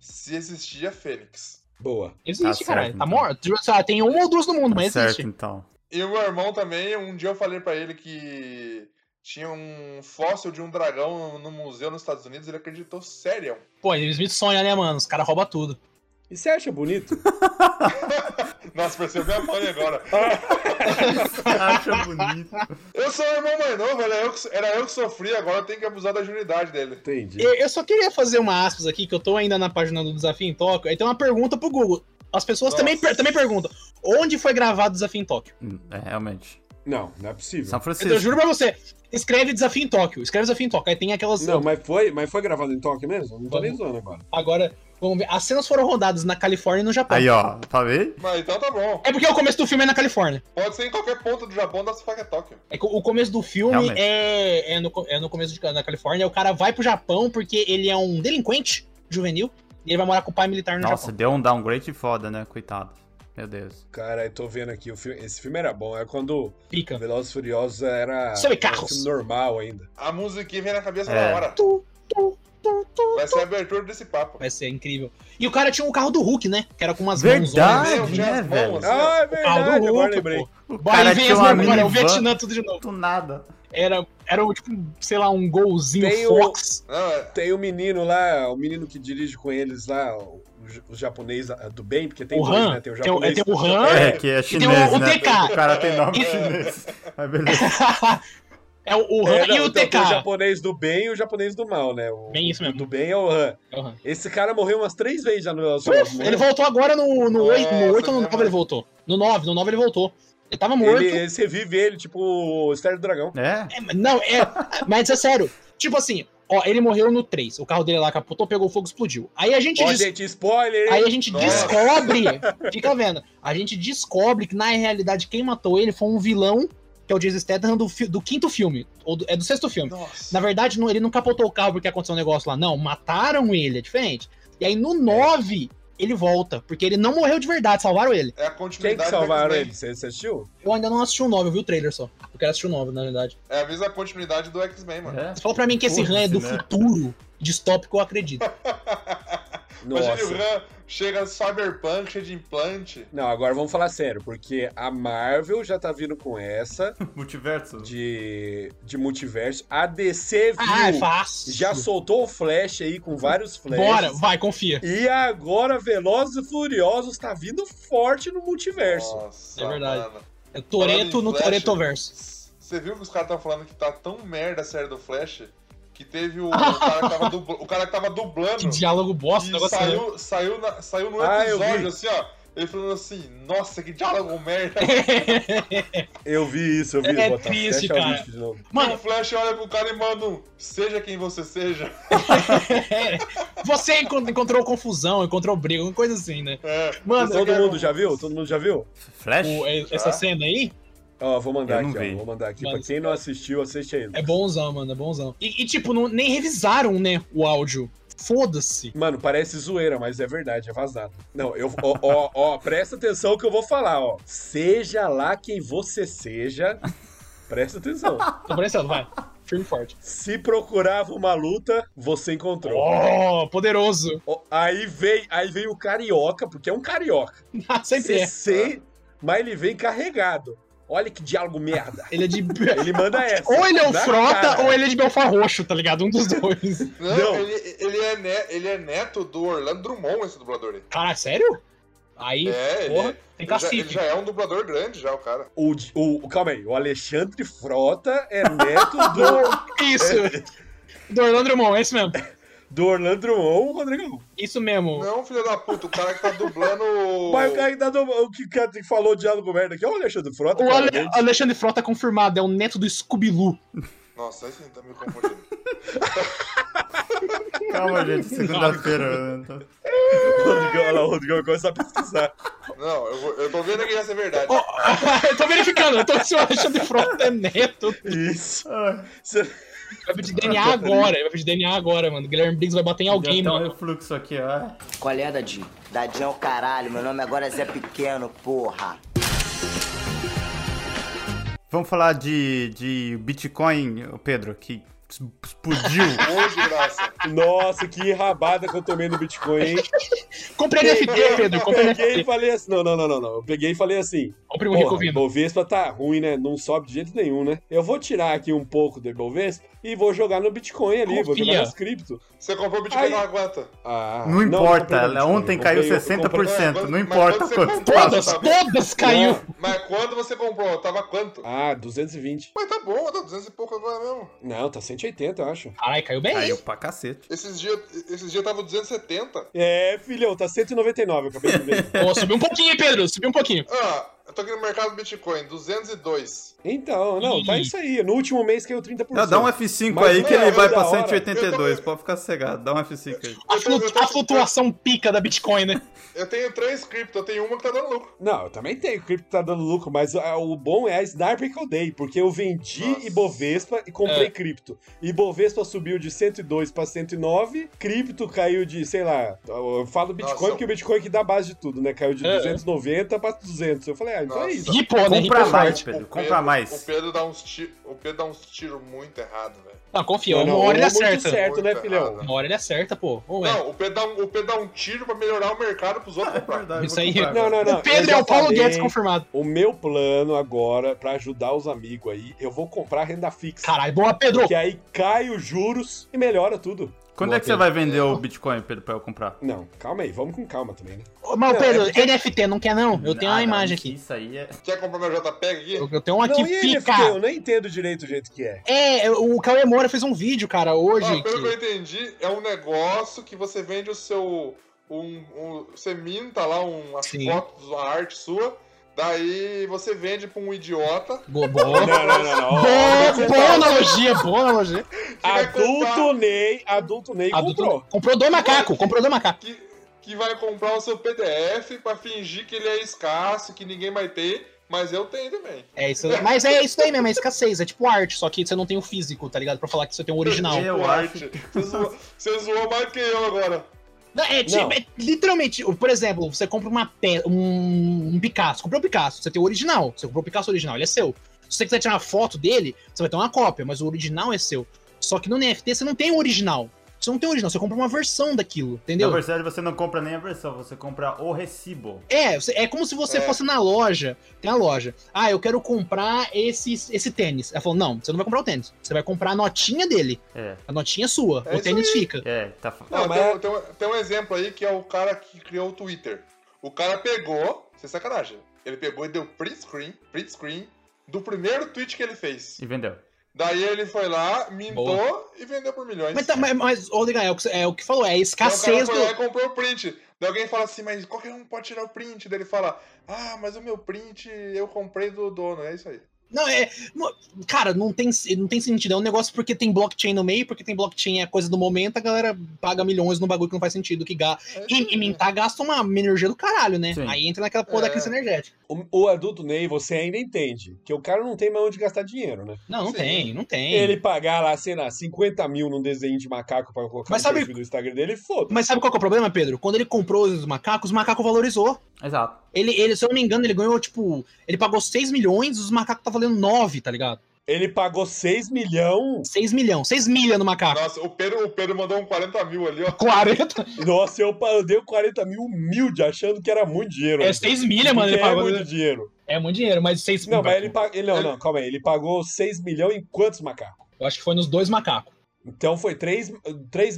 [SPEAKER 5] se existia Fênix.
[SPEAKER 1] Boa.
[SPEAKER 3] Tá
[SPEAKER 2] Existe,
[SPEAKER 3] certo,
[SPEAKER 2] caralho. Tá
[SPEAKER 3] então.
[SPEAKER 2] morto. Tipo, sei lá, Tem uma ou duas no mundo, mas
[SPEAKER 3] certo
[SPEAKER 2] existe.
[SPEAKER 3] então.
[SPEAKER 5] E o meu irmão também, um dia eu falei pra ele que tinha um fóssil de um dragão no museu nos Estados Unidos, ele acreditou sério.
[SPEAKER 2] Pô, eles me sonham, né, mano? Os caras roubam tudo.
[SPEAKER 1] E você acha bonito?
[SPEAKER 5] Nossa, pareceu minha mãe
[SPEAKER 1] *laughs*
[SPEAKER 5] agora.
[SPEAKER 3] Acha bonito.
[SPEAKER 5] Eu sou o irmão mais novo, era eu que, so- era eu que sofri, agora eu tenho que abusar da junidade dele.
[SPEAKER 1] Entendi.
[SPEAKER 2] Eu, eu só queria fazer uma aspas aqui, que eu tô ainda na página do Desafio em Tóquio. Aí tem uma pergunta pro Google. As pessoas
[SPEAKER 5] Nossa.
[SPEAKER 2] também, per- também perguntam: onde foi gravado o Desafio em Tóquio?
[SPEAKER 3] É, realmente.
[SPEAKER 1] Não, não é possível.
[SPEAKER 3] São
[SPEAKER 2] Eu, eu
[SPEAKER 3] Francisco.
[SPEAKER 2] juro pra você: escreve Desafio em Tóquio, escreve Desafio em Tóquio. Aí tem aquelas.
[SPEAKER 1] Não, mas foi, mas foi gravado em Tóquio mesmo? Não tô
[SPEAKER 2] Vamos.
[SPEAKER 1] nem zoando agora.
[SPEAKER 2] Agora, vamos ver. As cenas foram rodadas na Califórnia e no Japão.
[SPEAKER 3] Aí, ó, falei?
[SPEAKER 5] Mas então tá bom.
[SPEAKER 2] É porque o começo do filme é na Califórnia.
[SPEAKER 5] Pode ser em qualquer ponto do Japão da Sufaca Tóquio.
[SPEAKER 2] É que o começo do filme
[SPEAKER 3] Realmente.
[SPEAKER 2] é, é, no, co- é no começo de, na Califórnia. O cara vai pro Japão porque ele é um delinquente juvenil e ele vai morar com o pai militar no
[SPEAKER 3] Nossa,
[SPEAKER 2] Japão.
[SPEAKER 3] deu um downgrade foda, né? Coitado. Meu Deus.
[SPEAKER 1] Cara, eu tô vendo aqui, o filme- esse filme era bom. É quando
[SPEAKER 2] Pica.
[SPEAKER 1] Velozes e Furiosos era
[SPEAKER 2] Sobre
[SPEAKER 1] era um
[SPEAKER 2] carros.
[SPEAKER 1] filme normal ainda.
[SPEAKER 5] A musiquinha vem na cabeça
[SPEAKER 3] É.
[SPEAKER 5] na hora.
[SPEAKER 2] Tu, tu, tu, tu.
[SPEAKER 5] Vai ser a abertura desse papo.
[SPEAKER 2] Vai ser incrível. E o cara tinha um carro do Hulk, né? Que era com umas
[SPEAKER 3] Verdade,
[SPEAKER 5] Meu, tinha
[SPEAKER 3] né,
[SPEAKER 5] as mãos
[SPEAKER 3] velho?
[SPEAKER 5] assim, ó.
[SPEAKER 1] Ah, é
[SPEAKER 2] O um carro
[SPEAKER 1] verdade,
[SPEAKER 2] do
[SPEAKER 1] agora
[SPEAKER 2] Hulk,
[SPEAKER 1] lembrei.
[SPEAKER 2] pô.
[SPEAKER 3] O
[SPEAKER 2] Bah, Aí vem as
[SPEAKER 3] uma
[SPEAKER 2] memórias, o
[SPEAKER 3] minivan
[SPEAKER 2] Vietnã tudo de novo.
[SPEAKER 3] do nada.
[SPEAKER 2] Era, era o tipo, sei lá, um golzinho
[SPEAKER 1] Tem o-
[SPEAKER 2] Fox.
[SPEAKER 5] Não, é-
[SPEAKER 1] Tem o menino lá, o menino que dirige com eles lá, o, j- o japonês ah, do bem, porque tem
[SPEAKER 2] O
[SPEAKER 1] dois,
[SPEAKER 2] Han.
[SPEAKER 1] né? Tem o
[SPEAKER 2] Tem o-
[SPEAKER 1] japonês.
[SPEAKER 2] é, tem o Han.
[SPEAKER 3] É, que é
[SPEAKER 2] tem
[SPEAKER 3] chinês,
[SPEAKER 2] o- o
[SPEAKER 3] né?
[SPEAKER 2] TK.
[SPEAKER 3] O cara tem nome *laughs* chinês. Mas beleza.
[SPEAKER 2] *laughs* é o, o Han
[SPEAKER 1] É, não,
[SPEAKER 2] e o
[SPEAKER 1] tem O
[SPEAKER 2] TK.
[SPEAKER 1] japonês do bem e o japonês do mal, né? O,
[SPEAKER 2] Bem isso
[SPEAKER 1] o
[SPEAKER 2] mesmo.
[SPEAKER 1] do bem é o Han.
[SPEAKER 2] É o Han.
[SPEAKER 1] Esse cara morreu umas três vezes já no né?
[SPEAKER 2] Ele voltou agora no,
[SPEAKER 1] É,
[SPEAKER 2] no 8,
[SPEAKER 5] Nossa,
[SPEAKER 2] no 8 ou no
[SPEAKER 5] né,
[SPEAKER 2] 9 ele
[SPEAKER 5] mano? voltou.
[SPEAKER 2] voltou. No 9, no 9 ele voltou. Ele tava morto.
[SPEAKER 1] ele, ele, Você vive ele, tipo o Estéreo do Dragão.
[SPEAKER 3] É?
[SPEAKER 2] É, mas- não, é. Mas é sério. Tipo assim, ó, ele morreu no 3. O carro dele lá capotou, pegou fogo, explodiu. Aí a gente,
[SPEAKER 1] Ó,
[SPEAKER 2] des-
[SPEAKER 1] gente, spoiler!
[SPEAKER 2] aí a gente
[SPEAKER 5] Nossa.
[SPEAKER 2] descobre. Fica vendo. A gente descobre que na realidade quem matou ele foi um vilão, que é o Jason Statham do, fi- do quinto filme. Ou do- é do sexto filme.
[SPEAKER 5] Nossa.
[SPEAKER 2] Na verdade, não- ele não capotou o carro porque aconteceu um negócio lá. Não, mataram ele, é diferente. E aí no 9, ele volta. Porque ele não morreu de verdade, salvaram ele.
[SPEAKER 5] É a
[SPEAKER 1] Quem que
[SPEAKER 5] continuidade do
[SPEAKER 1] salvaram ele? Você
[SPEAKER 5] X-Men.
[SPEAKER 1] você assistiu?
[SPEAKER 2] Eu ainda não assisti o 9, eu vi o trailer só. Eu quero assistir o 9, na verdade.
[SPEAKER 5] É a mesma continuidade do X-Men, mano.
[SPEAKER 3] É?
[SPEAKER 2] Você falou pra mim que esse
[SPEAKER 3] Porra,
[SPEAKER 2] Han é do
[SPEAKER 3] né?
[SPEAKER 2] futuro distópico, eu
[SPEAKER 5] *laughs*
[SPEAKER 2] acredito.
[SPEAKER 5] Imagina o
[SPEAKER 1] Nossa.
[SPEAKER 5] Han chega cyberpunk, cheio de implante.
[SPEAKER 1] Não, agora vamos falar sério, porque a Marvel já tá vindo com essa
[SPEAKER 3] Multiverso.
[SPEAKER 1] de, de multiverso. A DC viu,
[SPEAKER 2] Ah, é fácil.
[SPEAKER 1] já soltou o Flash aí com vários
[SPEAKER 5] né?
[SPEAKER 1] Flashes.
[SPEAKER 2] Bora, vai, confia.
[SPEAKER 1] E agora Velozes e Furiosos tá vindo forte no multiverso.
[SPEAKER 5] Nossa,
[SPEAKER 2] É verdade.
[SPEAKER 5] mano.
[SPEAKER 2] É Toreto
[SPEAKER 5] Falando em
[SPEAKER 2] no
[SPEAKER 5] Flash, né?
[SPEAKER 2] Toreto verso.
[SPEAKER 5] Você viu que os caras estão falando que tá tão merda a série do Flash que teve o, o cara, que tava dubl- o cara que tava dublando
[SPEAKER 2] Que diálogo bosta, o
[SPEAKER 5] e
[SPEAKER 2] negócio é-
[SPEAKER 5] saiu, saiu, na- saiu no
[SPEAKER 1] Ah, eu
[SPEAKER 5] episódio,
[SPEAKER 1] vi.
[SPEAKER 5] assim, ó. Ele falando assim, nossa, que diálogo merda.
[SPEAKER 1] Eu vi isso, eu vi.
[SPEAKER 2] É
[SPEAKER 1] Botas.
[SPEAKER 2] triste,
[SPEAKER 1] Fecha o
[SPEAKER 2] cara.
[SPEAKER 1] vídeo de novo.
[SPEAKER 5] Mano,
[SPEAKER 2] assim.
[SPEAKER 5] o
[SPEAKER 2] Mano,
[SPEAKER 5] Flash olha pro cara e manda um, seja quem você seja.
[SPEAKER 2] é, você encon- encontrou confusão, encontrou briga, uma coisa assim, né?
[SPEAKER 5] É,
[SPEAKER 2] Mano,
[SPEAKER 5] você
[SPEAKER 1] Todo
[SPEAKER 5] quer
[SPEAKER 1] mundo
[SPEAKER 5] um-
[SPEAKER 1] já viu? Todo mundo já viu?
[SPEAKER 3] Flash?
[SPEAKER 2] O- é- essa cena aí
[SPEAKER 1] Ó, vou mandar
[SPEAKER 3] Eu não
[SPEAKER 1] aqui,
[SPEAKER 3] vi.
[SPEAKER 1] ó. Vou mandar aqui.
[SPEAKER 2] Manda
[SPEAKER 1] Pra quem não assistiu, assiste aí.
[SPEAKER 2] é bonzão, mano, é bonzão. E, e, tipo, não- nem revisaram, né, o áudio. Foda-se.
[SPEAKER 1] Mano, parece zoeira, mas é verdade, é vazado. Não, eu. Ó, ó, ó, presta atenção que eu vou falar, ó. Seja lá quem você seja, presta
[SPEAKER 2] *laughs*
[SPEAKER 1] atenção.
[SPEAKER 2] Tô parecendo, vai. Firme e
[SPEAKER 5] *laughs*
[SPEAKER 2] forte.
[SPEAKER 1] Se procurava uma luta, você encontrou.
[SPEAKER 2] Oh, poderoso. *laughs*
[SPEAKER 1] Ó, Aí vem, aí vem o carioca, porque é um carioca.
[SPEAKER 2] Sempre é.
[SPEAKER 1] CC, mas ele vem carregado. Olha que diálogo merda.
[SPEAKER 2] Ele é de. *laughs*
[SPEAKER 1] Ele manda essa.
[SPEAKER 2] Ou ele é o
[SPEAKER 1] na
[SPEAKER 2] Frota,
[SPEAKER 1] cara.
[SPEAKER 2] ou ele é de Belfar Roxo, tá ligado? Um dos dois.
[SPEAKER 5] Não,
[SPEAKER 1] Não.
[SPEAKER 5] Ele, ele é ne- ele é neto do Orlando Drummond, esse dublador aí.
[SPEAKER 2] Cara, sério? Aí,
[SPEAKER 5] É, ele,
[SPEAKER 2] porra,
[SPEAKER 5] ele
[SPEAKER 2] tem
[SPEAKER 5] já, ele
[SPEAKER 2] cacique.
[SPEAKER 5] já é um dublador grande, já, o cara.
[SPEAKER 1] O, o, calma aí, o Alexandre Frota é neto do,
[SPEAKER 2] *laughs* Isso!
[SPEAKER 5] É,
[SPEAKER 2] Do Orlando Drummond, é isso mesmo.
[SPEAKER 1] do Orlando Drummond, Rodrigão.
[SPEAKER 2] Isso mesmo.
[SPEAKER 5] Não, filho da puta, o cara que tá dublando. o-
[SPEAKER 1] Mas o cara que, tá do- o que cara que falou diálogo merda aqui é o Alexandre Frota.
[SPEAKER 2] O Ale-
[SPEAKER 1] claramente.
[SPEAKER 2] Alexandre Frota confirmado, é o neto do Scooby-Loo. *laughs*
[SPEAKER 5] Nossa, aí sim tá me confundindo.
[SPEAKER 3] Calma, *laughs* gente. Segunda-feira. né? Tá-
[SPEAKER 1] Rodrigão, olha lá, o Rodrigão vai começar a pesquisar.
[SPEAKER 5] Não, eu, vou- eu tô vendo que ia ser verdade.
[SPEAKER 2] eu tô verificando, eu tô se o Alexandre Frota é neto.
[SPEAKER 1] Isso.
[SPEAKER 3] Ah,
[SPEAKER 1] Cê-
[SPEAKER 2] Vai pedir DNA agora, vai pedir DNA agora, mano. Guilherme Briggs vai bater em alguém,
[SPEAKER 3] já tá um
[SPEAKER 2] mano.
[SPEAKER 3] refluxo aqui, ó.
[SPEAKER 6] Qual é, Dadinho? Dadinho é o caralho, meu nome agora é Zé Pequeno, porra.
[SPEAKER 3] Vamos falar de, de Bitcoin, ô, Pedro, que es- explodiu.
[SPEAKER 5] Hoje, graça.
[SPEAKER 2] *laughs*
[SPEAKER 1] Nossa, que rabada que eu tomei no Bitcoin, hein?
[SPEAKER 2] Compre NFT, Pedro, compre
[SPEAKER 1] Peguei e
[SPEAKER 2] NFT.
[SPEAKER 1] falei assim. Não, não, não, não, não. Eu peguei e falei assim.
[SPEAKER 2] Compre um
[SPEAKER 1] Porra,
[SPEAKER 2] Rico
[SPEAKER 1] o
[SPEAKER 2] Vino.
[SPEAKER 1] Ibovespa tá ruim, né? Não sobe de jeito nenhum, né? Eu vou tirar aqui um pouco do Ibovespa e vou jogar no Bitcoin ali, vou
[SPEAKER 2] Confia.
[SPEAKER 1] jogar nas cripto.
[SPEAKER 5] Você comprou o Bitcoin
[SPEAKER 1] Aí-
[SPEAKER 5] não aguenta.
[SPEAKER 1] Ah,
[SPEAKER 3] Não importa,
[SPEAKER 1] comprei no
[SPEAKER 3] ela-
[SPEAKER 1] Bitcoin,
[SPEAKER 3] ontem
[SPEAKER 1] eu
[SPEAKER 3] caiu
[SPEAKER 1] comprei- eu
[SPEAKER 3] 60%.
[SPEAKER 1] comprei-
[SPEAKER 5] quando-
[SPEAKER 3] não
[SPEAKER 5] mas
[SPEAKER 3] importa
[SPEAKER 5] quando você
[SPEAKER 3] quanto
[SPEAKER 5] comprou,
[SPEAKER 3] tá.
[SPEAKER 2] Todas,
[SPEAKER 5] sabe?
[SPEAKER 2] todas caiu.
[SPEAKER 5] Mas quando você comprou, tava quanto?
[SPEAKER 1] Ah, 220.
[SPEAKER 5] Mas tá bom, tá 200 e pouco agora mesmo.
[SPEAKER 1] Não, tá 180, eu acho.
[SPEAKER 2] Caralho, caiu bem.
[SPEAKER 3] Caiu pra cacete.
[SPEAKER 5] Esses dias esses dias tava 270.
[SPEAKER 1] É, filhão, tá 199, eu acabei de
[SPEAKER 2] *laughs*
[SPEAKER 1] ver.
[SPEAKER 2] Ó, subiu um pouquinho, hein, Pedro, subiu um pouquinho.
[SPEAKER 5] Ah, eu tô aqui no mercado Bitcoin, 202.
[SPEAKER 1] Então, não, tá isso aí. No último mês caiu 30%.
[SPEAKER 3] Não, dá um F5
[SPEAKER 1] Mas
[SPEAKER 3] aí
[SPEAKER 1] não,
[SPEAKER 3] que ele
[SPEAKER 1] é
[SPEAKER 3] vai
[SPEAKER 1] da
[SPEAKER 3] pra
[SPEAKER 1] hora.
[SPEAKER 3] 182. Pode ficar sossegado. Dá um F5 aí.
[SPEAKER 2] A, flu- a flutuação pica da Bitcoin, né?
[SPEAKER 5] Eu tenho três cripto, eu tenho uma que tá dando lucro.
[SPEAKER 1] Não, eu também tenho cripto que tá dando lucro, mas ah, o bom é a Sniper que eu dei, porque eu vendi
[SPEAKER 5] Nossa. É.
[SPEAKER 1] Ibovespa e comprei cripto. Ibovespa subiu de 102 pra 109, cripto caiu de, sei lá, eu falo Bitcoin
[SPEAKER 5] Nossa.
[SPEAKER 1] porque o Bitcoin é que dá a base de tudo, né? Caiu de
[SPEAKER 2] É.
[SPEAKER 1] 290 pra 200. Eu falei, ah, então é
[SPEAKER 5] Nossa.
[SPEAKER 1] isso.
[SPEAKER 2] Ripple, né?
[SPEAKER 3] Compra
[SPEAKER 2] Ripple
[SPEAKER 3] mais,
[SPEAKER 2] forte.
[SPEAKER 3] Pedro.
[SPEAKER 5] O
[SPEAKER 3] Compra
[SPEAKER 5] Pedro-
[SPEAKER 3] mais.
[SPEAKER 5] O Pedro dá uns tiros. O Pedro dá uns tiros muito errado, velho.
[SPEAKER 2] Não, confia,
[SPEAKER 1] Não, não,
[SPEAKER 2] uma hora ele
[SPEAKER 1] ou muito
[SPEAKER 2] acerta.
[SPEAKER 1] certo, né,
[SPEAKER 5] Muito
[SPEAKER 1] filhão?
[SPEAKER 5] errado.
[SPEAKER 2] Uma hora ele acerta, pô. Ou é.
[SPEAKER 5] Não, o Pedro, dá um, o Pedro dá um tiro pra melhorar o mercado pros outros
[SPEAKER 3] É
[SPEAKER 5] comprar.
[SPEAKER 3] verdade,
[SPEAKER 2] Isso
[SPEAKER 3] vou
[SPEAKER 2] aí.
[SPEAKER 3] comprar
[SPEAKER 1] Não,
[SPEAKER 3] agora.
[SPEAKER 1] não, não.
[SPEAKER 2] o Pedro é
[SPEAKER 1] eu
[SPEAKER 2] o
[SPEAKER 1] já
[SPEAKER 2] Paulo
[SPEAKER 1] falei,
[SPEAKER 2] Guedes confirmado.
[SPEAKER 1] O meu plano agora, pra ajudar os amigos aí, eu vou comprar renda fixa.
[SPEAKER 2] Caralho, boa, Pedro.
[SPEAKER 1] Que aí cai os juros e melhora tudo.
[SPEAKER 3] Quando
[SPEAKER 2] Boa,
[SPEAKER 3] é que você
[SPEAKER 2] Pedro.
[SPEAKER 3] vai vender o Bitcoin, Pedro, pra eu comprar?
[SPEAKER 1] Não, calma aí, vamos com calma também, né?
[SPEAKER 2] Ô, Mas,
[SPEAKER 5] Não,
[SPEAKER 2] Pedro,
[SPEAKER 5] é porque-
[SPEAKER 2] NFT, não quer não? Eu tenho
[SPEAKER 3] Ah,
[SPEAKER 2] uma
[SPEAKER 3] não,
[SPEAKER 2] imagem aqui.
[SPEAKER 3] Isso aí é.
[SPEAKER 5] Quer comprar meu JPEG aqui?
[SPEAKER 2] Eu eu tenho uma aqui
[SPEAKER 1] não, e ele,
[SPEAKER 2] pica.
[SPEAKER 1] eu nem entendo direito o jeito que é.
[SPEAKER 2] É, o Cauê Moura fez um vídeo, cara, hoje.
[SPEAKER 5] Ah,
[SPEAKER 2] que-
[SPEAKER 5] pelo que eu entendi, é um negócio que você vende o seu. Um, um- você minta lá um, uma
[SPEAKER 2] Sim.
[SPEAKER 5] foto, uma arte sua, daí você vende pra um idiota.
[SPEAKER 2] Bo- boa.
[SPEAKER 1] *laughs* Não, não, não, não.
[SPEAKER 2] Boa, boa analogia, boa analogia.
[SPEAKER 5] Que vai
[SPEAKER 1] tá- Adulto
[SPEAKER 5] comprar,
[SPEAKER 1] Ney, adulto Ney comprou.
[SPEAKER 2] Adulto- comprou dois macacos, comprou dois macacos.
[SPEAKER 5] que, que vai comprar o seu PDF pra fingir que ele é escasso, que ninguém vai ter, mas eu tenho também.
[SPEAKER 2] É isso, mas é isso aí mesmo, é escassez, é tipo arte, só que você não tem o físico, tá ligado? Pra falar que você tem o original.
[SPEAKER 3] Eu
[SPEAKER 5] Tipo
[SPEAKER 3] acho
[SPEAKER 5] arte. Você zoou, você zoou mais que eu agora.
[SPEAKER 2] Não, é, tipo,
[SPEAKER 1] Não.
[SPEAKER 2] é literalmente, por exemplo, você compra uma pe... um, um Picasso, comprou o Picasso, você tem o original, você comprou o Picasso original, ele é seu. Se você quiser tirar uma foto dele, você vai ter uma cópia, mas o original é seu. Só que no NFT você não tem o original. Você não tem o original, você compra uma versão daquilo,
[SPEAKER 3] Na
[SPEAKER 2] entendeu?
[SPEAKER 3] verdade, você não compra nem a versão, você compra o recibo.
[SPEAKER 2] É, você- é como se você
[SPEAKER 5] É.
[SPEAKER 2] fosse na loja, tem a loja. Ah, eu quero comprar esse, esse tênis. Ela falou, não, você não vai comprar o tênis. Você vai comprar a notinha dele.
[SPEAKER 3] É,
[SPEAKER 2] A notinha é sua.
[SPEAKER 5] É
[SPEAKER 2] o
[SPEAKER 5] isso
[SPEAKER 2] tênis
[SPEAKER 5] aí.
[SPEAKER 2] fica.
[SPEAKER 3] é, tá. fa-
[SPEAKER 1] Não,
[SPEAKER 5] Não,
[SPEAKER 1] mas
[SPEAKER 5] tem,
[SPEAKER 1] é-
[SPEAKER 5] um- tem um, tem um exemplo aí que é o cara que criou o Twitter. O cara pegou, sem sacanagem, ele pegou e deu print screen, print screen do primeiro tweet que ele fez.
[SPEAKER 3] E vendeu.
[SPEAKER 5] Daí ele foi lá, mintou
[SPEAKER 2] Boa.
[SPEAKER 5] e vendeu por milhões.
[SPEAKER 2] Mas, tá, mas, mas ô, Liga, é, o que, você- é o que falou, é a
[SPEAKER 5] Daí o cara
[SPEAKER 2] escassez
[SPEAKER 5] foi
[SPEAKER 2] do.
[SPEAKER 5] lá e comprou o print. Daí alguém fala assim, mas qualquer um pode tirar o print. Daí ele fala, ah, mas o meu print eu comprei do dono, é isso aí.
[SPEAKER 2] Não, é. mo- Cara, não tem, se- não tem sentido. É um negócio porque tem blockchain no meio, porque tem blockchain é coisa do momento, a galera paga milhões num bagulho que não faz sentido. Que ga...
[SPEAKER 5] É isso
[SPEAKER 2] E, e
[SPEAKER 5] aí.
[SPEAKER 2] mintar gasta uma energia do caralho, né?
[SPEAKER 3] Sim.
[SPEAKER 2] Aí entra naquela porra da
[SPEAKER 5] É.
[SPEAKER 2] crise energética.
[SPEAKER 1] O, o adulto Ney, você ainda entende que o cara não tem mais onde gastar dinheiro, né?
[SPEAKER 2] Não, não
[SPEAKER 5] Sim.
[SPEAKER 2] tem, não tem.
[SPEAKER 1] Ele pagar lá, sei lá, 50 mil num desenho de macaco pra colocar
[SPEAKER 2] Mas
[SPEAKER 1] no
[SPEAKER 2] sabe-
[SPEAKER 1] perfil do Instagram dele, foda.
[SPEAKER 2] Mas sabe qual que é o problema, Pedro? Quando ele comprou os macacos, o macaco valorizou.
[SPEAKER 3] Exato.
[SPEAKER 2] Ele, ele, se eu não me engano, ele ganhou, tipo, ele pagou 6 milhões, os macacos tá valendo 9, tá ligado?
[SPEAKER 1] Ele pagou 6 milhão.
[SPEAKER 2] 6 milhões, 6 milha
[SPEAKER 1] *laughs*
[SPEAKER 2] no macaco.
[SPEAKER 5] Nossa, o Pedro, o Pedro mandou um 40 mil ali, ó.
[SPEAKER 2] 40?
[SPEAKER 1] Nossa, eu, pa- eu dei 40 mil humilde, achando que era muito dinheiro.
[SPEAKER 2] É 6 milha, mano,
[SPEAKER 1] Porque
[SPEAKER 2] ele
[SPEAKER 1] é
[SPEAKER 2] pagou.
[SPEAKER 1] muito dinheiro.
[SPEAKER 2] É muito dinheiro, mas 6
[SPEAKER 1] Não, mas ele, pa- ele- não,
[SPEAKER 5] Ele-
[SPEAKER 1] não, calma aí. Ele pagou 6 milhão em quantos macacos?
[SPEAKER 2] Eu acho que foi nos dois macacos.
[SPEAKER 1] Então foi 3,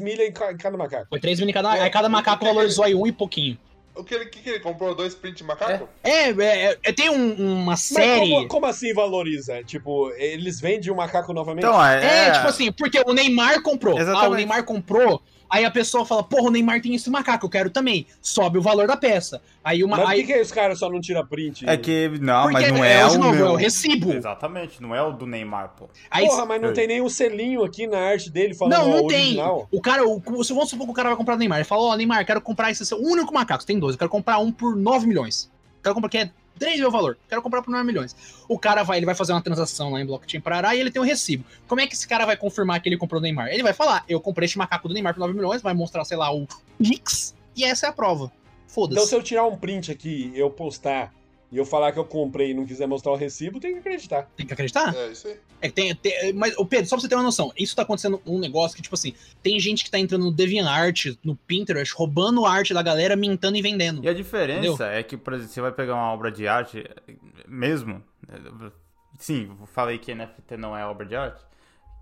[SPEAKER 1] milha em ca- em cada macaco.
[SPEAKER 2] Foi 3 milha em cada. Aí cada macaco valorizou aí um e pouquinho.
[SPEAKER 5] O que ele, que, que ele comprou? Dois prints de macaco?
[SPEAKER 2] É, é, é, tem um- uma
[SPEAKER 1] Mas
[SPEAKER 2] série.
[SPEAKER 1] Como, como assim valoriza? Tipo, eles vendem o macaco novamente?
[SPEAKER 3] Então, é.
[SPEAKER 2] É, tipo assim, porque o Neymar comprou. Ah,
[SPEAKER 3] Exatamente.
[SPEAKER 2] o Neymar comprou. Aí a pessoa fala, porra, o Neymar tem esse macaco, eu quero também. Sobe o valor da peça. Aí uma.
[SPEAKER 1] Mas por
[SPEAKER 2] aí-
[SPEAKER 1] que, que aí os caras só não tiram print?
[SPEAKER 3] É que. Não,
[SPEAKER 2] Porque
[SPEAKER 3] mas não
[SPEAKER 2] é,
[SPEAKER 3] é,
[SPEAKER 2] de
[SPEAKER 3] o
[SPEAKER 2] novo,
[SPEAKER 3] meu.
[SPEAKER 2] é o recibo.
[SPEAKER 3] Exatamente, não é o do Neymar, pô.
[SPEAKER 2] Aí,
[SPEAKER 1] Porra, mas não
[SPEAKER 3] Ei.
[SPEAKER 1] tem nenhum selinho aqui na arte dele falando
[SPEAKER 2] não,
[SPEAKER 1] ó,
[SPEAKER 2] não tem.
[SPEAKER 1] original.
[SPEAKER 2] O cara, o, se vamos supor que o cara vai comprar o Neymar, ele fala, ó, Neymar, quero comprar esse seu único macaco, tem dois, eu quero comprar um por 9 milhões. Quero comprar, que é 3 mil o valor, quero comprar por 9 milhões. O cara vai, ele vai fazer uma transação lá em blockchain Parará e ele tem um recibo. Como é que esse cara vai confirmar que ele comprou o Neymar? Ele vai falar, eu comprei este macaco do Neymar por 9 milhões, vai mostrar, sei lá, o Pix, e essa é a prova.
[SPEAKER 1] Então
[SPEAKER 2] Foda-se.
[SPEAKER 1] se eu tirar um print aqui, eu postar e eu falar que eu comprei e não quiser mostrar o recibo, tem que acreditar.
[SPEAKER 2] Tem que acreditar?
[SPEAKER 5] É isso aí.
[SPEAKER 2] É que tem, tem- mas, ô Pedro, só pra você ter uma noção, isso tá acontecendo um negócio que, tipo assim, tem gente que tá entrando no DeviantArt, no Pinterest, roubando a arte da galera, mintando e vendendo.
[SPEAKER 3] E a diferença é que, por exemplo, você vai pegar uma obra de arte eh, mesmo. eh, Sim, eu falei que NFT não é obra de arte.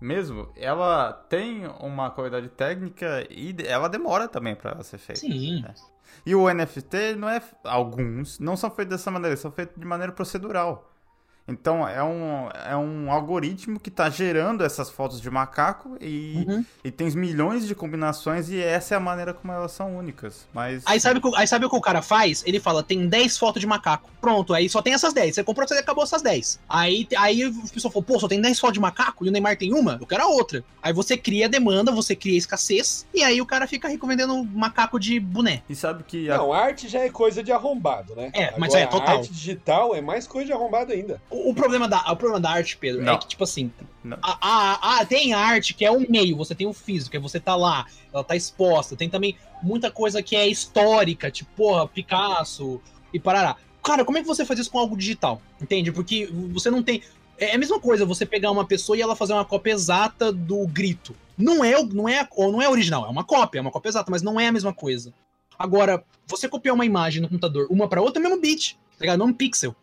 [SPEAKER 3] Mesmo, ela tem uma qualidade técnica e ela demora também pra ser feita.
[SPEAKER 2] Sim.
[SPEAKER 3] E o NFT não é. Alguns não são feitos dessa maneira, são feitos de maneira procedural. Então é um, é um algoritmo que tá gerando essas fotos de macaco e,
[SPEAKER 2] Uhum.
[SPEAKER 3] e tem milhões de combinações e essa é a maneira como elas são únicas. Mas.
[SPEAKER 2] Aí sabe, o que- aí sabe o que o cara faz? Ele fala, tem 10 fotos de macaco. Pronto, aí só tem essas 10. Você comprou, você acabou essas 10. Aí, aí o pessoal falou, pô, só tem 10 fotos de macaco e o Neymar tem uma? Eu quero a outra. Aí você cria a demanda, você cria a escassez, e aí o cara fica rico vendendo macaco de boné.
[SPEAKER 3] E sabe que a
[SPEAKER 1] Não, arte já é coisa de arrombado, né?
[SPEAKER 2] É, mas
[SPEAKER 1] Agora,
[SPEAKER 2] é, total.
[SPEAKER 1] A arte digital é mais coisa de arrombado ainda.
[SPEAKER 2] O, o problema, da, o problema da arte, Pedro, é
[SPEAKER 3] Não.
[SPEAKER 2] que, tipo assim,
[SPEAKER 3] Não.
[SPEAKER 2] a, a- a- tem arte que é um meio, você tem o físico, aí você tá lá, ela tá exposta. Tem também muita coisa que é histórica, tipo, porra, Picasso e parará. Cara, como é que você faz isso com algo digital? Entende? Porque você não tem. É a mesma coisa você pegar uma pessoa e ela fazer uma cópia exata do grito. Não é, o- não é, a- ou não é original, é uma cópia, é uma cópia exata, mas não é a mesma coisa. Agora, você copiar uma imagem no computador, uma pra outra, é o mesmo bit, tá ligado? É o mesmo pixel.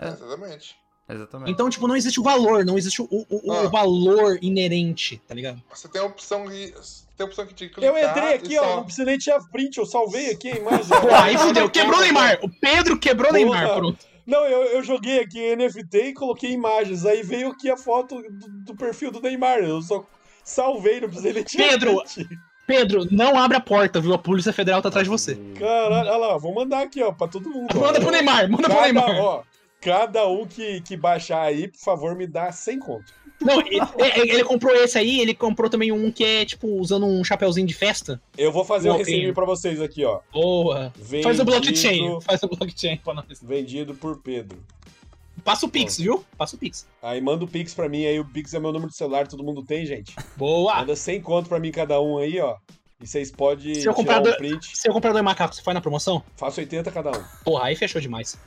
[SPEAKER 3] É.
[SPEAKER 5] Exatamente.
[SPEAKER 3] Exatamente.
[SPEAKER 2] Então, tipo, não existe o valor, não existe o, o- o- o
[SPEAKER 5] Ah.
[SPEAKER 2] valor inerente, tá ligado?
[SPEAKER 5] Você tem a opção de. Tem a opção que te clicar.
[SPEAKER 1] Eu entrei
[SPEAKER 5] e
[SPEAKER 1] aqui, ó,
[SPEAKER 5] sal-
[SPEAKER 1] não precisei tirar print, eu salvei aqui a imagem.
[SPEAKER 2] Pô, *laughs* aí fudeu, quebrou o Neymar. O Pedro quebrou o Neymar,
[SPEAKER 1] Porra.
[SPEAKER 2] pronto.
[SPEAKER 1] Não, eu, eu joguei aqui NFT e coloquei imagens. Aí veio aqui a foto do, do perfil do Neymar. Eu só salvei, não precisei nem *laughs* tirar
[SPEAKER 2] Pedro!
[SPEAKER 1] print.
[SPEAKER 2] Pedro, não abre a porta, viu? A Polícia Federal tá atrás de você.
[SPEAKER 1] Caralho, olha lá, vou mandar aqui, ó, pra todo mundo. ó.
[SPEAKER 2] Manda pro Neymar, manda pro
[SPEAKER 1] Cada,
[SPEAKER 2] Neymar.
[SPEAKER 1] ó, cada um que, que baixar aí, por favor, me dá 100 conto.
[SPEAKER 2] Não, ele, ele- ele comprou esse aí, ele comprou também um que é, tipo, usando um chapéuzinho de festa.
[SPEAKER 1] Eu vou fazer um
[SPEAKER 2] Boa,
[SPEAKER 1] recebido
[SPEAKER 2] Pedro.
[SPEAKER 1] pra vocês aqui, ó.
[SPEAKER 2] Boa.
[SPEAKER 1] Vendido,
[SPEAKER 2] Faz o blockchain, faz o blockchain pra nós.
[SPEAKER 1] Vendido por Pedro.
[SPEAKER 2] Passa o Pix, viu? Passa o Pix.
[SPEAKER 1] Aí manda o Pix pra mim, aí o Pix é meu número de celular, todo mundo tem, gente.
[SPEAKER 2] Boa.
[SPEAKER 1] Manda 100 conto pra mim cada um aí, ó. E vocês podem
[SPEAKER 2] Se eu
[SPEAKER 1] tirar
[SPEAKER 2] comprar
[SPEAKER 1] um
[SPEAKER 2] do-
[SPEAKER 1] print.
[SPEAKER 2] Se eu comprar dois macacos, você faz na promoção?
[SPEAKER 1] Faço 80 cada um.
[SPEAKER 2] Porra, aí fechou demais.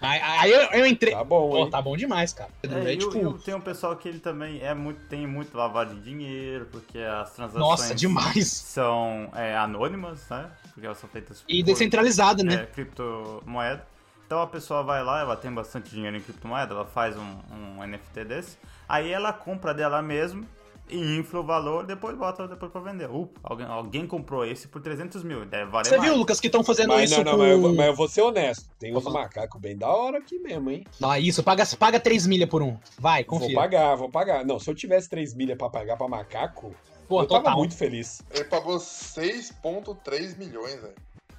[SPEAKER 2] Aí, aí eu, eu entrei.
[SPEAKER 1] Tá bom,
[SPEAKER 2] Pô,
[SPEAKER 1] hein?
[SPEAKER 2] tá bom demais, cara. Pedro,
[SPEAKER 3] É,
[SPEAKER 2] é,
[SPEAKER 3] e o-
[SPEAKER 2] tipo,
[SPEAKER 3] e o- tem um pessoal que ele também é muito, tem muito lavagem de dinheiro, porque as transações
[SPEAKER 2] Nossa, demais.
[SPEAKER 3] são é, anônimas, né? Porque elas são feitas
[SPEAKER 2] E
[SPEAKER 3] por-
[SPEAKER 2] descentralizado, né?
[SPEAKER 3] é, criptomoeda. Então a pessoa vai lá, ela tem bastante dinheiro em criptomoeda, ela faz um, um NFT desse, aí ela compra dela mesma e infla o valor, depois bota depois pra vender. Uh, alguém, alguém comprou esse por 300 mil, deve valer
[SPEAKER 2] Você
[SPEAKER 3] mais.
[SPEAKER 2] viu, Lucas, que estão fazendo
[SPEAKER 1] Mas
[SPEAKER 2] isso
[SPEAKER 1] não, não,
[SPEAKER 2] com... Uhum.
[SPEAKER 1] mas, eu, vou- mas eu vou ser honesto. Tem uns
[SPEAKER 2] Opa.
[SPEAKER 1] macacos bem da hora aqui mesmo, hein?
[SPEAKER 2] Ah, isso, paga, paga 3 milha por um. Vai,
[SPEAKER 1] Vou
[SPEAKER 2] confia.
[SPEAKER 1] pagar, vou pagar. Não, se eu tivesse 3 milha pra pagar pra macaco,
[SPEAKER 2] Pô,
[SPEAKER 1] eu tava
[SPEAKER 2] total.
[SPEAKER 1] muito feliz.
[SPEAKER 5] Ele pagou 6,3 milhões, velho.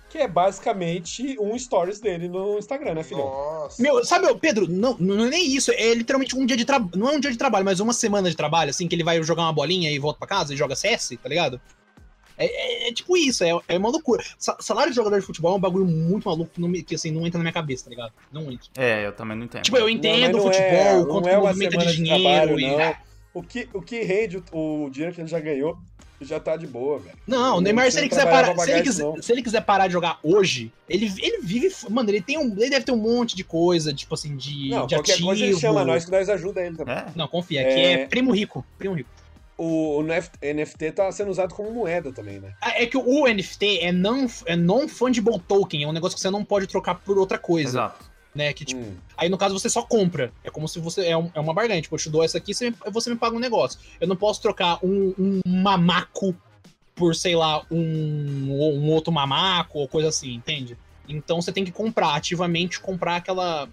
[SPEAKER 1] Que é basicamente um stories dele no Instagram, né, filhão?
[SPEAKER 5] Nossa.
[SPEAKER 2] Meu, sabe, ô, Pedro, não, não é nem isso. É literalmente um dia de trabalho. Não é um dia de trabalho, mas uma semana de trabalho, assim, que ele vai jogar uma bolinha e volta pra casa e joga CS, tá ligado? É, é- é tipo isso, é, é uma loucura. Sa- salário de jogador de futebol é um bagulho muito maluco que, não me- que, assim, não entra na minha cabeça, tá ligado? Não entra.
[SPEAKER 3] É, eu também não entendo.
[SPEAKER 2] Tipo, eu entendo
[SPEAKER 1] é,
[SPEAKER 2] o futebol, o quanto que movimenta de dinheiro e.
[SPEAKER 1] não. O que, o que rende o, o dinheiro que ele já ganhou já tá de boa, velho.
[SPEAKER 2] Não, o Neymar, se ele
[SPEAKER 1] precisa
[SPEAKER 2] quiser
[SPEAKER 1] trabalhar
[SPEAKER 2] parar,
[SPEAKER 1] pra
[SPEAKER 2] se ele
[SPEAKER 1] pagar isso,
[SPEAKER 2] quiser,
[SPEAKER 1] não.
[SPEAKER 2] se ele quiser parar de jogar hoje, ele, ele vive. Mano, ele tem um. Ele deve ter um monte de coisa, tipo assim, de,
[SPEAKER 1] Não,
[SPEAKER 2] de
[SPEAKER 1] qualquer
[SPEAKER 2] ativo.
[SPEAKER 1] coisa ele chama nós que nós ajuda ele também.
[SPEAKER 3] É,
[SPEAKER 2] Não, confia, aqui é...
[SPEAKER 1] É.
[SPEAKER 2] primo rico. Primo rico.
[SPEAKER 1] O, o NF NFT tá sendo usado como moeda também, né?
[SPEAKER 2] Ah, É que o NFT é não é non-fungible token, é um negócio que você não pode trocar por outra coisa,
[SPEAKER 3] exato.
[SPEAKER 2] né? Que, tipo,
[SPEAKER 1] Hum.
[SPEAKER 2] aí no caso você só compra. É como se você. É, um- é uma barganha. Tipo, eu te dou essa aqui, você me, você me paga um negócio. Eu não posso trocar um, um mamaco por, sei lá, um, um outro mamaco ou coisa assim, entende? Então você tem que comprar, ativamente comprar aquela,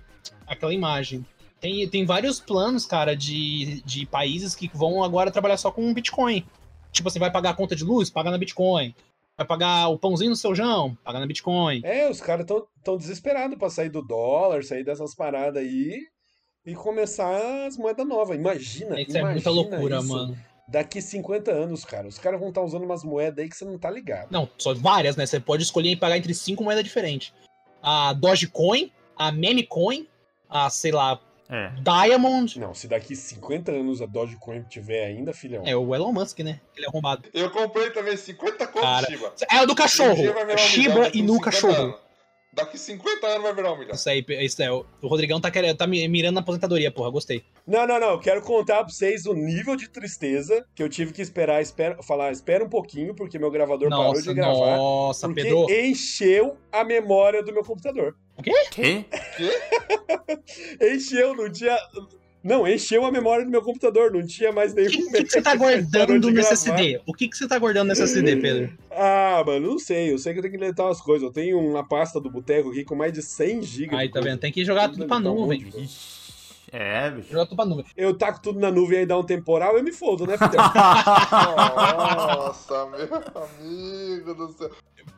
[SPEAKER 2] aquela imagem. Tem, tem vários planos, cara, de, de países que vão agora trabalhar só com Bitcoin. Tipo, você vai pagar a conta de luz, paga na Bitcoin. Vai pagar o pãozinho no seu jão, paga na Bitcoin.
[SPEAKER 1] É, os caras tão, tão desesperados pra sair do dólar, sair dessas paradas aí e começar as moedas novas. Imagina,
[SPEAKER 2] Isso é
[SPEAKER 1] imagina
[SPEAKER 2] muita loucura,
[SPEAKER 1] isso
[SPEAKER 2] mano.
[SPEAKER 1] Daqui 50 anos, cara. Os caras vão estar usando umas moedas aí que você não tá ligado.
[SPEAKER 2] Não, só várias, né? Você pode escolher e pagar entre cinco moedas diferentes. A Dogecoin, a Memecoin, a, sei lá, *laughs*
[SPEAKER 3] É.
[SPEAKER 2] Diamond.
[SPEAKER 1] Não, se daqui 50 anos a Dogecoin tiver ainda, filhão.
[SPEAKER 2] É o Elon Musk, né? Ele é arrombado.
[SPEAKER 5] Eu comprei também 50 conto
[SPEAKER 2] Cara,
[SPEAKER 5] Shiba.
[SPEAKER 2] É o do
[SPEAKER 5] Um dia
[SPEAKER 2] cachorro.
[SPEAKER 5] vai virar um milhão
[SPEAKER 2] Shiba
[SPEAKER 1] assim,
[SPEAKER 5] daqui
[SPEAKER 2] e
[SPEAKER 5] uns
[SPEAKER 2] no
[SPEAKER 5] 50
[SPEAKER 2] cachorro.
[SPEAKER 5] anos. Daqui 50 anos vai virar um
[SPEAKER 2] *laughs*
[SPEAKER 5] milhão.
[SPEAKER 2] Isso aí, isso aí. O Rodrigão tá, querendo, tá mi- mirando na aposentadoria, porra. Gostei.
[SPEAKER 1] Não, não, não. Eu quero contar pra vocês o nível de tristeza que eu tive que esperar, espera, falar, espera um pouquinho, porque meu gravador parou
[SPEAKER 2] Nossa,
[SPEAKER 1] de gravar.
[SPEAKER 2] nossa,
[SPEAKER 1] porque
[SPEAKER 2] Pedro.
[SPEAKER 1] encheu a memória do meu computador.
[SPEAKER 3] Que?
[SPEAKER 1] Encheu, não tinha. Não, encheu a memória do meu computador, não tinha mais
[SPEAKER 2] O
[SPEAKER 1] nenhum. *laughs*
[SPEAKER 2] que, o que
[SPEAKER 1] meio
[SPEAKER 2] que você tá
[SPEAKER 1] parou de
[SPEAKER 2] guardando nesse
[SPEAKER 1] gravar.
[SPEAKER 2] SD? O que, que você tá guardando nesse SD,
[SPEAKER 1] *laughs*
[SPEAKER 2] Pedro?
[SPEAKER 1] Ah, mano, não sei. Eu sei que eu tenho que deletar umas coisas. Eu tenho uma pasta do boteco aqui com mais de 100 GB.
[SPEAKER 2] Aí, tá vendo? Tem que jogar tudo pra
[SPEAKER 1] tá
[SPEAKER 2] nuvem.
[SPEAKER 3] Ixi, É, bicho.
[SPEAKER 2] Jogar tudo pra nuvem.
[SPEAKER 1] Eu taco tudo na nuvem aí dá um temporal, eu me fodo, né, Fidel?
[SPEAKER 2] *laughs*
[SPEAKER 5] Nossa, meu amigo do céu.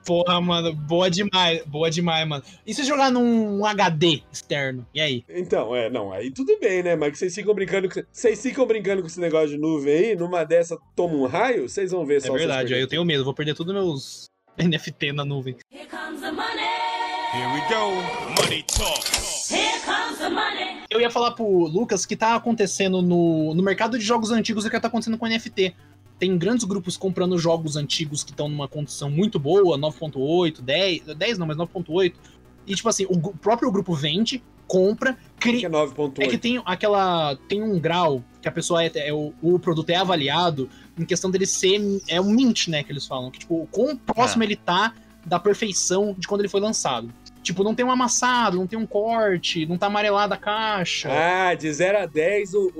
[SPEAKER 2] Porra, mano, boa demais, boa demais, mano. E se jogar num HD externo? E aí?
[SPEAKER 1] Então, é, não, aí tudo bem, né? Mas que vocês ficam brincando com. Vocês ficam brincando com esse negócio de nuvem aí, numa dessa toma um raio, vocês vão ver
[SPEAKER 2] É
[SPEAKER 1] só. vocês
[SPEAKER 2] verdade, aí eu
[SPEAKER 1] perderem.
[SPEAKER 2] tenho medo, vou perder todos meus *laughs* NFT na nuvem.
[SPEAKER 7] Here comes the money.
[SPEAKER 2] Eu ia falar pro Lucas que tá acontecendo no, no mercado de jogos antigos o que tá acontecendo com NFT. Tem grandes grupos comprando jogos antigos que estão numa condição muito boa, 9.8, 10, 10 não, mas 9.8. E tipo assim, o gru- próprio grupo vende, compra,
[SPEAKER 1] O que
[SPEAKER 2] cria,
[SPEAKER 1] é 9.8.
[SPEAKER 2] É que tem aquela. Tem um grau que a pessoa é. é o, o produto é avaliado em questão dele ser. É um mint, né? Que eles falam. Que, tipo, o quão próximo ele tá da perfeição de quando ele foi lançado. Tipo, não tem um amassado, não tem um corte, não tá amarelada a caixa.
[SPEAKER 1] Ah, de 0 a 10 o,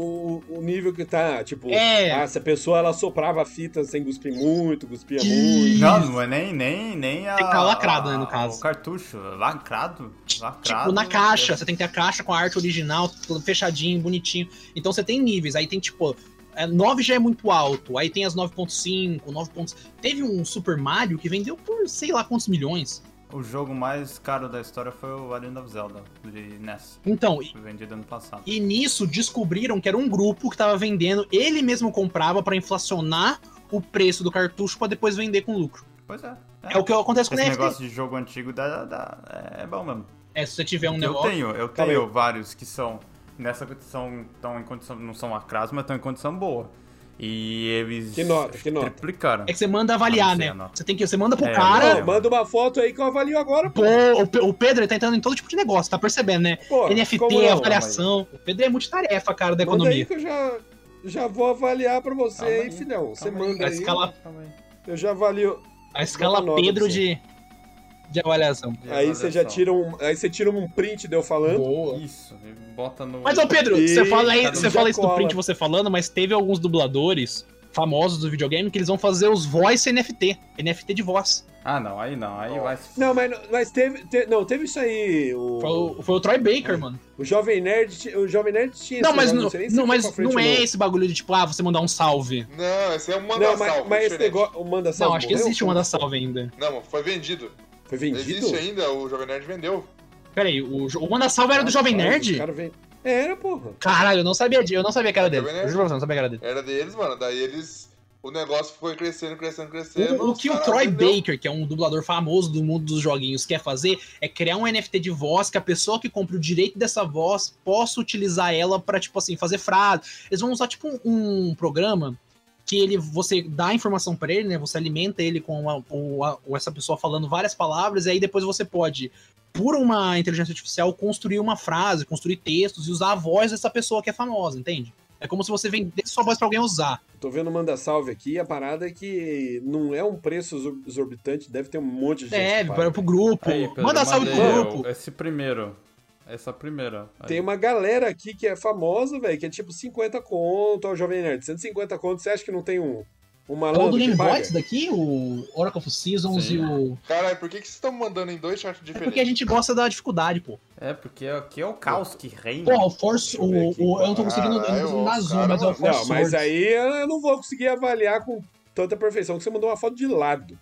[SPEAKER 1] o, o nível que tá. Tipo,
[SPEAKER 2] é.
[SPEAKER 1] ah, se a pessoa ela soprava a fita sem cuspir muito, cuspia
[SPEAKER 2] Ih.
[SPEAKER 1] muito.
[SPEAKER 3] Não, não é nem, nem, nem a.
[SPEAKER 2] Tem que estar lacrado, né, no
[SPEAKER 3] a-
[SPEAKER 2] caso.
[SPEAKER 3] O cartucho. É Lacrado? Lacrado.
[SPEAKER 2] Tipo, na
[SPEAKER 3] é.
[SPEAKER 2] caixa, você tem que ter a caixa com a arte original, tudo fechadinho, bonitinho. Então você tem níveis, aí tem tipo. é, 9 já é muito alto, aí tem as 9.5, 9. pontos. Teve um Super Mario que vendeu por sei lá quantos milhões.
[SPEAKER 3] O jogo mais caro da história foi o Legend of Zelda, de NES.
[SPEAKER 2] Então,
[SPEAKER 3] Foi vendido ano passado.
[SPEAKER 2] E nisso descobriram que era um grupo que tava vendendo, ele mesmo comprava pra inflacionar o preço do cartucho pra depois vender com lucro.
[SPEAKER 3] Pois é.
[SPEAKER 2] É o que acontece com o
[SPEAKER 3] Esse
[SPEAKER 2] NFT.
[SPEAKER 3] negócio de jogo antigo dá, dá- é bom mesmo.
[SPEAKER 2] É, se você tiver um
[SPEAKER 3] eu
[SPEAKER 2] negócio.
[SPEAKER 3] tenho, eu
[SPEAKER 1] Calma aí.
[SPEAKER 3] tenho vários que são nessa condição, estão em condição, não são lacrados, mas estão em condição boa. E eles
[SPEAKER 1] Que nota, que nota?
[SPEAKER 3] triplicaram.
[SPEAKER 2] É que você manda avaliar,
[SPEAKER 3] Ah, Não sei,
[SPEAKER 2] né?
[SPEAKER 3] não.
[SPEAKER 2] Você tem que. Você manda pro
[SPEAKER 3] É,
[SPEAKER 1] Não,
[SPEAKER 2] cara.
[SPEAKER 3] eu-
[SPEAKER 1] manda uma foto aí que eu avalio agora, pô.
[SPEAKER 2] Pô, o Pe- o Pedro ele tá entrando em todo tipo de negócio, tá percebendo, né?
[SPEAKER 1] Pô, como
[SPEAKER 2] NFT,
[SPEAKER 1] não?
[SPEAKER 2] avaliação. O Pedro é multitarefa, cara, da
[SPEAKER 1] Manda aí
[SPEAKER 2] economia.
[SPEAKER 1] que eu já, já vou avaliar pra você
[SPEAKER 3] Calma
[SPEAKER 1] aí,
[SPEAKER 3] aí,
[SPEAKER 1] filhão. Você
[SPEAKER 3] Calma aí,
[SPEAKER 1] manda
[SPEAKER 2] A
[SPEAKER 1] aí.
[SPEAKER 2] escala,
[SPEAKER 3] calma aí.
[SPEAKER 1] Eu já avalio.
[SPEAKER 2] a escala
[SPEAKER 1] Bota nota assim.
[SPEAKER 2] Pedro
[SPEAKER 1] pra
[SPEAKER 2] de, de avaliação.
[SPEAKER 3] De
[SPEAKER 1] Aí você já
[SPEAKER 3] avaliação.
[SPEAKER 1] tira um. Aí você tira um print de eu falando.
[SPEAKER 2] Boa.
[SPEAKER 3] Isso, e bota no.
[SPEAKER 2] Mas, ô Pedro, você
[SPEAKER 1] E- tá
[SPEAKER 2] fala, aí,
[SPEAKER 3] Cada um
[SPEAKER 2] você
[SPEAKER 1] já
[SPEAKER 2] fala isso no
[SPEAKER 1] cola.
[SPEAKER 2] print você falando, mas teve alguns dubladores famosos do videogame que eles vão fazer os voice NFT. NFT de voz.
[SPEAKER 3] Ah, não, aí não, aí vai. se-
[SPEAKER 1] Não, mas, mas teve, te- Não, teve isso aí. O,
[SPEAKER 2] Foi o, foi o Troy
[SPEAKER 1] Hum.
[SPEAKER 2] Baker, mano.
[SPEAKER 1] o Jovem Nerd. ti- O Jovem Nerd tinha
[SPEAKER 2] Não,
[SPEAKER 1] esse
[SPEAKER 2] mas
[SPEAKER 1] negócio,
[SPEAKER 2] não,
[SPEAKER 1] sei nem se
[SPEAKER 2] não,
[SPEAKER 1] foi
[SPEAKER 2] mas
[SPEAKER 1] pra frente
[SPEAKER 2] não
[SPEAKER 1] ou
[SPEAKER 2] é esse bagulho de tipo, ah, você mandar um salve.
[SPEAKER 5] Não, esse é um manda
[SPEAKER 1] Não, mas,
[SPEAKER 5] salvo,
[SPEAKER 1] mas esse
[SPEAKER 5] diferente.
[SPEAKER 1] negócio. O Manda Salve
[SPEAKER 2] Não, acho que
[SPEAKER 1] morreu?
[SPEAKER 2] existe um mandar salve ainda.
[SPEAKER 5] Não, foi vendido.
[SPEAKER 1] Foi vendido?
[SPEAKER 5] Existe ainda, o Jovem Nerd vendeu.
[SPEAKER 2] Pera aí, o, jo- o mandar salve era do
[SPEAKER 1] Rapaz,
[SPEAKER 2] Jovem
[SPEAKER 1] o
[SPEAKER 2] Nerd?
[SPEAKER 1] cara vem- Era, porra.
[SPEAKER 2] Caralho, eu não sabia, di- eu não sabia a cara dele.
[SPEAKER 5] Jovem
[SPEAKER 2] Eu
[SPEAKER 5] Nerd.
[SPEAKER 2] juro pra você, eu não sabia a cara dele.
[SPEAKER 5] Era deles, mano. Daí eles. O negócio foi crescendo, crescendo, crescendo.
[SPEAKER 2] O, o que o
[SPEAKER 5] Cara,
[SPEAKER 2] Troy
[SPEAKER 5] vendeu.
[SPEAKER 2] Baker, que é um dublador famoso do mundo dos joguinhos, quer fazer é criar um NFT de voz que a pessoa que compra o direito dessa voz possa utilizar ela pra, tipo assim, fazer frase. Eles vão usar tipo um, um programa que ele você dá a informação pra ele, né? Você alimenta ele com a- o- a- ou essa pessoa falando várias palavras e aí depois você pode por uma inteligência artificial construir uma frase, construir textos e usar a voz dessa pessoa que é famosa, entende? É como se você vendesse sua voz pra alguém usar.
[SPEAKER 1] Tô vendo o Manda Salve aqui. A parada é que não é um preço exor- exorbitante. Deve ter um monte de gente. que
[SPEAKER 2] É,
[SPEAKER 1] paga.
[SPEAKER 2] para pro grupo.
[SPEAKER 3] Aí, Pedro,
[SPEAKER 2] Manda
[SPEAKER 3] eu
[SPEAKER 2] salve pro
[SPEAKER 3] mandei
[SPEAKER 2] grupo.
[SPEAKER 3] o- Esse primeiro. Essa primeira. Aí.
[SPEAKER 1] Tem um uma galera aqui que é famosa, velho, que é tipo 50 conto, ó, Jovem Nerd. 150 conto, você acha que não tem um, um
[SPEAKER 2] É o do
[SPEAKER 1] malandro que
[SPEAKER 2] Game Boy
[SPEAKER 1] paga?
[SPEAKER 2] isso daqui, o Oracle of Seasons
[SPEAKER 3] Sim.
[SPEAKER 2] e o.
[SPEAKER 5] Caralho, por que, que vocês estão mandando em dois chats
[SPEAKER 2] É
[SPEAKER 5] diferentes?
[SPEAKER 2] porque a gente gosta da dificuldade, pô.
[SPEAKER 3] É, porque aqui é o caos que reina.
[SPEAKER 2] Pô, o Force.
[SPEAKER 1] eu ver
[SPEAKER 2] O,
[SPEAKER 1] aqui. Ah,
[SPEAKER 2] o- eu não tô conseguindo, eu não tô
[SPEAKER 5] Caralho,
[SPEAKER 2] conseguindo dar
[SPEAKER 5] os
[SPEAKER 2] zoom,
[SPEAKER 5] cara,
[SPEAKER 2] mas é o
[SPEAKER 5] mano.
[SPEAKER 2] Force.
[SPEAKER 1] Não, mas
[SPEAKER 2] Swords.
[SPEAKER 1] aí eu não vou conseguir avaliar com tanta perfeição que você mandou uma foto de lado.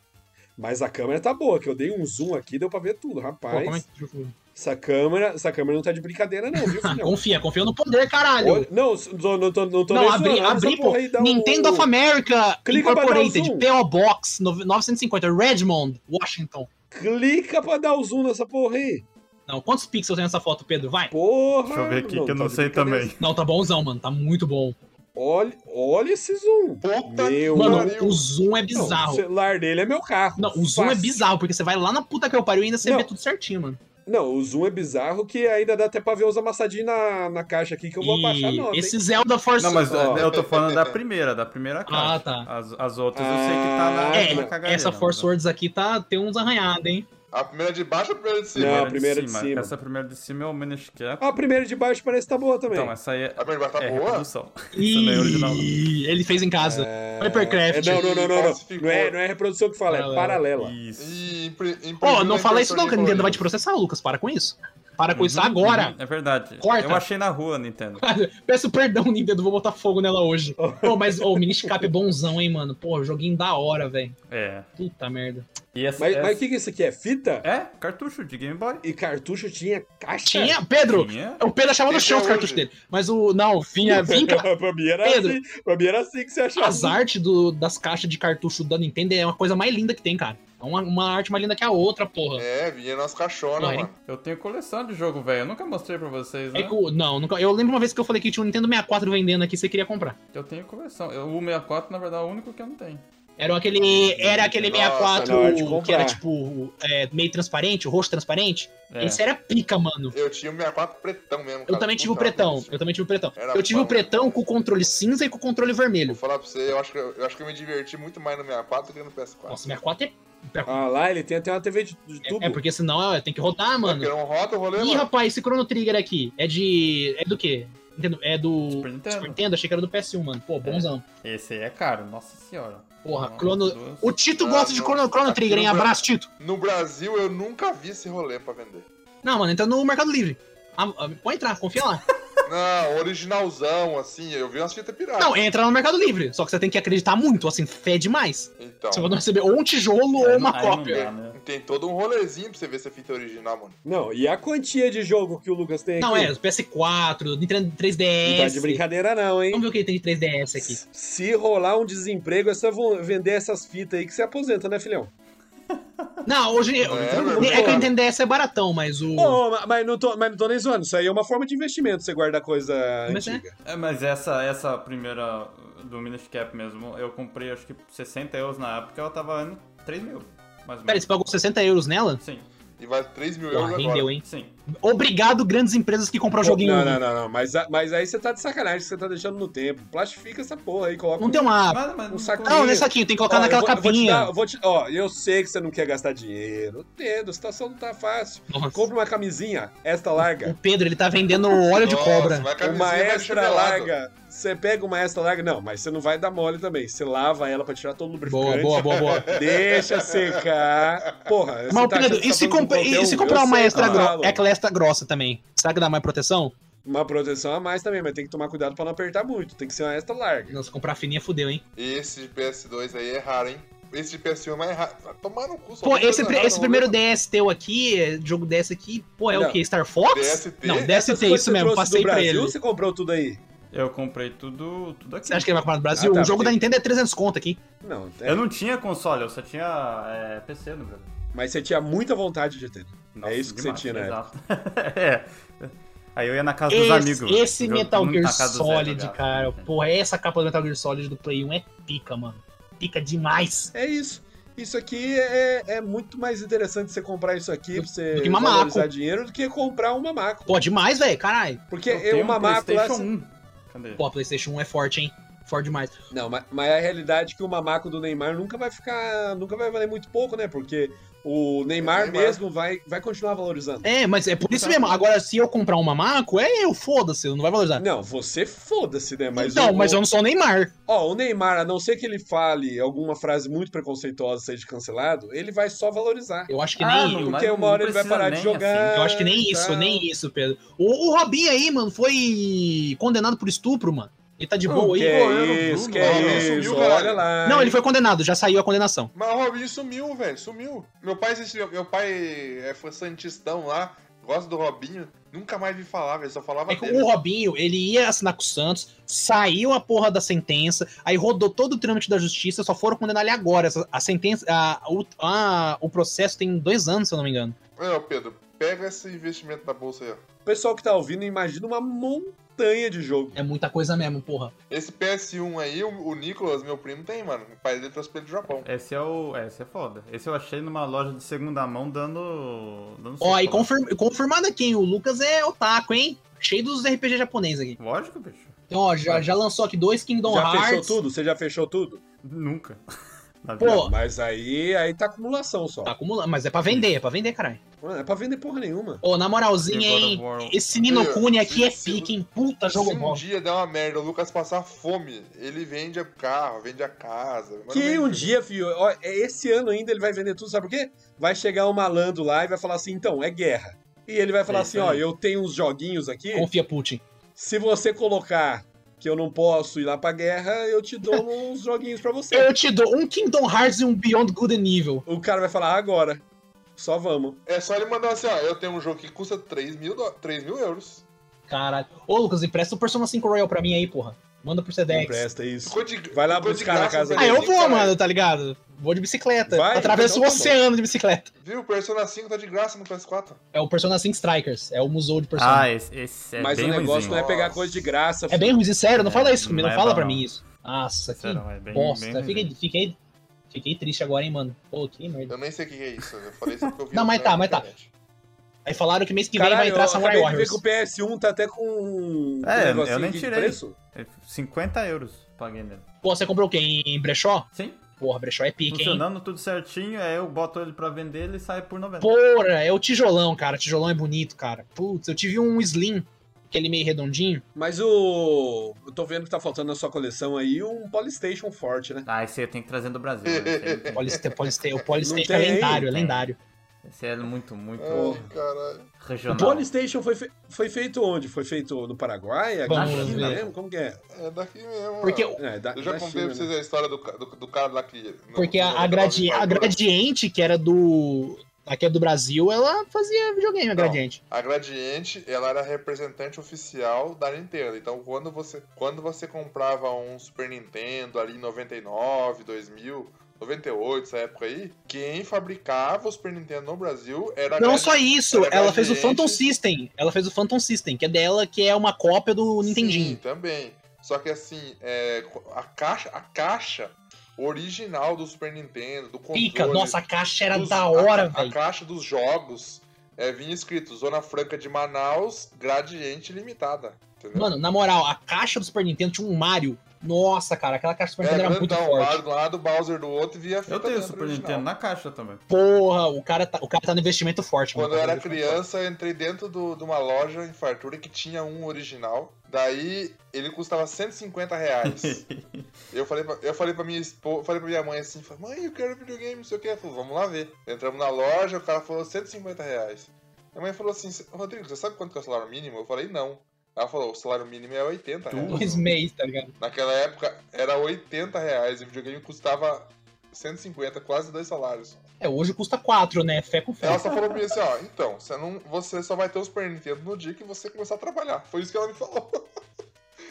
[SPEAKER 1] Mas a câmera tá boa, que eu dei um zoom aqui, deu pra ver tudo,
[SPEAKER 2] Pô,
[SPEAKER 1] rapaz.
[SPEAKER 2] como é que-
[SPEAKER 1] Essa câmera, essa câmera não tá de brincadeira não,
[SPEAKER 2] *laughs*
[SPEAKER 1] viu,
[SPEAKER 2] Ah,
[SPEAKER 1] filhão?
[SPEAKER 2] confia, confia no poder, caralho.
[SPEAKER 1] Olha- Não, s- não, não tô, não tô
[SPEAKER 2] não,
[SPEAKER 1] nem
[SPEAKER 2] abri,
[SPEAKER 1] zoando,
[SPEAKER 2] abri
[SPEAKER 1] essa
[SPEAKER 2] pô.
[SPEAKER 1] porra aí dá um-
[SPEAKER 2] Nintendo tá of America
[SPEAKER 1] Clica pra dar o
[SPEAKER 2] Incorporated,
[SPEAKER 1] zoom.
[SPEAKER 2] PO Box 9- 950, Redmond, Washington.
[SPEAKER 1] Clica pra dar o zoom nessa porra aí.
[SPEAKER 2] Não, quantos pixels tem nessa foto, Pedro? Vai.
[SPEAKER 1] Porra!
[SPEAKER 3] Deixa eu ver aqui
[SPEAKER 1] não,
[SPEAKER 3] que eu
[SPEAKER 1] tá
[SPEAKER 3] não
[SPEAKER 1] de
[SPEAKER 3] sei
[SPEAKER 1] brincadeira.
[SPEAKER 3] também.
[SPEAKER 2] Não, tá bonzão, mano, tá muito bom.
[SPEAKER 1] Olha, olha esse zoom.
[SPEAKER 5] Puta
[SPEAKER 1] Meu
[SPEAKER 2] Mano,
[SPEAKER 5] pariu.
[SPEAKER 2] o zoom é
[SPEAKER 1] Não,
[SPEAKER 2] bizarro.
[SPEAKER 1] O celular dele é meu carro.
[SPEAKER 2] Não, o zoom é
[SPEAKER 1] Fácil.
[SPEAKER 2] bizarro, porque você vai lá na puta que eu pariu e ainda você
[SPEAKER 1] Não.
[SPEAKER 2] vê tudo certinho, mano.
[SPEAKER 1] Não, o zoom é bizarro que ainda dá até pra ver os amassadinhos na, na caixa aqui que eu vou
[SPEAKER 2] E
[SPEAKER 1] abaixar a nota. hein?
[SPEAKER 2] esse Zelda Force...
[SPEAKER 3] Não, mas é,
[SPEAKER 1] Ó.
[SPEAKER 3] eu tô falando da primeira, da primeira caixa.
[SPEAKER 2] Ah, tá.
[SPEAKER 3] As, as outras eu sei que tá
[SPEAKER 2] Ah,
[SPEAKER 3] na,
[SPEAKER 1] É,
[SPEAKER 3] na
[SPEAKER 1] essa
[SPEAKER 3] cagadeira.
[SPEAKER 2] Essa Force
[SPEAKER 3] mas-
[SPEAKER 2] Words aqui tá, tem uns arranhados, hein?
[SPEAKER 5] A primeira de baixo ou a primeira de cima?
[SPEAKER 1] Não, a primeira de cima.
[SPEAKER 3] Essa primeira de cima é o Minish Cap.
[SPEAKER 1] Ah, a primeira de baixo parece que tá boa também.
[SPEAKER 3] então, essa aí é,
[SPEAKER 5] A primeira de baixo tá
[SPEAKER 3] é
[SPEAKER 5] boa?
[SPEAKER 3] reprodução. Isso não é original. não.
[SPEAKER 2] Ih, ele fez em casa. Papercraft.
[SPEAKER 1] É, não, não, não, não, não.
[SPEAKER 5] Falsificou.
[SPEAKER 1] Não é, não é reprodução que fala, é paralela.
[SPEAKER 3] Isso.
[SPEAKER 5] E impre-
[SPEAKER 2] Pô,
[SPEAKER 5] imprimiu
[SPEAKER 2] não
[SPEAKER 5] na
[SPEAKER 2] fala isso não, que a
[SPEAKER 5] impressora
[SPEAKER 2] Nintendo vai te
[SPEAKER 5] de
[SPEAKER 2] processar, Lucas. Para com isso. Para com isso
[SPEAKER 3] Uhum,
[SPEAKER 2] agora. *laughs*
[SPEAKER 3] uhum, É verdade.
[SPEAKER 2] Corta.
[SPEAKER 3] Eu achei na rua, Nintendo.
[SPEAKER 2] Peço perdão, Nintendo, vou botar fogo nela
[SPEAKER 1] *laughs*
[SPEAKER 2] hoje. Pô, mas ô, o Minish Cap é bonzão, hein, mano. Pô, joguinho da hora, velho.
[SPEAKER 3] É.
[SPEAKER 2] Puta merda.
[SPEAKER 3] E essa,
[SPEAKER 1] Mas,
[SPEAKER 3] essa-
[SPEAKER 1] mas o que que isso aqui é? Fita?
[SPEAKER 3] É, cartucho de Game Boy.
[SPEAKER 1] E cartucho tinha caixa? *laughs*
[SPEAKER 2] Tinha, Pedro!
[SPEAKER 3] Tinha.
[SPEAKER 2] O Pedro achava no
[SPEAKER 5] Tem
[SPEAKER 1] é
[SPEAKER 2] chão os
[SPEAKER 5] até
[SPEAKER 2] cartuchos
[SPEAKER 5] hoje.
[SPEAKER 2] dele. Mas o. Não, vinha, vinha.
[SPEAKER 1] *laughs* pra, mim era
[SPEAKER 2] Pedro.
[SPEAKER 1] assim, pra mim era assim que você achava.
[SPEAKER 2] As artes do- das caixas de cartucho da Nintendo é uma coisa mais linda que tem, cara. É uma, uma arte mais linda que a outra, porra.
[SPEAKER 5] bolinha. É, vinha nas caixonas,
[SPEAKER 2] Ué.
[SPEAKER 5] mano.
[SPEAKER 3] Eu tenho coleção de jogo, velho. Eu nunca mostrei pra vocês, né?
[SPEAKER 2] É que o- não, nunca- eu lembro uma vez que eu falei que tinha um Nintendo 64 vendendo aqui, você queria comprar.
[SPEAKER 3] Eu tenho coleção. Eu- o 64, na verdade, é o único que eu não tenho.
[SPEAKER 2] Era aquele, era aquele
[SPEAKER 5] Nossa,
[SPEAKER 1] na hora de
[SPEAKER 2] 64 que era
[SPEAKER 1] comprar.
[SPEAKER 2] tipo é, meio transparente, o rosto transparente.
[SPEAKER 3] É.
[SPEAKER 2] Esse era pica, mano.
[SPEAKER 5] Eu tinha o 64 pretão mesmo,
[SPEAKER 2] Eu
[SPEAKER 5] cara.
[SPEAKER 2] também tive o
[SPEAKER 5] Puta,
[SPEAKER 2] pretão.
[SPEAKER 5] isso.
[SPEAKER 2] Eu também tive o pretão.
[SPEAKER 5] Era
[SPEAKER 2] Eu tive
[SPEAKER 5] bom.
[SPEAKER 2] o pretão com o controle cinza e com o controle vermelho.
[SPEAKER 5] Vou falar pra você, eu acho, que, eu eu acho que eu me diverti muito mais no 64 do que no PS4.
[SPEAKER 2] Nossa, 64 é.
[SPEAKER 1] Ah, lá ele tem até uma TV de, de tubo.
[SPEAKER 2] É porque senão é, tem que rodar, mano.
[SPEAKER 5] Porque não roda o rolê,
[SPEAKER 2] Ih,
[SPEAKER 5] mano.
[SPEAKER 2] rapaz, esse Chrono Trigger aqui é de. É do quê? Nintendo- É do.
[SPEAKER 3] Super Nintendo.
[SPEAKER 2] Super Nintendo? Achei que era do PS1, mano. Pô, bonzão.
[SPEAKER 3] Esse aí é caro, nossa senhora.
[SPEAKER 2] Porra,
[SPEAKER 3] Um,
[SPEAKER 2] Chrono.
[SPEAKER 3] dois.
[SPEAKER 2] O Tito
[SPEAKER 5] Ah,
[SPEAKER 2] gosta de
[SPEAKER 5] não.
[SPEAKER 2] Chrono, Chrono Trigger, hein?
[SPEAKER 5] Aquilo pra-
[SPEAKER 2] Abraço, Tito.
[SPEAKER 5] No Brasil, eu nunca vi esse rolê pra vender.
[SPEAKER 2] Não, mano, entra no Mercado Livre. Ah, ah, pode entrar, confia lá.
[SPEAKER 5] Não, originalzão, assim, eu vi umas fitas piratas.
[SPEAKER 2] Não, entra no Mercado Livre. Só que você tem que acreditar muito, assim, fé demais.
[SPEAKER 5] Então,
[SPEAKER 2] Você vai receber ou um tijolo ou
[SPEAKER 3] Aí
[SPEAKER 2] uma
[SPEAKER 3] É, não- aí não
[SPEAKER 2] cópia.
[SPEAKER 3] dá, né?
[SPEAKER 5] tem todo um rolezinho pra você ver se é fita original, mano.
[SPEAKER 1] Não, e a quantia de jogo que o Lucas tem
[SPEAKER 2] Não,
[SPEAKER 1] aqui?
[SPEAKER 2] é, PS4, Nintendo
[SPEAKER 1] Não
[SPEAKER 2] 3DS.
[SPEAKER 1] tá de brincadeira não, hein?
[SPEAKER 2] Vamos ver o que tem de 3DS aqui.
[SPEAKER 1] Se rolar um desemprego, é só vo- vender essas fitas aí que você aposenta, né, filhão?
[SPEAKER 2] Não, hoje. É,
[SPEAKER 5] verdade.
[SPEAKER 2] que o Nintendo DS é baratão, mas o.
[SPEAKER 1] Ô, ma- mas, não tô, mas não tô nem zoando. Isso aí é uma forma de investimento, você guarda coisa
[SPEAKER 2] Mas é.
[SPEAKER 1] antiga.
[SPEAKER 3] É, mas essa, essa primeira do Minish Cap mesmo, eu comprei acho que 60 euros na época, ela tava valendo 3 mil. Mais ou
[SPEAKER 2] Pera,
[SPEAKER 3] menos.
[SPEAKER 2] você pagou 60 euros nela?
[SPEAKER 3] Sim,
[SPEAKER 5] E vale 3 mil euros
[SPEAKER 2] Porra,
[SPEAKER 5] agora.
[SPEAKER 2] rendeu, hein?
[SPEAKER 3] sim.
[SPEAKER 2] Obrigado, grandes empresas que compram um joguinho.
[SPEAKER 1] Não,
[SPEAKER 2] ruim.
[SPEAKER 1] não, não, não. Mas, a- mas aí você tá de sacanagem, você tá deixando no tempo. Plastifica essa porra aí, coloca.
[SPEAKER 2] Não tem uma.
[SPEAKER 3] Mas, mas
[SPEAKER 1] um saco-
[SPEAKER 2] Não, nesse aqui, tem que colocar
[SPEAKER 1] Ó,
[SPEAKER 2] naquela
[SPEAKER 1] eu vou- eu vou te
[SPEAKER 2] capinha.
[SPEAKER 1] dar- eu vou te- ó, eu sei que você não quer gastar dinheiro. Entendo, a situação não tá fácil.
[SPEAKER 2] Nossa.
[SPEAKER 1] Compra uma camisinha, esta larga.
[SPEAKER 2] O Pedro, ele tá vendendo óleo de cobra.
[SPEAKER 5] vai camisinha,
[SPEAKER 1] Uma
[SPEAKER 5] vai
[SPEAKER 1] extra
[SPEAKER 5] chinelada.
[SPEAKER 1] larga. Você pega uma extra larga. Não, mas você não vai dar mole também. Você lava ela pra tirar todo o
[SPEAKER 2] Boa,
[SPEAKER 1] lubrificante.
[SPEAKER 2] boa, boa, boa.
[SPEAKER 1] Deixa secar. Porra, você
[SPEAKER 2] Mas,
[SPEAKER 1] tá
[SPEAKER 2] Pedro,
[SPEAKER 1] achando que
[SPEAKER 2] e
[SPEAKER 1] tá
[SPEAKER 2] se,
[SPEAKER 1] falando
[SPEAKER 2] compra-
[SPEAKER 1] com qualquer
[SPEAKER 2] e se
[SPEAKER 1] um?
[SPEAKER 2] comprar
[SPEAKER 1] Eu
[SPEAKER 2] uma
[SPEAKER 1] sei que
[SPEAKER 2] extra
[SPEAKER 1] eu
[SPEAKER 2] grossa?
[SPEAKER 1] falo.
[SPEAKER 2] É aquela extra grossa também. Será que dá mais proteção?
[SPEAKER 1] Uma proteção a mais também, mas tem que tomar cuidado pra não apertar muito. Tem que ser uma extra larga.
[SPEAKER 2] Não, se comprar fininha, fudeu, hein?
[SPEAKER 5] Esse de PS2 aí é raro, hein? Esse de PS1 é mais raro. Vai tomar no cu. só
[SPEAKER 2] Pô,
[SPEAKER 5] tem
[SPEAKER 2] esse,
[SPEAKER 5] coisa
[SPEAKER 2] pri-
[SPEAKER 5] rara
[SPEAKER 2] esse
[SPEAKER 5] no
[SPEAKER 2] primeiro
[SPEAKER 5] rolê,
[SPEAKER 2] DS teu aqui, é, jogo DS aqui, pô, é
[SPEAKER 1] Não.
[SPEAKER 2] o quê? Star Fox?
[SPEAKER 5] DST?
[SPEAKER 2] Não,
[SPEAKER 1] Essas coisas
[SPEAKER 2] DST, isso
[SPEAKER 1] que você
[SPEAKER 2] mesmo,
[SPEAKER 1] trouxe
[SPEAKER 2] passei
[SPEAKER 1] do
[SPEAKER 2] pra
[SPEAKER 1] Brasil,
[SPEAKER 2] ele.
[SPEAKER 1] Você comprou tudo aí?
[SPEAKER 3] Eu comprei tudo, tudo aqui.
[SPEAKER 2] Você acha que ele vai comprar no Brasil?
[SPEAKER 1] Ah, tá,
[SPEAKER 2] o jogo
[SPEAKER 1] porque-
[SPEAKER 2] da Nintendo é 300 conto aqui.
[SPEAKER 1] Não, é-
[SPEAKER 3] Eu não tinha console, eu só tinha é, PC no Brasil.
[SPEAKER 1] mas você tinha muita vontade de ter.
[SPEAKER 3] Nossa,
[SPEAKER 1] É isso que você tinha na
[SPEAKER 3] exato. *laughs* é. Aí eu ia na casa dos
[SPEAKER 2] Esse,
[SPEAKER 3] amigos.
[SPEAKER 2] esse
[SPEAKER 3] Eu-
[SPEAKER 2] Metal
[SPEAKER 3] na
[SPEAKER 2] Gear
[SPEAKER 3] casa né? do Zé
[SPEAKER 2] Solid,
[SPEAKER 3] jogar.
[SPEAKER 2] cara. Porra, essa capa do Metal Gear Solid do Play 1 é pica, mano. Pica demais.
[SPEAKER 1] É isso. Isso aqui é, é muito mais interessante você comprar isso aqui pra você
[SPEAKER 2] Do que mamaco.
[SPEAKER 1] valorizar dinheiro do que comprar um mamaco.
[SPEAKER 2] Pô, demais, velho. Caralho.
[SPEAKER 1] Porque
[SPEAKER 3] Eu tenho
[SPEAKER 1] eu,
[SPEAKER 3] um
[SPEAKER 1] mamaco lá.
[SPEAKER 3] PlayStation 1. Cadê?
[SPEAKER 2] Pô, a PlayStation 1 é forte, hein? Forte demais.
[SPEAKER 1] Não, mas, mas a realidade é que o mamaco do Neymar nunca vai ficar. Nunca vai valer muito pouco, né? Porque o Neymar,
[SPEAKER 5] É o Neymar.
[SPEAKER 1] mesmo vai, vai continuar valorizando.
[SPEAKER 2] É, mas é por isso mesmo. Agora, se eu comprar um mamaco, é eu, foda-se, não vai valorizar.
[SPEAKER 1] Não, você foda-se, né? Mas
[SPEAKER 2] então,
[SPEAKER 1] o,
[SPEAKER 2] mas eu não sou o Neymar.
[SPEAKER 1] Ó, o Neymar, a não ser que ele fale alguma frase muito preconceituosa, seja cancelado, ele vai só valorizar.
[SPEAKER 2] Eu acho que
[SPEAKER 3] Ah,
[SPEAKER 2] nem.
[SPEAKER 3] não-
[SPEAKER 1] Porque
[SPEAKER 3] Mas
[SPEAKER 1] uma hora ele vai
[SPEAKER 3] precisa
[SPEAKER 1] parar de
[SPEAKER 3] nem
[SPEAKER 1] jogar.
[SPEAKER 2] assim, Eu acho que nem isso,
[SPEAKER 1] tá?
[SPEAKER 2] nem isso, Pedro. O, o Robinho aí, mano, foi condenado por estupro, mano. Ele tá de
[SPEAKER 3] Não,
[SPEAKER 2] boa
[SPEAKER 1] Que
[SPEAKER 2] aí.
[SPEAKER 3] quer- goleiro
[SPEAKER 1] é isso,
[SPEAKER 3] Bruno,
[SPEAKER 1] que
[SPEAKER 5] mano,
[SPEAKER 1] é
[SPEAKER 5] sumiu,
[SPEAKER 1] isso,
[SPEAKER 5] caralho.
[SPEAKER 1] olha lá.
[SPEAKER 2] Não, ele foi condenado, já saiu a condenação.
[SPEAKER 5] Mas o Robinho sumiu, velho, sumiu. Meu pai, assiste- meu pai é fã santistão lá, gosta do Robinho, nunca mais vi falar, velho, só falava
[SPEAKER 2] É que
[SPEAKER 5] dele.
[SPEAKER 2] o Robinho, ele ia assinar com o Santos, saiu a porra da sentença, aí rodou todo o trâmite da justiça, só foram condenar ele agora. Essa- A sentença. a- o, a- o processo tem dois anos, se eu não me engano.
[SPEAKER 5] É, ô, Pedro, pega esse investimento da bolsa aí, ó.
[SPEAKER 1] O pessoal que tá ouvindo imagina uma montanha montanha de jogo.
[SPEAKER 2] É muita coisa mesmo, porra.
[SPEAKER 5] Esse PS1 aí, o, o Nicolas, meu primo, tem, mano. O pai dele trouxe pra ele do Japão.
[SPEAKER 3] Esse é o. é, Esse é foda. Esse eu achei numa loja de segunda mão
[SPEAKER 2] Ó,
[SPEAKER 3] dando. dando né? sopa
[SPEAKER 2] e
[SPEAKER 1] tá.
[SPEAKER 3] lá.
[SPEAKER 2] confirm- confirmado aqui, o Lucas é otaku, hein? Cheio dos RPG japonês aqui.
[SPEAKER 3] Lógico, bicho.
[SPEAKER 2] Então, ó, já, já lançou aqui dois Kingdom
[SPEAKER 1] já fechou
[SPEAKER 2] Hearts.
[SPEAKER 1] tudo? Você já fechou tudo?
[SPEAKER 2] *laughs*
[SPEAKER 3] Nunca. Na
[SPEAKER 2] Pô,
[SPEAKER 3] vida.
[SPEAKER 1] Mas aí, aí tá acumulação só.
[SPEAKER 2] Tá acumulando, mas é pra vender, é pra vender, caralho.
[SPEAKER 1] Mano, é pra vender porra nenhuma.
[SPEAKER 2] Ô, na moralzinha,
[SPEAKER 3] E God of
[SPEAKER 2] hein?
[SPEAKER 3] War.
[SPEAKER 2] Esse é Nino Kuni aqui é
[SPEAKER 5] Se-
[SPEAKER 2] pique, hein? Puta jogo
[SPEAKER 5] Se um
[SPEAKER 2] bom.
[SPEAKER 5] dia der uma merda, o Lucas passar fome, ele vende o carro, vende a casa. mas não
[SPEAKER 1] Que
[SPEAKER 5] vende-
[SPEAKER 1] um dia, filho, ó, é esse ano ainda ele vai vender tudo, sabe por quê? Vai chegar um malandro lá e vai falar assim, então, é guerra. E ele vai falar
[SPEAKER 3] É
[SPEAKER 1] assim,
[SPEAKER 3] isso
[SPEAKER 1] ó,
[SPEAKER 3] aí.
[SPEAKER 1] eu tenho uns joguinhos aqui,
[SPEAKER 2] Confia, Putin.
[SPEAKER 1] se você colocar que eu não posso ir lá pra guerra, eu te dou uns joguinhos pra você.
[SPEAKER 2] Eu te dou um Kingdom Hearts e um Beyond Good and Evil.
[SPEAKER 1] O cara vai falar, agora, só vamos.
[SPEAKER 5] É só ele mandar assim, ó, eu tenho um jogo que custa 3 mil, do... 3 mil euros.
[SPEAKER 2] Caralho. Ô, Lucas, empresta o Persona 5 Royal pra mim aí, porra. Manda pro Sedex.
[SPEAKER 1] Empresta isso.
[SPEAKER 5] Ficou de-
[SPEAKER 1] Vai lá
[SPEAKER 5] ficou de
[SPEAKER 1] buscar na
[SPEAKER 5] graça
[SPEAKER 1] casa
[SPEAKER 5] pra
[SPEAKER 2] Ah,
[SPEAKER 5] ele,
[SPEAKER 2] eu vou,
[SPEAKER 5] caralho.
[SPEAKER 2] mano, tá ligado? Vou de bicicleta.
[SPEAKER 1] Vai,
[SPEAKER 2] Atravesso
[SPEAKER 1] então tá
[SPEAKER 2] o
[SPEAKER 1] bom.
[SPEAKER 2] oceano de bicicleta.
[SPEAKER 5] Viu? Persona 5 tá de graça no PS4.
[SPEAKER 2] É o Persona 5 Strikers. É o museu de Persona.
[SPEAKER 3] Ah, esse, esse é
[SPEAKER 1] Mas o
[SPEAKER 3] bem
[SPEAKER 1] negócio
[SPEAKER 3] ruimzinho.
[SPEAKER 1] não é pegar
[SPEAKER 5] Nossa.
[SPEAKER 1] coisa de graça,
[SPEAKER 2] é
[SPEAKER 1] filho.
[SPEAKER 2] bem ruim, sério. Não
[SPEAKER 3] É,
[SPEAKER 2] fala isso comigo, não
[SPEAKER 3] não é
[SPEAKER 2] fala
[SPEAKER 3] bom,
[SPEAKER 2] pra
[SPEAKER 3] não.
[SPEAKER 2] mim isso. Nossa, que
[SPEAKER 3] Sério, é bem- bem
[SPEAKER 2] bosta.
[SPEAKER 3] ruimzinho.
[SPEAKER 2] Fiquei, fiquei, fiquei triste agora, hein, mano. Pô, que merda.
[SPEAKER 5] Eu nem sei o que que é isso, eu falei isso porque eu vi.
[SPEAKER 2] Não,
[SPEAKER 5] no
[SPEAKER 2] mas tá,
[SPEAKER 5] trailer
[SPEAKER 2] mas
[SPEAKER 5] na
[SPEAKER 2] tá.
[SPEAKER 5] internet.
[SPEAKER 2] Aí falaram que mês que vem
[SPEAKER 1] Caralho,
[SPEAKER 2] vai entrar
[SPEAKER 1] eu
[SPEAKER 2] Samurai
[SPEAKER 1] acabei de ver
[SPEAKER 2] Warriors.
[SPEAKER 1] que o PS1 tá até com um
[SPEAKER 3] É, eu
[SPEAKER 1] negocinho
[SPEAKER 3] nem
[SPEAKER 1] de
[SPEAKER 3] tirei.
[SPEAKER 1] preço.
[SPEAKER 3] É 50 euros paguei nele.
[SPEAKER 2] Pô, você comprou o quê? Em Brechó?
[SPEAKER 3] Sim,
[SPEAKER 2] Porra, Brechó é pique, hein?
[SPEAKER 3] funcionando tudo certinho, aí eu boto ele pra vender, ele sai por 90.
[SPEAKER 2] Porra, é o tijolão, cara. Tijolão é bonito, cara. Putz, eu tive um Slim, aquele meio redondinho.
[SPEAKER 1] Mas o. Eu tô vendo que tá faltando na sua coleção aí um Polystation forte, né?
[SPEAKER 3] Ah, esse aí eu tenho que trazer do Brasil. né? Esse, aí não tem.
[SPEAKER 2] Poliste- poliste- O Polystation é
[SPEAKER 1] tem,
[SPEAKER 2] lendário, é
[SPEAKER 3] cara.
[SPEAKER 2] lendário.
[SPEAKER 3] Esse é muito, muito
[SPEAKER 1] Ah.
[SPEAKER 5] Ai, caralho.
[SPEAKER 1] O
[SPEAKER 3] regional.
[SPEAKER 1] Polystation foi, fe- foi feito onde? Foi feito no Paraguai? Aqui na
[SPEAKER 2] Vamos
[SPEAKER 1] China
[SPEAKER 3] ver.
[SPEAKER 1] mesmo? Como que é?
[SPEAKER 5] É daqui mesmo.
[SPEAKER 2] Porque,
[SPEAKER 5] mano.
[SPEAKER 1] é da,
[SPEAKER 5] Eu já
[SPEAKER 1] da
[SPEAKER 5] contei
[SPEAKER 1] China,
[SPEAKER 5] pra
[SPEAKER 1] né?
[SPEAKER 5] vocês a história do, ca- do, do cara lá que. no-
[SPEAKER 2] porque
[SPEAKER 5] no-
[SPEAKER 2] a, a
[SPEAKER 5] no-
[SPEAKER 2] gradi- a
[SPEAKER 5] no-
[SPEAKER 2] Gradiente, que era do. Aqui é do Brasil, ela fazia videogame, a
[SPEAKER 5] Não.
[SPEAKER 2] Gradiente.
[SPEAKER 5] A Gradiente, ela era a representante oficial da Nintendo. Então, quando você, quando você comprava um Super Nintendo ali em 99, 2000, 98, essa época aí, quem fabricava o Super Nintendo no Brasil era a
[SPEAKER 2] Não
[SPEAKER 5] Gradiente.
[SPEAKER 2] só isso,
[SPEAKER 5] era
[SPEAKER 2] ela fez o
[SPEAKER 5] Gradiente.
[SPEAKER 2] Phantom System. Ela fez o Phantom System, que é dela, que é uma cópia do
[SPEAKER 5] Sim,
[SPEAKER 2] Nintendinho.
[SPEAKER 5] também. Só que assim, é, a caixa, a caixa original do Super Nintendo, do controle,
[SPEAKER 2] Pica, nossa, a caixa era
[SPEAKER 5] dos-
[SPEAKER 2] da
[SPEAKER 5] a-
[SPEAKER 2] hora,
[SPEAKER 5] a,
[SPEAKER 2] velho.
[SPEAKER 5] caixa dos jogos é, vinha escrito Zona Franca de Manaus, Gradiente Limitada. Entendeu?
[SPEAKER 2] Mano, na moral, a caixa do Super Nintendo tinha um Mario. Nossa, cara, aquela caixa do Super
[SPEAKER 5] É,
[SPEAKER 2] Nintendo era muito
[SPEAKER 5] grandão,
[SPEAKER 2] forte.
[SPEAKER 5] Mario de um lado, Bowser do outro e via a fita
[SPEAKER 3] Eu tenho o
[SPEAKER 5] dentro
[SPEAKER 3] Super
[SPEAKER 5] original.
[SPEAKER 3] Nintendo na caixa também.
[SPEAKER 2] Porra, o cara tá, o cara tá no investimento forte, mano.
[SPEAKER 5] Quando eu era
[SPEAKER 2] Tá no
[SPEAKER 5] criança, eu entrei dentro do- de uma loja em Fartura que tinha um original. Daí ele custava 150 reais. eu, falei pra, eu falei pra minha esposa, falei pra minha mãe assim, falei, mãe, eu quero videogame, não sei o que. Ela falou, vamos lá ver. Entramos na loja, o cara falou 150 reais. Minha mãe falou assim, Rodrigo, você sabe quanto que é o salário mínimo? Eu falei, não. Ela falou, o salário mínimo é 80
[SPEAKER 2] investimento.
[SPEAKER 5] reais.
[SPEAKER 2] Dois meses, tá ligado?
[SPEAKER 5] Naquela época era 80 reais e o videogame custava 150, quase dois salários.
[SPEAKER 2] É, hoje custa quatro, né? Fé com fé.
[SPEAKER 5] Ela só falou pra mim assim, ó, então, você, não, você só vai ter o Super Nintendo no dia que você começar a trabalhar. Foi isso que ela me falou. *laughs*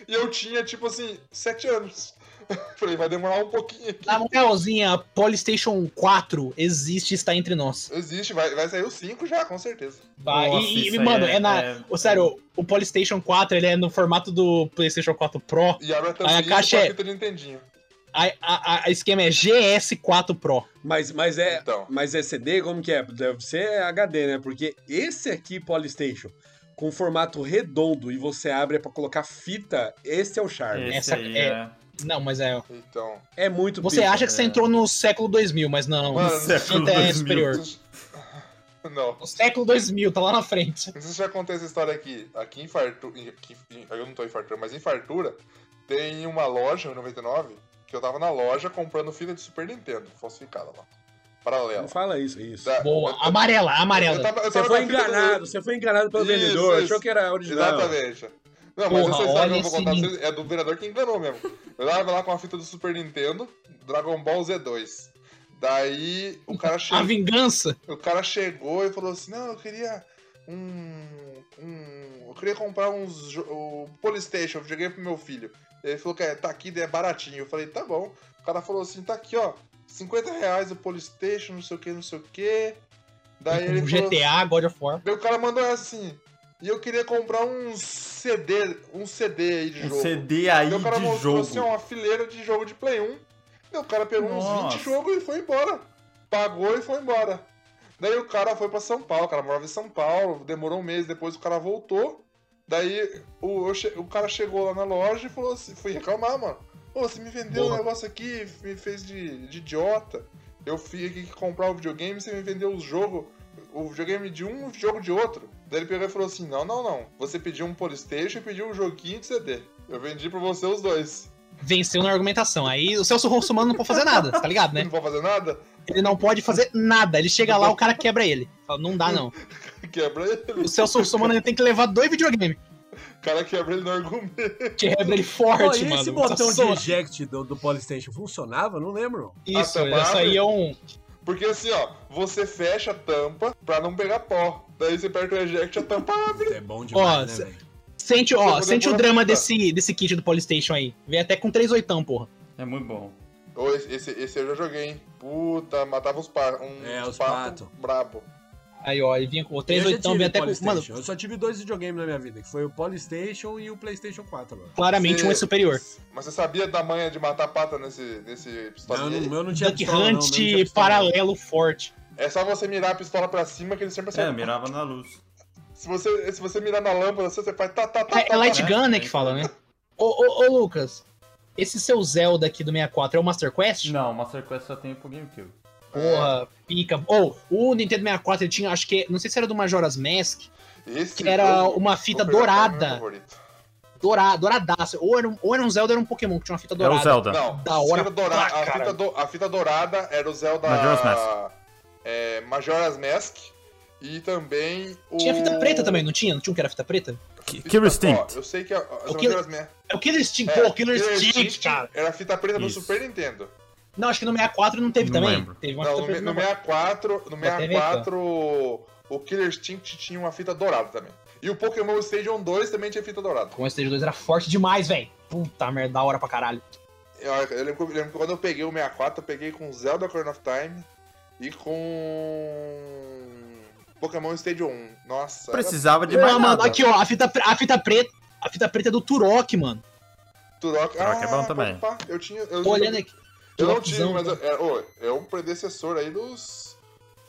[SPEAKER 5] E eu tinha, tipo assim, 7 anos. *laughs* Falei, vai demorar um pouquinho aqui.
[SPEAKER 2] Na moralzinha, a Polystation 4 existe e está entre nós.
[SPEAKER 5] Existe, vai, vai sair o 5 já, com certeza.
[SPEAKER 2] Vai.
[SPEAKER 3] Nossa,
[SPEAKER 2] e, e,
[SPEAKER 3] isso aí
[SPEAKER 2] mano, é, na.
[SPEAKER 3] é-
[SPEAKER 2] Ô, sério, o Polystation 4 ele é no formato do PlayStation 4 Pro.
[SPEAKER 5] E abre a
[SPEAKER 2] Aí
[SPEAKER 5] tampinha
[SPEAKER 2] a caixa
[SPEAKER 5] com
[SPEAKER 2] é-
[SPEAKER 5] fita Nintendinho.
[SPEAKER 2] A, a, a- a esquema é GS4 Pro.
[SPEAKER 1] Mas, mas é.
[SPEAKER 5] Então.
[SPEAKER 1] Mas é CD, como que é? Deve ser HD, né? Porque esse aqui, Polystation, com formato redondo e você abre pra colocar fita, esse é o charme.
[SPEAKER 3] Esse
[SPEAKER 2] Essa-
[SPEAKER 3] aí
[SPEAKER 2] é-
[SPEAKER 3] é...
[SPEAKER 2] Não, mas é.
[SPEAKER 5] Então.
[SPEAKER 1] É, muito
[SPEAKER 2] Você
[SPEAKER 1] pica.
[SPEAKER 2] acha que você entrou no século 2000, mas não.
[SPEAKER 5] Mano,
[SPEAKER 3] século
[SPEAKER 2] Fita é
[SPEAKER 3] 2000.
[SPEAKER 2] superior.
[SPEAKER 5] *laughs* Não.
[SPEAKER 2] O século 2000, tá lá na frente.
[SPEAKER 5] Não sei se já contei essa história aqui. Aqui em Fartura. Eu não tô em Fartura, mas em Fartura tem uma loja, em 99, que eu tava na loja comprando fita de Super Nintendo, falsificada lá. Paralela.
[SPEAKER 1] Não fala isso, isso.
[SPEAKER 5] Da-
[SPEAKER 2] Boa.
[SPEAKER 5] eu-
[SPEAKER 2] Amarela,
[SPEAKER 5] eu
[SPEAKER 2] amarela.
[SPEAKER 5] tava- eu
[SPEAKER 1] Você
[SPEAKER 5] tava
[SPEAKER 1] foi
[SPEAKER 5] na fita do-
[SPEAKER 1] enganado, você foi enganado pelo
[SPEAKER 5] Isso,
[SPEAKER 1] vendedor,
[SPEAKER 5] isso.
[SPEAKER 1] achou que era original.
[SPEAKER 5] Exatamente. Não, mas
[SPEAKER 2] Porra,
[SPEAKER 5] essa história que
[SPEAKER 2] olha
[SPEAKER 5] eu vou contar pra
[SPEAKER 2] esse
[SPEAKER 5] vocês é do vereador que enganou mesmo. Eu tava lá com a fita do Super Nintendo, Dragon Ball Z2. Daí o cara
[SPEAKER 2] A
[SPEAKER 5] chegou.
[SPEAKER 2] vingança.
[SPEAKER 5] O cara chegou e falou assim: Não, eu queria um. um eu queria comprar uns. jo- O Polystation, eu joguei pro meu filho. Ele falou que é, tá aqui, é baratinho. Eu falei: Tá bom. O cara falou assim: Tá aqui, ó. 50 reais o Polystation, não sei o que, não sei o que. Daí ele
[SPEAKER 2] Tipo,
[SPEAKER 5] falou.
[SPEAKER 2] GTA, God of War.
[SPEAKER 5] Daí o cara mandou essa assim: E eu queria comprar um CD, um CD aí de
[SPEAKER 3] Um
[SPEAKER 5] jogo.
[SPEAKER 3] CD aí
[SPEAKER 5] Aí o cara
[SPEAKER 3] de
[SPEAKER 5] mostrou assim,
[SPEAKER 3] jogo.
[SPEAKER 5] uma fileira de jogo de Play 1. Daí o cara pegou uns
[SPEAKER 3] Nossa.
[SPEAKER 5] 20 jogos e foi embora. Pagou e foi embora. Daí o cara foi pra São Paulo, o cara morava em São Paulo, demorou um mês, depois o cara voltou. Daí o, eu che- o cara chegou lá na loja e falou assim, fui reclamar, mano. Pô, você me vendeu
[SPEAKER 2] Boa.
[SPEAKER 5] um negócio aqui, me fez de, de idiota. Eu fui aqui comprar o videogame, você me vendeu os jogos, o videogame de um e o jogo de outro. Daí ele pegou e falou assim: Não, não, não. Você pediu um Polystation e pediu um joguinho de CD. Eu vendi pra você os dois.
[SPEAKER 2] Venceu na argumentação. Aí o Celso Russomano não pode fazer nada, tá ligado,
[SPEAKER 5] Né?
[SPEAKER 2] né?
[SPEAKER 5] Não vou fazer nada? *laughs*
[SPEAKER 2] Ele não pode fazer nada. Ele chega lá, o cara quebra ele. Fala, não dá, não.
[SPEAKER 5] Quebra ele.
[SPEAKER 2] O Celso Russomano ele tem que levar dois videogames.
[SPEAKER 5] O cara quebra ele no argumento.
[SPEAKER 2] Quebra ele
[SPEAKER 7] Pô,
[SPEAKER 2] forte,
[SPEAKER 7] e
[SPEAKER 2] mano. Tá
[SPEAKER 7] esse botão de
[SPEAKER 2] Só-
[SPEAKER 7] eject do, do Polystation funcionava? Eu Não lembro.
[SPEAKER 2] Isso,
[SPEAKER 5] Ah, tá,
[SPEAKER 2] isso aí é um.
[SPEAKER 5] Porque assim, ó, você fecha a tampa pra não pegar pó. Daí você aperta o eject a tampa.
[SPEAKER 7] Isso é bom demais,
[SPEAKER 2] cê-
[SPEAKER 7] né, velho?
[SPEAKER 2] Sente,
[SPEAKER 5] Eu
[SPEAKER 2] ó,
[SPEAKER 5] vou
[SPEAKER 2] sente o
[SPEAKER 5] demorar
[SPEAKER 2] drama
[SPEAKER 5] pra-
[SPEAKER 2] desse, desse kit do Polystation aí. Vem até com 3 oitão, porra.
[SPEAKER 3] É muito bom.
[SPEAKER 5] Ô, esse, esse, esse eu já joguei, hein? Puta, matava os patos. Um,
[SPEAKER 7] É, os pato.
[SPEAKER 5] Brabo.
[SPEAKER 2] Aí, ó, ele vinha com
[SPEAKER 7] Eu
[SPEAKER 2] 3
[SPEAKER 7] já
[SPEAKER 2] oitão,
[SPEAKER 7] tive
[SPEAKER 2] vem até com.
[SPEAKER 7] é Polystation.
[SPEAKER 2] Mano,
[SPEAKER 7] Eu só tive dois videogames na minha vida, que foi o Polystation e o Playstation 4 agora.
[SPEAKER 2] claramente
[SPEAKER 5] Você-
[SPEAKER 2] um é superior.
[SPEAKER 5] Mas você sabia da manha de matar pata nesse, nesse
[SPEAKER 7] Não, eu
[SPEAKER 5] pistolinho? aí?
[SPEAKER 7] não, eu não tinha
[SPEAKER 2] Duck
[SPEAKER 7] pistola, não, eu não
[SPEAKER 2] Hunt
[SPEAKER 7] tinha pistola.
[SPEAKER 2] paralelo forte.
[SPEAKER 5] É só você mirar a pistola pra cima que ele sempre
[SPEAKER 3] É,
[SPEAKER 5] acerta.
[SPEAKER 3] mirava na luz.
[SPEAKER 5] Se você, se você mirar na lâmpada, você faz tá, tá, tá,
[SPEAKER 2] É, é
[SPEAKER 5] tá,
[SPEAKER 2] Light
[SPEAKER 5] tá.
[SPEAKER 2] Gun, né, que fala, né? Ô, ô, ô, Lucas, esse seu Zelda aqui do 64 é o Master Quest?
[SPEAKER 3] Não, o Master Quest só tem pro GameCube.
[SPEAKER 2] Porra, pica. Ou, o Nintendo 64 ele tinha, acho que, não sei se era do Majora's Mask,
[SPEAKER 5] Esse
[SPEAKER 2] que era
[SPEAKER 5] jogo,
[SPEAKER 2] uma fita
[SPEAKER 5] vou pegar pra mim, meu
[SPEAKER 2] dourada.
[SPEAKER 5] favorito.
[SPEAKER 2] Dourada, douradaça. Ou era, um, ou era um Zelda, ou era um Pokémon que tinha uma fita dourada.
[SPEAKER 3] É o Zelda.
[SPEAKER 5] Não,
[SPEAKER 2] Da hora
[SPEAKER 5] fita dourada-
[SPEAKER 2] pra
[SPEAKER 5] a, fita
[SPEAKER 2] caralho.
[SPEAKER 5] do- a fita dourada era o Zelda
[SPEAKER 3] Majora's Mask.
[SPEAKER 5] é, Majora's Mask e também o...
[SPEAKER 2] Tinha fita preta também, não tinha? Não tinha um que era fita preta?
[SPEAKER 3] Killer
[SPEAKER 5] Ó,
[SPEAKER 3] Instinct.
[SPEAKER 5] eu sei que a, a
[SPEAKER 2] O
[SPEAKER 5] Majora's Mask...
[SPEAKER 2] É o Killer Stick,
[SPEAKER 5] é,
[SPEAKER 2] pô, o Killer, Stick, cara.
[SPEAKER 5] Era a fita preta do
[SPEAKER 3] Isso.
[SPEAKER 5] Super Nintendo.
[SPEAKER 2] Não, acho que no 64 não teve
[SPEAKER 3] Não
[SPEAKER 2] também.
[SPEAKER 3] lembro.
[SPEAKER 2] Teve uma
[SPEAKER 5] Não,
[SPEAKER 2] fita
[SPEAKER 5] no,
[SPEAKER 2] preta.
[SPEAKER 5] me- no
[SPEAKER 2] não.
[SPEAKER 5] 64, no
[SPEAKER 2] Vou até ver
[SPEAKER 5] 64 o Killer Instinct tinha uma fita dourada também. E o Pokémon Stadium 2 também tinha fita dourada.
[SPEAKER 2] Como o Stage 2 era forte demais, velho. Puta merda, da hora pra caralho.
[SPEAKER 5] Eu, eu lembro, que- eu lembro que quando eu peguei o 64, eu peguei com Zelda Ocarina of Time e com Pokémon Stadium 1. Nossa. era
[SPEAKER 3] Precisava de
[SPEAKER 5] Não,
[SPEAKER 3] mais
[SPEAKER 2] Ah, mano,
[SPEAKER 3] nada.
[SPEAKER 2] aqui, ó, a fita, pre- a fita preta. A fita preta é do Turok, mano.
[SPEAKER 5] Turok.
[SPEAKER 3] Turok é bom
[SPEAKER 5] pode
[SPEAKER 3] também.
[SPEAKER 5] Ah, pá, Eu tinha. Eu,
[SPEAKER 2] Tô olhando aqui.
[SPEAKER 5] eu não
[SPEAKER 2] né, Turokzão,
[SPEAKER 5] tinha, mas eu, é, ô, é um predecessor aí dos.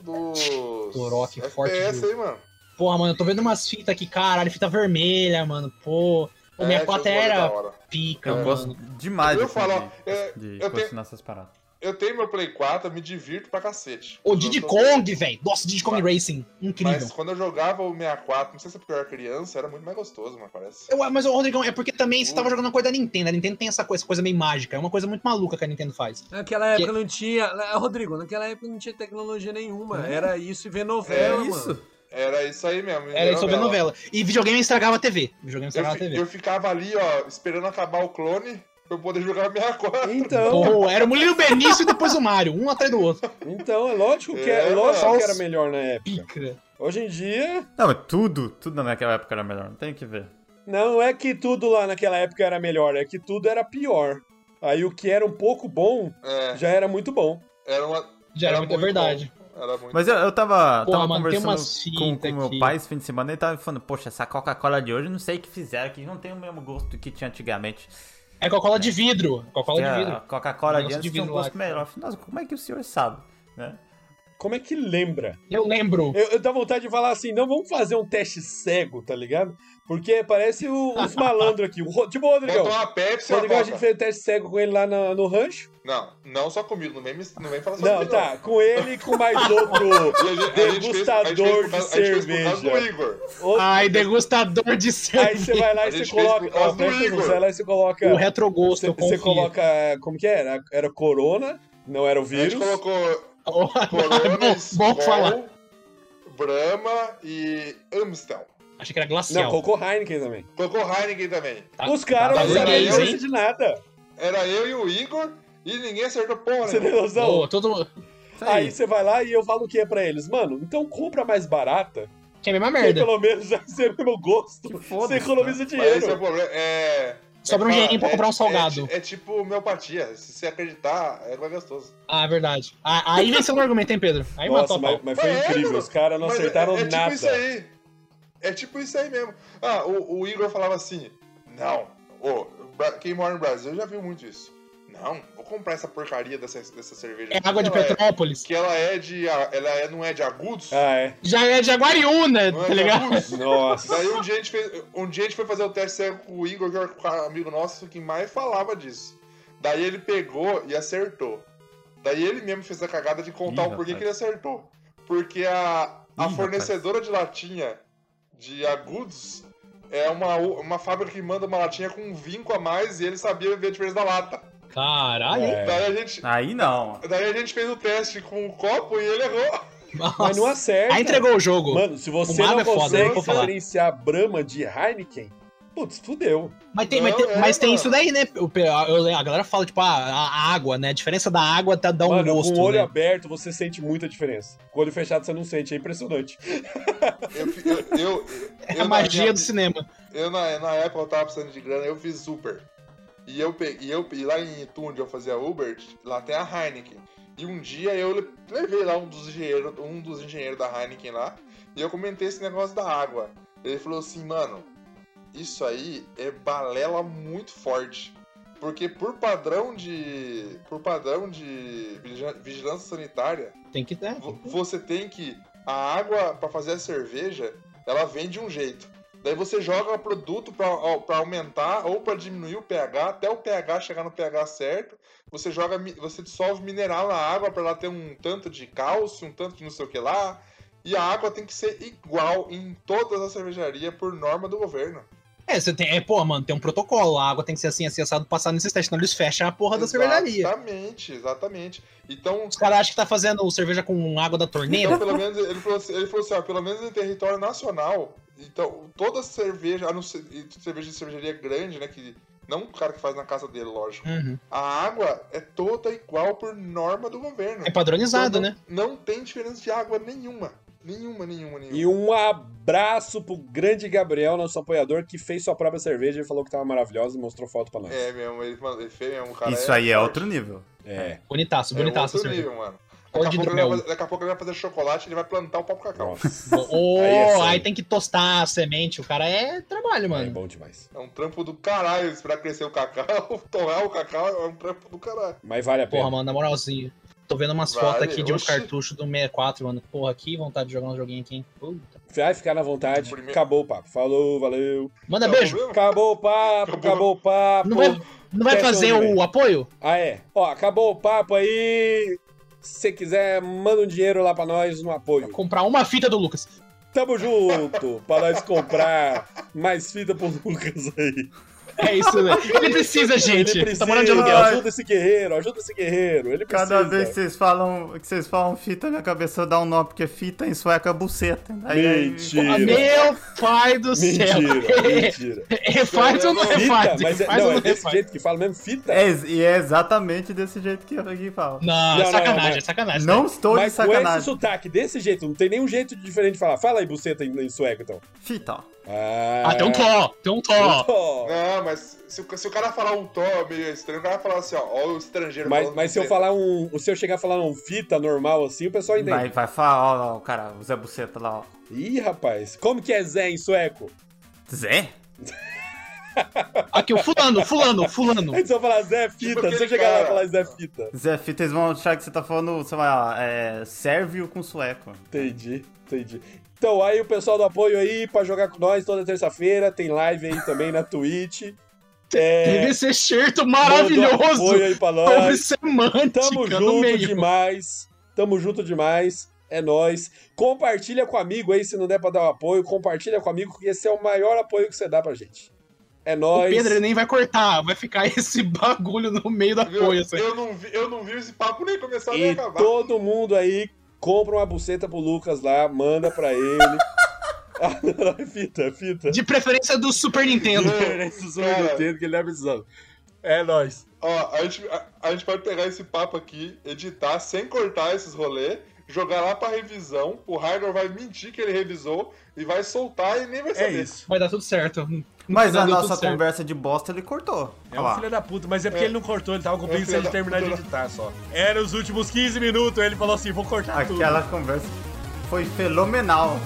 [SPEAKER 5] Dos.
[SPEAKER 2] Turok, forte
[SPEAKER 5] FPS
[SPEAKER 2] de-
[SPEAKER 5] aí, mano.
[SPEAKER 2] Porra, mano, eu tô vendo umas fitas aqui, caralho, fita vermelha, mano, pô. O 64
[SPEAKER 5] É, tinha uns bagulho
[SPEAKER 2] era
[SPEAKER 5] da hora.
[SPEAKER 2] pica,
[SPEAKER 3] Eu
[SPEAKER 2] mano.
[SPEAKER 3] gosto demais
[SPEAKER 5] Eu
[SPEAKER 3] de-
[SPEAKER 5] falo,
[SPEAKER 3] de,
[SPEAKER 5] é,
[SPEAKER 3] de
[SPEAKER 5] eu tenho-
[SPEAKER 3] continuar essas paradas.
[SPEAKER 5] Eu tenho meu Play 4, eu me divirto pra cacete.
[SPEAKER 2] O Diddy
[SPEAKER 5] Eu tô-
[SPEAKER 2] Kong, velho. Nossa, Diddy Kong Racing. Incrível.
[SPEAKER 5] Mas quando eu jogava o 64, não sei se é porque eu era criança, era muito mais gostoso, mano, parece.
[SPEAKER 2] Eu- mas, ô, Rodrigão, é porque também você tava jogando uma coisa da Nintendo. A Nintendo tem essa coisa, essa coisa meio mágica. É uma coisa muito maluca que a Nintendo faz.
[SPEAKER 7] Naquela época não tinha. Ah, Rodrigo, naquela época não tinha tecnologia nenhuma. Era isso e ver novela,
[SPEAKER 1] É
[SPEAKER 7] mano.
[SPEAKER 5] Era isso aí mesmo.
[SPEAKER 2] Era sobre novela. E videogame estragava a TV. Videogame
[SPEAKER 5] Eu,
[SPEAKER 2] estragava a
[SPEAKER 5] fi-
[SPEAKER 2] TV.
[SPEAKER 5] eu ficava ali, ó, esperando acabar o clone pra eu poder jogar a minha *laughs* quadra.
[SPEAKER 1] Então,
[SPEAKER 2] Pô, era o Murilo Benício e depois o Mario. Um atrás do outro.
[SPEAKER 1] então é lógico que,
[SPEAKER 5] É,
[SPEAKER 1] é, lógico
[SPEAKER 5] mano.
[SPEAKER 1] que era melhor na época.
[SPEAKER 2] Pica.
[SPEAKER 1] Hoje em dia,
[SPEAKER 3] Não, mas tudo, tudo naquela época era melhor. Não tem que ver.
[SPEAKER 1] não é que tudo lá naquela época era melhor, é que tudo era pior. Aí o que era um pouco bom
[SPEAKER 5] É,
[SPEAKER 1] já era muito bom.
[SPEAKER 5] era uma.
[SPEAKER 2] Já era,
[SPEAKER 5] Era
[SPEAKER 2] muito, é
[SPEAKER 5] muito
[SPEAKER 2] verdade.
[SPEAKER 5] Era muito.
[SPEAKER 3] Mas eu, eu tava,
[SPEAKER 2] Pô,
[SPEAKER 3] tava
[SPEAKER 2] mano, tem
[SPEAKER 3] conversando
[SPEAKER 2] umas
[SPEAKER 3] com,
[SPEAKER 2] fitas
[SPEAKER 3] com meu
[SPEAKER 2] aqui.
[SPEAKER 3] pai esse fim de semana e tava falando, poxa, essa Coca-Cola de hoje não sei o que fizeram, que não tem o mesmo gosto que tinha antigamente.
[SPEAKER 2] É Coca-Cola de vidro. Coca-Cola
[SPEAKER 3] Que
[SPEAKER 2] de
[SPEAKER 3] a
[SPEAKER 2] vidro.
[SPEAKER 3] Coca-Cola de
[SPEAKER 2] Gosto de
[SPEAKER 3] antes tinha um
[SPEAKER 2] vidro lá,
[SPEAKER 3] gosto
[SPEAKER 2] cara.
[SPEAKER 3] melhor. Eu falei, Nossa, como é que o senhor sabe? Né?
[SPEAKER 1] Como é que lembra?
[SPEAKER 2] Eu lembro.
[SPEAKER 1] Eu, eu dá vontade de falar assim, não vamos fazer um teste cego, tá ligado? Porque parece o- os malandros aqui. O, Ro- tipo o Rodrigão.
[SPEAKER 5] Botou uma Pepsi
[SPEAKER 1] O
[SPEAKER 5] ou
[SPEAKER 1] Rodrigão,
[SPEAKER 5] uma
[SPEAKER 1] a gente
[SPEAKER 5] Coca?
[SPEAKER 1] fez o teste cego com ele lá na- no rancho.
[SPEAKER 5] Não, não só comigo, não vem, me- não vem falar só um
[SPEAKER 1] Não,
[SPEAKER 5] comigo,
[SPEAKER 1] tá, com ele e com
[SPEAKER 5] *laughs*
[SPEAKER 1] mais outro.
[SPEAKER 5] E a gente- a gente fez- a gente fez
[SPEAKER 1] Degustador
[SPEAKER 5] por causa-
[SPEAKER 1] de
[SPEAKER 5] a gente fez por causa
[SPEAKER 1] cerveja.
[SPEAKER 5] do Igor.
[SPEAKER 1] outro
[SPEAKER 2] Ai, degustador de
[SPEAKER 1] Aí você
[SPEAKER 2] cerveja.
[SPEAKER 1] vai lá
[SPEAKER 5] A
[SPEAKER 1] e você
[SPEAKER 5] gente fez
[SPEAKER 1] coloca.
[SPEAKER 5] por causa
[SPEAKER 1] Ó,
[SPEAKER 5] do
[SPEAKER 1] presta atenção,
[SPEAKER 5] Igor.
[SPEAKER 1] você vai lá e você coloca.
[SPEAKER 2] O retrogosto,
[SPEAKER 1] você,
[SPEAKER 2] eu
[SPEAKER 1] você
[SPEAKER 2] confio.
[SPEAKER 1] coloca. Como que era? Era Corona, não era o
[SPEAKER 5] A gente
[SPEAKER 1] vírus.
[SPEAKER 5] colocou
[SPEAKER 2] Oh,
[SPEAKER 5] Corona,
[SPEAKER 2] bom, bom
[SPEAKER 5] Skol,
[SPEAKER 2] falar.
[SPEAKER 5] né? Brahma e Amstel.
[SPEAKER 2] Achei que era
[SPEAKER 5] assim,
[SPEAKER 1] Não,
[SPEAKER 2] glacial.
[SPEAKER 1] colocou Heineken também.
[SPEAKER 5] Colocou Heineken também.
[SPEAKER 2] Tá-
[SPEAKER 1] Os caras
[SPEAKER 2] tá
[SPEAKER 1] não sabiam
[SPEAKER 5] burguês,
[SPEAKER 1] isso
[SPEAKER 2] hein?
[SPEAKER 1] de nada.
[SPEAKER 5] Era eu e o Igor e ninguém acertou porra.
[SPEAKER 1] Você
[SPEAKER 5] nenhuma.
[SPEAKER 1] tem noção?
[SPEAKER 2] Pô, todo...
[SPEAKER 3] Isso
[SPEAKER 2] tá
[SPEAKER 3] aí.
[SPEAKER 1] Aí você vai lá e eu falo o que pra eles? Mano, então compra mais barata,
[SPEAKER 2] Que é a mesma
[SPEAKER 1] que
[SPEAKER 2] merda.
[SPEAKER 1] pelo menos já você o meu gosto. Você
[SPEAKER 3] foda-se,
[SPEAKER 1] economiza
[SPEAKER 5] Mas esse é o
[SPEAKER 1] dinheiro.
[SPEAKER 5] problema. É.
[SPEAKER 2] Sobra um
[SPEAKER 5] é,
[SPEAKER 2] dinheirinho pra
[SPEAKER 5] é,
[SPEAKER 2] comprar um
[SPEAKER 5] é,
[SPEAKER 2] salgado.
[SPEAKER 5] É, tipo homeopatia. Se você acreditar, é mais gostoso.
[SPEAKER 2] Ah, verdade. Ah, aí venceu o argumento, hein, Pedro? Aí
[SPEAKER 1] Nossa,
[SPEAKER 2] matou a pau.
[SPEAKER 1] mas, mas foi
[SPEAKER 5] É,
[SPEAKER 1] incrível.
[SPEAKER 5] mano.
[SPEAKER 1] Os caras não
[SPEAKER 5] Mas é-
[SPEAKER 1] acertaram
[SPEAKER 5] é, tipo
[SPEAKER 1] nada.
[SPEAKER 5] isso aí. É tipo isso aí mesmo. Ah, o, o Igor falava assim: Não, ô, Bra- quem mora no Brasil já viu muito isso. Não, vou comprar essa porcaria dessa, dessa cerveja.
[SPEAKER 2] É
[SPEAKER 5] aqui,
[SPEAKER 2] água de
[SPEAKER 5] que ela é-
[SPEAKER 2] Petrópolis.
[SPEAKER 5] que ela é de. Ela é, não é de agudos?
[SPEAKER 1] Ah, é.
[SPEAKER 2] Já é de Aguariúna,
[SPEAKER 5] não
[SPEAKER 2] tá ligado?
[SPEAKER 5] agudos?
[SPEAKER 1] Nossa.
[SPEAKER 5] Daí um dia, a gente fez, um dia a gente foi fazer o teste cego com o Igor, que era o cara- amigo nosso que mais falava disso. Daí ele pegou e acertou. Daí ele mesmo fez a cagada de contar
[SPEAKER 3] Ih,
[SPEAKER 5] o porquê
[SPEAKER 3] rapaz.
[SPEAKER 5] que ele acertou. Porque a, a
[SPEAKER 3] Ih,
[SPEAKER 5] fornecedora de latinha de agudos é uma, uma fábrica que manda uma latinha com um vinco a mais e ele sabia ver a diferença da lata.
[SPEAKER 2] Caralho. hein?
[SPEAKER 1] É.
[SPEAKER 5] Daí, a gente,
[SPEAKER 3] Aí não.
[SPEAKER 5] daí a gente fez o teste com o copo e ele errou.
[SPEAKER 1] É. Mas não acerta.
[SPEAKER 2] Aí entregou o jogo.
[SPEAKER 1] Mano, se você
[SPEAKER 2] Fumado
[SPEAKER 1] não
[SPEAKER 2] é foda,
[SPEAKER 1] consegue
[SPEAKER 5] não vou
[SPEAKER 2] falar.
[SPEAKER 1] diferenciar Brahma de Heineken, putz, fudeu.
[SPEAKER 2] Mas tem, mas
[SPEAKER 5] Não,
[SPEAKER 2] tem,
[SPEAKER 5] é,
[SPEAKER 2] mas tem
[SPEAKER 5] mano.
[SPEAKER 2] isso daí, né? O pe- a- eu- a galera fala, tipo, ah, a água, né? A diferença da água tá, dá um
[SPEAKER 1] Mano,
[SPEAKER 2] gosto,
[SPEAKER 1] com o olho
[SPEAKER 2] né?
[SPEAKER 1] aberto você sente muita diferença. Com o olho fechado você não sente, é impressionante.
[SPEAKER 5] Eu, eu, eu, eu,
[SPEAKER 2] É a
[SPEAKER 5] na
[SPEAKER 2] magia
[SPEAKER 5] minha-
[SPEAKER 2] do cinema.
[SPEAKER 5] Eu na, na época eu tava precisando de grana, eu fiz Uber. E eu peguei, eu, e lá em Itu, onde eu fazia Uber, lá tem a Heineken. E um dia eu le- levei lá um dos engenheiros, um dos engenheiros da Heineken lá, e eu comentei esse negócio da água. Ele falou assim, mano, isso aí é balela muito forte. Porque por padrão de. Por padrão de vigila- vigilância sanitária,
[SPEAKER 2] Tem que né? ter.
[SPEAKER 5] Vo- você tem que. A água pra fazer a cerveja, ela vem de um jeito. Daí você joga o produto pra ó, pra aumentar ou pra diminuir o pH, até o pH chegar no pH certo. Você joga, mi- você dissolve mineral na água pra ela ter um tanto de cálcio, um tanto de não sei o que lá. E a água tem que ser igual em todas as cervejarias por norma do governo.
[SPEAKER 2] É, você tem. É, pô, mano, tem um protocolo. A água tem que ser assim, assim, assado, passar nesses testes. Senão eles fecham a porra da cervejaria.
[SPEAKER 5] Exatamente, exatamente. Então,
[SPEAKER 2] Os caras acham que tá fazendo cerveja com água da torneira.
[SPEAKER 5] *laughs* Então, pelo menos, ele falou assim, ele falou assim ó, pelo menos em território nacional, então, toda cerveja, a não ser, e cerveja de cervejaria grande, né, que não o cara que faz na casa dele, lógico,
[SPEAKER 2] Uhum.
[SPEAKER 5] a água é toda igual por norma do governo.
[SPEAKER 2] É padronizado,
[SPEAKER 5] Então,
[SPEAKER 2] né?
[SPEAKER 5] Não não tem diferença de água nenhuma. Nenhuma, nenhuma, nenhuma.
[SPEAKER 1] E um abraço pro grande Gabriel, nosso apoiador, que fez sua própria cerveja e falou que tava maravilhosa e mostrou foto pra nós.
[SPEAKER 5] É mesmo, ele, mano, ele fez mesmo, o cara.
[SPEAKER 3] Isso aí é
[SPEAKER 5] forte.
[SPEAKER 3] outro nível.
[SPEAKER 1] É,
[SPEAKER 2] Bonitaço,
[SPEAKER 5] É
[SPEAKER 2] bonitaço.
[SPEAKER 5] outro
[SPEAKER 2] a cerveja.
[SPEAKER 5] nível, mano.
[SPEAKER 2] Pó
[SPEAKER 5] Daqui a,
[SPEAKER 2] de
[SPEAKER 5] pouco ele vai
[SPEAKER 2] dragão.
[SPEAKER 5] fazer, daqui a pouco ele vai fazer chocolate, ele vai plantar o papo cacau.
[SPEAKER 1] nossa.
[SPEAKER 5] *laughs*
[SPEAKER 2] Ô,
[SPEAKER 1] Aí é
[SPEAKER 2] aí,
[SPEAKER 1] sério.
[SPEAKER 2] tem que tostar a semente. O cara é trabalho,
[SPEAKER 1] É
[SPEAKER 2] mano.
[SPEAKER 1] bom demais.
[SPEAKER 5] É um trampo do caralho esperar crescer o cacau, *laughs* torrar o cacau é um trampo do caralho.
[SPEAKER 1] Mas vale a pena.
[SPEAKER 2] Porra, mano, na moralzinha. Tô vendo umas
[SPEAKER 5] é. Vale,
[SPEAKER 2] fotos aqui de uns
[SPEAKER 5] oxi.
[SPEAKER 2] cartuchos do 64, mano. Porra, que vontade de jogar um joguinho aqui, hein? Puta.
[SPEAKER 1] Vai ficar na vontade.
[SPEAKER 5] Primeiro-
[SPEAKER 1] Acabou o papo. Falou, valeu.
[SPEAKER 2] Manda
[SPEAKER 5] Tá
[SPEAKER 2] beijo.
[SPEAKER 5] bom mesmo?
[SPEAKER 1] Acabou o papo, acabou o papo.
[SPEAKER 2] Não vai, não vai
[SPEAKER 1] Até
[SPEAKER 2] fazer
[SPEAKER 1] semana que
[SPEAKER 2] o apoio?
[SPEAKER 1] Ah, é. Ó, acabou o papo aí. Se você quiser, manda um dinheiro lá pra nós no apoio.
[SPEAKER 2] Comprar uma fita do Lucas.
[SPEAKER 1] Tamo junto *laughs* pra nós comprar mais fita pro Lucas aí.
[SPEAKER 2] É isso, né? *laughs* Ele precisa, gente.
[SPEAKER 1] Ele precisa,
[SPEAKER 2] Tá morando de aluguel.
[SPEAKER 1] ajuda esse guerreiro, ajuda esse guerreiro. Ele precisa.
[SPEAKER 3] Cada vez que vocês falam, que vocês falam fita, minha cabeça dá um nó, porque fita em sueca é buceta. Aí, é aí-
[SPEAKER 1] Mentira.
[SPEAKER 2] Ah, Meu pai do céu.
[SPEAKER 1] Mentira,
[SPEAKER 2] *laughs*
[SPEAKER 1] mentira.
[SPEAKER 2] refaz ou não
[SPEAKER 1] Fita,
[SPEAKER 2] refaz?
[SPEAKER 1] mas é,
[SPEAKER 2] Refaz ou
[SPEAKER 1] não, é
[SPEAKER 2] não
[SPEAKER 1] desse
[SPEAKER 2] refaz?
[SPEAKER 1] jeito que fala mesmo, fita.
[SPEAKER 3] é, ex- e é exatamente desse jeito que eu aqui falo.
[SPEAKER 2] Não,
[SPEAKER 1] Não,
[SPEAKER 2] é
[SPEAKER 1] não,
[SPEAKER 2] sacanagem,
[SPEAKER 1] mas-
[SPEAKER 2] é sacanagem.
[SPEAKER 3] Não estou de
[SPEAKER 1] Mas com esse
[SPEAKER 3] sacanagem.
[SPEAKER 1] sotaque, desse jeito, não tem nenhum jeito diferente de falar. Fala aí, buceta em, em sueco, então.
[SPEAKER 3] Fita.
[SPEAKER 1] Ah,
[SPEAKER 2] Ah, tem um tó, tem
[SPEAKER 1] *laughs*
[SPEAKER 2] um tó.
[SPEAKER 1] Ó.
[SPEAKER 5] Não, mas se, o- se o cara falar um tó meio estranho, o cara fala assim, ó, ó o estrangeiro
[SPEAKER 1] Mas,
[SPEAKER 5] falando
[SPEAKER 1] mas se eu
[SPEAKER 5] buceta.
[SPEAKER 1] falar um. Se eu chegar a falar um fita normal assim, o pessoal entende.
[SPEAKER 3] Vai, vai falar, ó lá, o cara, o Zé Buceta lá, ó.
[SPEAKER 1] Ih, rapaz, como que é Zé em sueco?
[SPEAKER 3] Zé?
[SPEAKER 2] Aqui, o fulano, fulano, fulano.
[SPEAKER 1] Antes eu falar Zé Fita,
[SPEAKER 5] Tipo aquele
[SPEAKER 1] se eu chegar lá e
[SPEAKER 5] cara.
[SPEAKER 1] falar Zé Fita.
[SPEAKER 3] Zé Fita, eles vão achar que você tá falando, sei lá, é, sérvio com sueco.
[SPEAKER 1] Entendi, entendi. Então, aí o pessoal do apoio aí pra jogar com nós toda terça-feira, tem live aí também na Twitch.
[SPEAKER 2] Teve
[SPEAKER 1] É,
[SPEAKER 2] esse shirto
[SPEAKER 1] mandou um apoio
[SPEAKER 2] maravilhoso.
[SPEAKER 1] aí pra
[SPEAKER 2] Houve
[SPEAKER 1] nós.
[SPEAKER 2] semântica
[SPEAKER 1] Tamo
[SPEAKER 2] no
[SPEAKER 1] junto
[SPEAKER 2] meio.
[SPEAKER 1] demais. Tamo junto demais. É nóis. Compartilha com amigo aí, se não der pra dar o apoio, compartilha com amigo, que esse é o maior apoio que você dá pra gente. É
[SPEAKER 2] O
[SPEAKER 1] nóis.
[SPEAKER 2] Pedro ele nem vai cortar, vai ficar *laughs* esse bagulho no meio assim. da
[SPEAKER 5] Viu?
[SPEAKER 2] coisa.
[SPEAKER 5] Eu não, vi, eu não vi esse papo nem começar nem
[SPEAKER 1] E
[SPEAKER 5] acabar.
[SPEAKER 1] todo mundo aí compra uma buceta pro Lucas lá, manda pra ele. *laughs* Ah, não, não, fita, fita.
[SPEAKER 2] De preferência do
[SPEAKER 1] *laughs*
[SPEAKER 2] Super Nintendo.
[SPEAKER 5] Cara.
[SPEAKER 1] Nintendo que ele tá precisando. É nóis.
[SPEAKER 5] Ó, a gente, a, a gente vai pegar esse papo aqui, editar, sem cortar esses rolê, jogar lá pra revisão, o Raigor vai mentir que ele revisou e vai soltar e nem vai
[SPEAKER 1] É
[SPEAKER 5] saber.
[SPEAKER 1] isso.
[SPEAKER 2] Vai dar tudo certo. No
[SPEAKER 3] Mas
[SPEAKER 2] final
[SPEAKER 3] a
[SPEAKER 2] deu tudo
[SPEAKER 3] nossa
[SPEAKER 2] certo.
[SPEAKER 3] conversa de bosta ele cortou.
[SPEAKER 1] É
[SPEAKER 3] Olha
[SPEAKER 1] um
[SPEAKER 3] lá.
[SPEAKER 1] filho da puta, mas é porque ele não cortou, ele tava com
[SPEAKER 5] É um preguiça
[SPEAKER 1] preguiça
[SPEAKER 5] filho
[SPEAKER 1] de
[SPEAKER 5] de da
[SPEAKER 1] terminar
[SPEAKER 5] terminar
[SPEAKER 1] de
[SPEAKER 5] de puta.
[SPEAKER 1] editar só. Era os últimos 15 minutos, ele falou assim, vou cortar tudo.
[SPEAKER 3] Aquela conversa foi fenomenal.